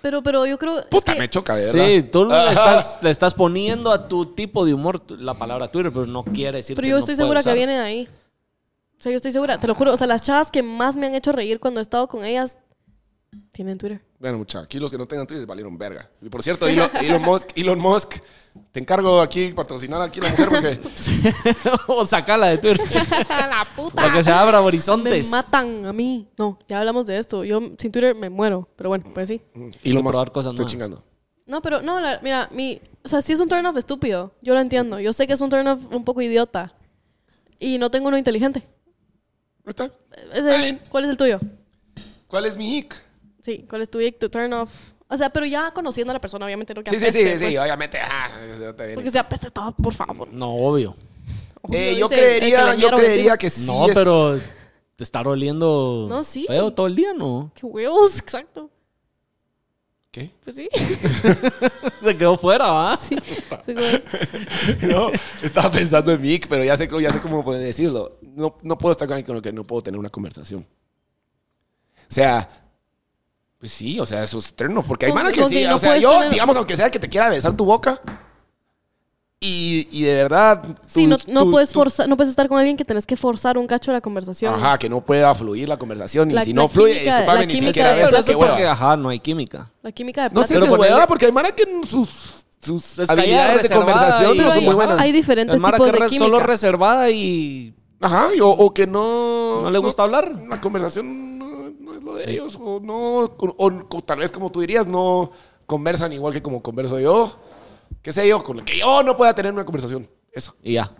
S2: pero pero yo creo es
S3: Puta,
S2: que-
S3: me choca, ¿verdad?
S1: Sí, tú le
S3: Ajá.
S1: estás, le estás poniendo a tu tipo de humor tu- la palabra Twitter, pero no quiere decir
S2: Pero
S1: que
S2: yo
S1: no
S2: estoy
S1: puede
S2: segura que
S1: usar.
S2: viene de ahí. O sea, yo estoy segura, te lo juro. O sea, las chavas que más me han hecho reír cuando he estado con ellas tienen Twitter.
S3: Bueno, muchachos, aquí los que no tengan Twitter valieron verga. Y por cierto, Elon, Elon Musk, Elon Musk, te encargo aquí patrocinar aquí a la mujer porque
S1: o sacala de Twitter.
S2: la puta.
S1: Para que se abra
S2: Me
S1: horizontes.
S2: matan a mí. No, ya hablamos de esto. Yo sin Twitter me muero, pero bueno, pues sí.
S3: Elon
S1: probar
S3: Musk,
S1: cosas
S3: estoy
S1: nuevas.
S3: chingando.
S2: No, pero no, la- mira, mi, o sea, sí es un turn off estúpido. Yo lo entiendo. Yo sé que es un turn off un poco idiota. Y no tengo uno inteligente.
S3: ¿No está?
S2: Ese es-
S3: bien.
S2: ¿Cuál es el tuyo?
S3: ¿Cuál es mi hic?
S2: Sí, ¿cuál es tu tu turn off? O sea, pero ya conociendo a la persona, obviamente no que
S3: Sí, sí, sí,
S2: apeste,
S3: sí,
S2: pues.
S3: obviamente. ah, se te viene.
S2: Porque se apeste todo, por favor.
S1: No, obvio.
S3: Eh,
S2: Obvio, dice el- el
S3: yo
S2: que
S3: creería,
S2: le
S3: yo
S2: miraron
S3: creería
S2: encima.
S3: que sí.
S1: no,
S3: es-
S1: pero te estar oliendo
S2: No, sí.
S1: feo todo el día, ¿no?
S2: ¡Qué huevos! Exacto.
S3: ¿Qué?
S2: Pues sí.
S1: Se quedó fuera, ¿va?
S2: sí. Sí, güey.
S3: No, estaba pensando en mi hic, pero ya sé, cómo- ya sé cómo pueden decirlo. No, no puedo estar con alguien con el que no puedo tener una conversación. O sea. Pues sí, o sea, eso es turn off, Porque hay
S2: Con-
S3: manos que
S2: con
S3: sí.
S2: quien no
S3: o sea,
S2: puedes
S3: yo,
S2: tener-
S3: digamos, aunque sea que te quiera besar tu boca. Y, y de verdad.
S2: Sí,
S3: tu-
S2: no, no
S3: tu-
S2: puedes
S3: tu-
S2: forzar, no puedes estar con alguien que tenés que forzar un cacho la conversación.
S3: Ajá, que no pueda fluir la conversación.
S2: La-
S3: y si
S2: la
S3: no fluye,
S2: química- la
S3: disculpame, ni
S2: química
S3: siquiera
S2: de-
S3: besas,
S1: Pero
S2: Esa
S1: eso
S3: qué
S1: porque,
S3: hueva.
S1: ajá, no hay química.
S2: La química de
S3: No
S2: plata.
S3: sé
S1: Pero
S3: si
S1: ponele-
S3: huevada, porque hay mara que en sus, sus
S1: Es
S3: habilidades de
S1: callada,
S3: conversación
S1: reservada
S3: no
S2: Pero
S3: son muy
S2: hay-
S3: buenas.
S2: hay diferentes
S1: Es mara
S2: tipos
S1: que
S2: de
S1: re-
S2: química.
S1: Solo reservada y
S3: Ajá, y o, o que no...
S1: no le gusta hablar.
S3: La conversación no, no es lo de ellos, o no... O, o tal vez, como tú dirías, no conversan igual que como converso yo. ¿Qué sé yo? Con lo que yo no pueda tener una conversación. Eso.
S1: Y ya.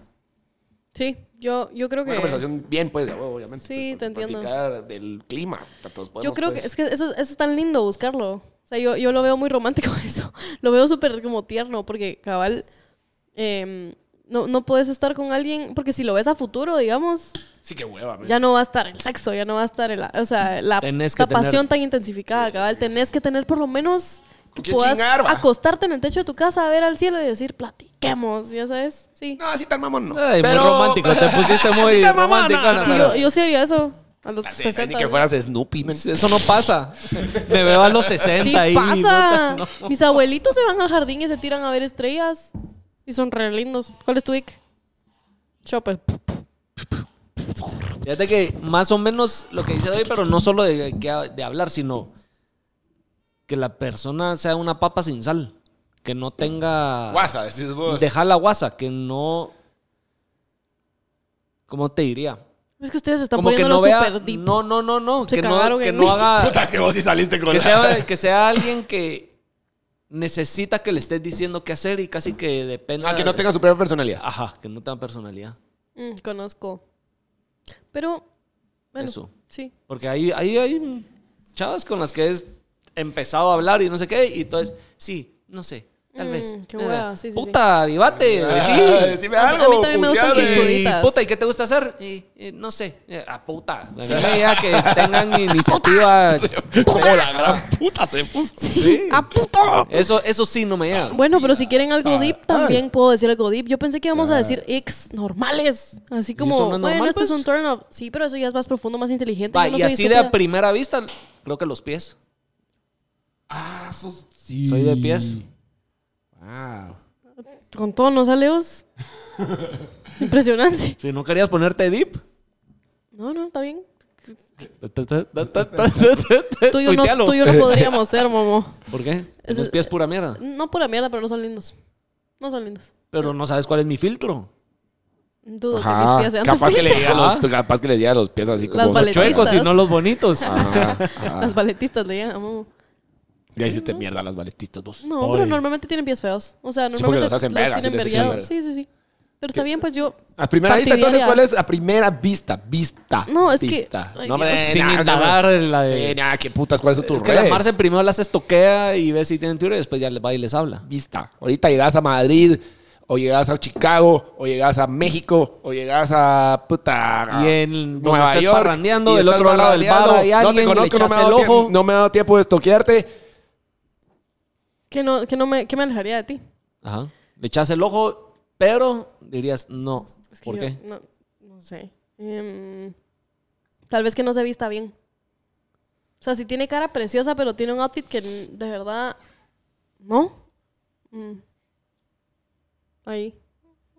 S2: Sí, yo, yo creo
S3: Una
S2: que.
S3: conversación bien, pues, de huevo, obviamente.
S2: Sí,
S3: pues,
S2: te entiendo.
S3: platicar del clima. que todos
S2: Yo
S3: podemos,
S2: creo que
S3: pues.
S2: es que eso, eso es tan lindo buscarlo. O sea, yo, yo lo veo muy romántico eso. Lo veo súper como tierno porque cabal. em, no, no puedes estar con alguien, porque si lo ves a futuro, digamos,
S3: Sí, que hueva, man.
S2: ya no va a estar el sexo, ya no va a estar el, o sea, la,
S1: pues. Tenés que
S2: la pasión
S1: tener-
S2: tan intensificada, cabal. Tenés que tener por lo menos que
S3: ¿Con qué
S2: puedas
S3: chingar, va?
S2: acostarte en el techo de tu casa, a ver al cielo y decir, platiquemos, ya sabes. Sí.
S3: No, así tan mamón no.
S1: Ay,
S3: Pero-
S1: muy romántico. Te pusiste muy
S3: Así tan mamón,
S1: romántico.
S3: no,
S1: Ana.
S3: sí,
S2: Yo, yo sí haría eso a los
S3: Así, ni
S2: 60.
S3: que fueras Snoopy, man.
S1: Eso no pasa. Me veo a los 60
S2: Sí
S1: ahí.
S2: pasa.
S1: puta, no.
S2: Mis abuelitos se van al jardín y se tiran a ver estrellas. Y son re lindos. ¿Cuál es tu ick? Chopper.
S1: Fíjate que más o menos lo que dice David, pero no solo de, que- de hablar, sino que la persona sea una papa sin sal. Que no tenga.
S3: Guasa, decís vos.
S1: Dejar la guasa, que no. ¿Cómo te diría?
S2: Es que ustedes están
S1: Como que
S2: poniéndolo
S1: no vea.
S2: super deep.
S1: No, no, no, no.
S2: Se
S1: Que no,
S2: cagaron
S1: que
S2: en
S1: no
S2: mí.
S1: haga.
S3: Puta, es que vos sí saliste con
S1: Que
S3: la-
S1: sea, que sea alguien que necesita que le estés diciendo qué hacer y casi que dependa.
S3: Ah, que no
S1: de-
S3: tenga su propia personalidad.
S1: Ajá, que no tenga personalidad.
S2: Mm, conozco. Pero. Bueno,
S1: Eso.
S2: Sí.
S1: Porque ahí, ahí hay chavas con las que he empezado a hablar y no sé qué, y entonces, sí, no sé, tal
S2: Mm,
S1: vez.
S2: qué
S1: eh,
S2: hueva, sí, sí,
S1: Puta, vivate,
S3: Ah,
S1: sí.
S3: decime
S2: A mí- a mí
S3: algo,
S2: también me gustan
S3: puteame.
S2: chispuditos.
S1: Y, puta, ¿y qué te gusta hacer? Y, eh, no sé, eh, a puta. A mí me da que tengan iniciativa.
S3: Como la gran puta se puso.
S1: Sí.
S2: ¡A puto!
S1: Eso, eso sí no me llega.
S2: Bueno, pero si quieren algo deep, también puedo decir algo deep. Yo pensé que íbamos a decir icks normales. Así como,
S1: eso no es
S2: bueno,
S1: normal,
S2: este es
S1: pues?
S2: un turn off. Sí, pero eso ya es más profundo, más inteligente.
S1: Va,
S2: yo no
S1: y
S2: soy
S1: así de a
S2: estúpida.
S1: primera vista, creo que los pies.
S3: Ah, sos- sí.
S1: Soy de pies.
S3: Wow.
S2: Con todo, ¿no saleos? Impresionante.
S1: Si no querías ponerte deep,
S2: No, no, está bien. Tú y, yo
S1: tuitealo.
S2: no, tú y yo no podríamos ser, momo.
S1: ¿Por qué?
S2: Es-
S1: Esos pies pura mierda.
S2: No pura mierda, pero no son lindos. No son lindos.
S1: Pero no sabes cuál es mi filtro.
S2: Dudo que mis
S3: Ajá.
S2: pies sean
S3: Capaz que, le
S2: tan
S3: llega a los, capaz que le llega a los pies así como
S2: Las
S3: sos
S2: vale-
S3: chueco.
S1: Chuecos y
S2: Listas.
S1: no los bonitos.
S2: Ah, Las baletistas le llegan a momo.
S3: Ya hiciste mierda a las baletistas vos.
S2: No,
S3: Pobre.
S2: pero normalmente tienen pies feos. O sea,
S3: porque
S2: normalmente
S3: los hacen Ah. verga, sí
S2: tienen
S3: les echan
S2: vergueados. Sí, sí, sí. Pero está bien, pues yo.
S3: A primera vista,
S2: partidaria.
S3: entonces, ¿cuál es a primera vista? Vista.
S2: No, es que-
S3: Vista.
S2: Ay,
S3: No, me
S1: Dios. Sin indagar en la de-
S3: Sí, nada, qué putas, ¿cuáles son tus
S1: Es que la
S3: redes?
S1: Marce primero las estoquea y ve si tienen Twitter y después ya les va y les habla.
S3: Vista. Ahorita llegas a Madrid, o llegas a Chicago, o llegas a México, o llegas a puta.
S1: Y en- donde
S3: Nueva
S1: estés
S3: York,
S1: parrandeando,
S3: y
S1: del
S3: estás
S1: otro lado del bar
S3: parrandeando,
S1: hay
S3: no te
S1: alguien, le
S3: conozco, no me,
S1: echas
S3: ha dado
S1: el
S3: tiempo-
S1: ojo.
S3: no me ha dado tiempo de estoquearte.
S2: Que no, que no me, que me alejaría de ti.
S1: Ajá. Le echas el ojo, pero dirías no.
S2: Es que
S1: ¿Por
S2: yo
S1: qué?
S2: No, no sé. Em, tal vez que no se vista bien. O sea, si tiene cara preciosa, pero tiene un outfit que n- de verdad. ¿No? Mm. Ahí.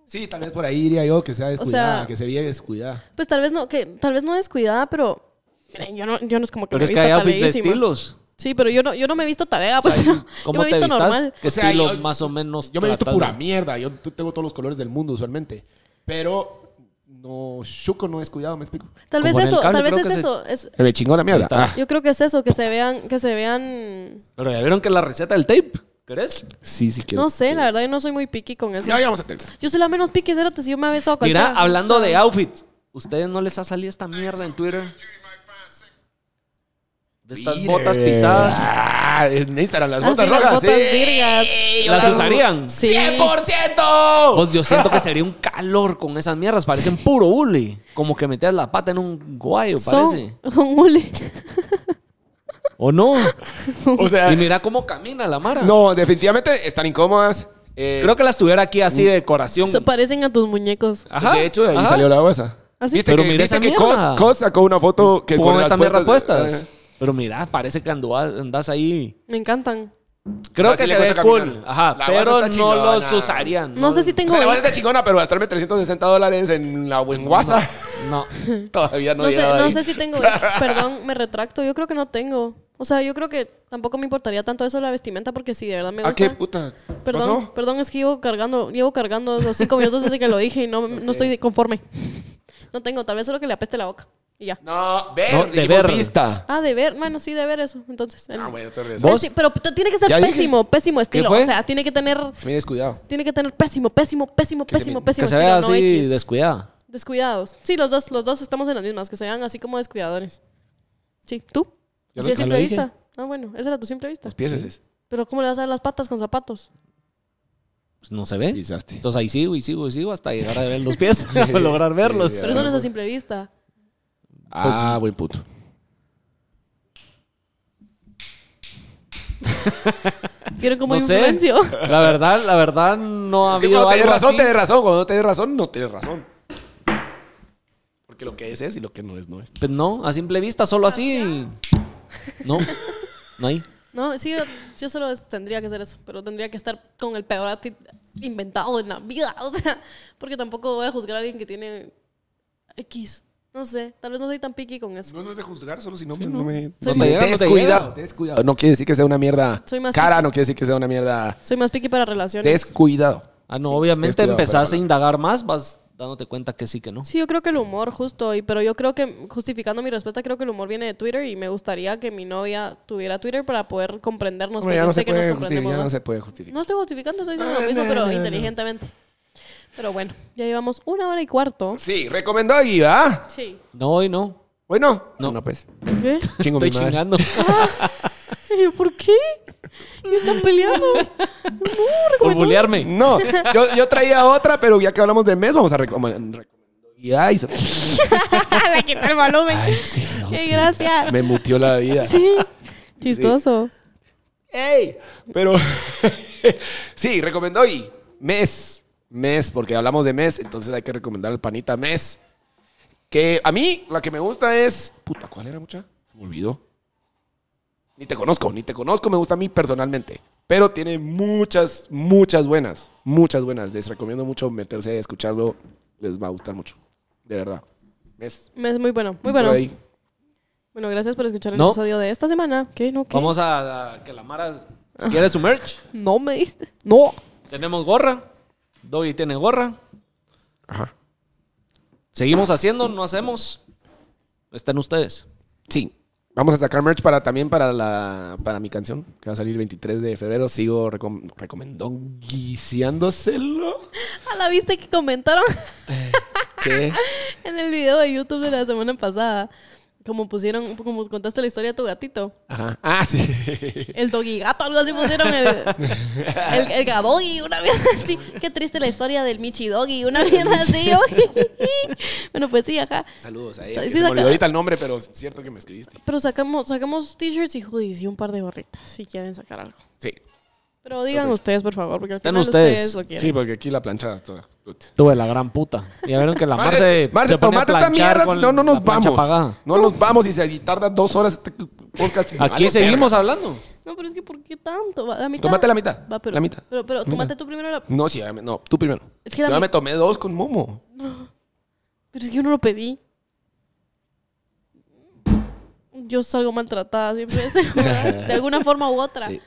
S3: Sí, tal vez por ahí diría yo que sea descuidada,
S2: sea-
S3: que se vea descuidada.
S2: Pues tal vez no, que tal vez no descuidada, pero. Miren, yo no, yo no es como que
S1: Pero
S2: me
S1: es que
S2: vista
S1: hay outfits de
S2: taleísima.
S1: estilos.
S2: Sí, pero yo no, yo no me he visto tarea, pues. no. yo
S1: ¿Cómo
S2: me he
S1: te
S2: visto
S1: vistas?
S2: normal.
S1: ¿Ququé
S3: O sea,
S1: estilo
S3: yo-
S1: más o menos?
S3: Yo me he visto
S1: tratas
S3: pura
S1: de-
S3: mierda. Yo t- tengo todos los colores del mundo usualmente. Pero no, Shuko no es cuidado, me explico.
S2: Tal
S1: Como
S2: vez
S1: en el
S2: eso,
S1: cable,
S2: tal vez
S1: creo
S2: es
S1: que se-
S2: eso. es-
S3: Se me chingó la mierda.
S1: está.
S3: Ah,
S2: yo creo que es eso, que se vean, que se vean.
S1: Pero ya vieron que la receta del tape, ¿querés?
S3: sí, sí quiero.
S2: No sé, la verdad yo no soy muy picky con eso.
S3: Ya, ya vamos a tener.
S2: Yo soy la menos picky, cérate, si yo me beso a cualquiera.
S1: Mira, hablando
S2: O sea,
S1: de outfits, ¿ustedes no les ha salido esta mierda en Twitter? De estas
S3: Twitter.
S1: botas pisadas.
S3: Ah, en Instagram las
S2: Ah,
S3: botas
S2: sí, las
S3: rojas.
S2: botas virgas.
S3: yo
S1: ¿Las usarían?
S2: Sí.
S3: ¡100%!
S1: Pues yo siento que sería un calor con esas mierdas. Parecen puro uli. Como que metías la pata en un guayo, parece.
S2: Son son mule.
S1: ¿O no?
S3: O sea,
S1: Y mira cómo camina la mara.
S3: no, definitivamente están incómodas. Eh,
S1: Creo que las tuviera aquí así de decoración.
S2: So- parecen a tus muñecos.
S1: Ajá,
S3: De hecho, de ahí
S1: ajá.
S3: salió la bolsa.
S2: ¿Ah, sí?
S3: ¿Viste
S1: Pero
S3: que,
S1: mira
S3: viste
S1: esa
S3: que
S1: mierda. Pues,
S3: Cos, Cos sacó una foto que
S1: Con
S3: con
S1: estas
S3: las
S1: mierdas
S3: puertas-
S1: puestas. Pero mira, parece que ando- andás ahí.
S2: Me encantan.
S1: Creo
S3: O sea,
S1: que
S3: sí
S1: se
S3: le
S1: ve
S3: gusta
S1: cool.
S3: caminar.
S1: Ajá,
S3: La
S1: pero
S3: guasa
S1: no
S3: está chingona.
S1: los usarían.
S2: No sé si tengo
S3: O sea, la bolsa
S2: ick.
S3: está chingona, pero gastarme 360 dólares en la en WhatsApp
S1: No.
S3: todavía no,
S2: No sé,
S3: llegaba
S2: no
S3: ahí.
S2: sé si tengo ick. Perdón, me retracto. Yo creo que no tengo. O sea, yo creo que tampoco me importaría tanto eso de la vestimenta porque sí, de verdad me
S3: ¿A Ah, qué
S2: gusta.
S3: puta?
S2: Perdón,
S3: ¿Pasó?
S2: perdón, es que llevo cargando, llevo cargando los cinco minutos desde que lo dije y no, no estoy conforme. No tengo, tal vez solo que le apeste la boca. Y ya.
S3: No, ver,
S1: No, de
S3: dijimos
S1: ver.
S3: vista.
S2: Ah, de ver, bueno, sí, de ver eso. Entonces. el-
S3: Ah, bueno, te regresas.
S1: ¿Vos?
S2: Pési- pero t- tiene que ser
S3: Ya dije.
S2: pésimo, pésimo estilo.
S1: fue?
S2: O sea, tiene que tener,
S3: Se me descuidado.
S2: tiene que tener pésimo, pésimo, pésimo,
S3: se
S2: pésimo,
S3: me-
S1: Que
S2: pésimo
S1: se
S2: estilo.
S1: vea
S2: no
S1: así
S2: X.
S1: descuidada.
S2: Descuidados. Sí, los dos, los dos estamos en las mismas, que se vean así como descuidadores. Sí, ¿tú?
S3: Ya
S2: Así de
S3: lo- ya lo
S2: simple
S3: dije.
S2: vista. Ah, bueno, esa era tu simple vista.
S3: Los pies es.
S2: Pero ¿cómo le vas a dar las patas con zapatos?
S1: Pues no se ve.
S3: Pisaste.
S1: Entonces ahí sigo y sigo y sigo hasta llegar a ver los pies, a lograr verlos.
S2: Pero eso no es a simple vista.
S3: Ah, buen punto.
S2: Quiero como
S1: No sé.
S2: influencio.
S1: La verdad, la verdad no ha
S3: Es que
S1: habido
S3: cuando
S1: algo
S3: tenés razón,
S1: así.
S3: tenés razón. Cuando no tenés razón, no tenés razón. Porque lo que es es y lo que no es, no es.
S1: Pues no, a simple vista, solo así. No, no hay.
S2: No, sí, yo, yo solo es- tendría que hacer eso, pero tendría que estar con el peor outfit inventado en la vida. O sea, porque tampoco voy a juzgar a alguien que tiene X. No sé, tal vez no soy tan picky con eso.
S3: No, no es de juzgar, solo si no, no me.
S1: Sí,
S3: si
S1: te llega, no te
S3: descuidado,
S1: llega.
S3: descuidado. No quiere decir que sea una mierda
S2: Soy más
S3: cara,
S2: picky.
S3: no quiere decir que sea una mierda
S2: Soy más picky para relaciones.
S3: descuidado.
S2: Pues,
S1: Ah, no, obviamente
S3: descuidado,
S1: empezás
S3: pero
S1: a indagar más, vas dándote cuenta que sí, que no.
S2: Sí, yo creo que el humor, justo, y, pero yo creo que, justificando mi respuesta, creo que el humor viene de Twitter y me gustaría que mi novia tuviera Twitter para poder comprendernos,
S3: Bueno,
S2: porque
S3: ya no
S2: sé
S3: se
S2: que nos
S3: puede
S2: comprendemos
S3: justificar. ya no
S2: más.
S3: se puede justificar.
S2: No estoy justificando, estoy diciendo lo mismo, pero inteligentemente. Pero bueno, ya llevamos una hora y cuarto.
S3: Sí, recomendó a Gui, ¿verdad?
S2: Sí.
S1: No, hoy no.
S3: Bueno, no, no pues.
S2: ¿Qué?
S3: Chingo
S1: Estoy
S3: mi
S1: chingando.
S3: madre.
S2: Ah, Y yo, ¿Por qué? ¿Y están peleando? No,
S1: Por
S2: recomendó.
S1: bulearme.
S3: No, yo, yo traía otra, pero ya que hablamos de mes, vamos a recomendar. Y ay, se-
S2: Le quitó el volumen.
S3: sí, no,
S2: Qué gracia.
S3: me mutió la vida.
S2: Sí. Chistoso.
S3: ¡Ey! Pero sí, recomendó y mes, mes, porque hablamos de mes, entonces hay que recomendar al panita mes. Que a mí la que me gusta es. Puta, ¿cuál era mucha? Se me olvidó. Ni te conozco, ni te conozco, me gusta a mí personalmente. Pero tiene muchas, muchas buenas, muchas buenas. Les recomiendo mucho meterse a escucharlo, les va a gustar mucho. De verdad. Mes.
S2: Es muy bueno, muy
S3: Por
S2: bueno.
S3: ahí.
S2: Bueno, gracias por escuchar el
S1: No.
S2: episodio de esta semana. ¿Qué? ¿No? ¿Qué?
S1: Vamos a, a que la Mara si quiere su merch.
S2: No me diste. No.
S1: Tenemos gorra. Doggy tiene gorra.
S3: Ajá.
S1: Seguimos haciendo, no hacemos. Están ustedes.
S3: Sí. Vamos a sacar merch para también para la para mi canción que va a salir el 23 de febrero. Sigo recom recomendonguiciándoselo.
S2: ¿A Ah, la viste que comentaron
S3: Que
S2: en el video de YouTube de la semana pasada? Como pusieron, como contaste la historia de tu gatito.
S3: ajá. Ah, sí.
S2: El doggy gato, algo así pusieron. El, el, el gaboggy, una vez así. Qué triste la historia del Michi Doggy, una vez así. yo. bueno, pues sí, ajá.
S3: Saludos a
S2: Sí,
S3: ella. que
S2: sí
S3: se me
S2: saca-
S3: olvidó ahorita el nombre, pero es cierto que me escribiste.
S2: Pero sacamos, sacamos t-shirts y hoodies y un par de gorritas si quieren sacar algo.
S3: Sí.
S2: Pero digan ustedes, por favor, porque al
S1: Están
S2: final
S1: ustedes.
S2: ustedes. lo quieren.
S3: Sí, porque aquí la planchada es toda.
S1: Tuve la gran puta. Ya vieron que la Mara se.
S3: Marce,
S1: se pone a
S3: tomate esta
S1: planchar
S3: mierda,
S1: con
S3: si no, no
S1: la
S3: nos
S1: plancha
S3: vamos.
S1: apagada.
S3: No nos vamos y se tarda dos horas este podcast.
S1: Aquí seguimos hablando.
S2: No, pero es que ¿por qué tanto? Va, La mitad.
S3: Tómate la mitad.
S2: Va, pero,
S3: La mitad.
S2: Pero, pero
S3: Mira.
S2: tómate tú primero la.
S3: No, sí, ya me- no, tú primero.
S2: Es que la
S3: Yo ya
S2: mi-
S3: me tomé dos con Momo.
S2: Pero es que yo no lo pedí. Yo salgo maltratada siempre de este lugar, de alguna forma u otra.
S3: Sí.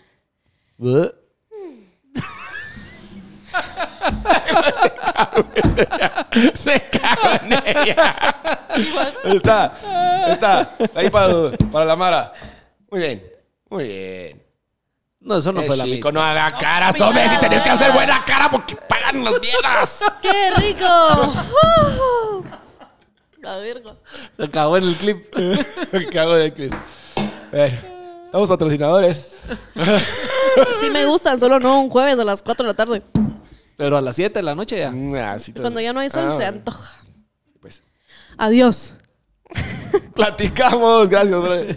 S3: Se cago en ella. Está, está. Ahí para, para la Mara. Muy bien, muy bien.
S1: No, eso no
S3: Eh,
S1: fue la
S3: chico,
S1: mía.
S3: no haga caras, hombre. Si tenés que hacer buena cara porque pagan las mierdas.
S2: ¡Qué rico! ¡Uh! La verga.
S1: Se cagó en el clip.
S3: Me cago de clip. A ver, estamos patrocinadores.
S2: Sí me gustan, solo no un jueves a las 4 de la tarde.
S1: Pero a las 7 de la noche ya.
S3: Ah, sí, todo
S2: Cuando
S3: bien.
S2: ya no hay sol,
S3: Ah,
S2: se
S3: bueno,
S2: antoja.
S3: pues.
S2: Adiós.
S3: Platicamos, gracias. brother.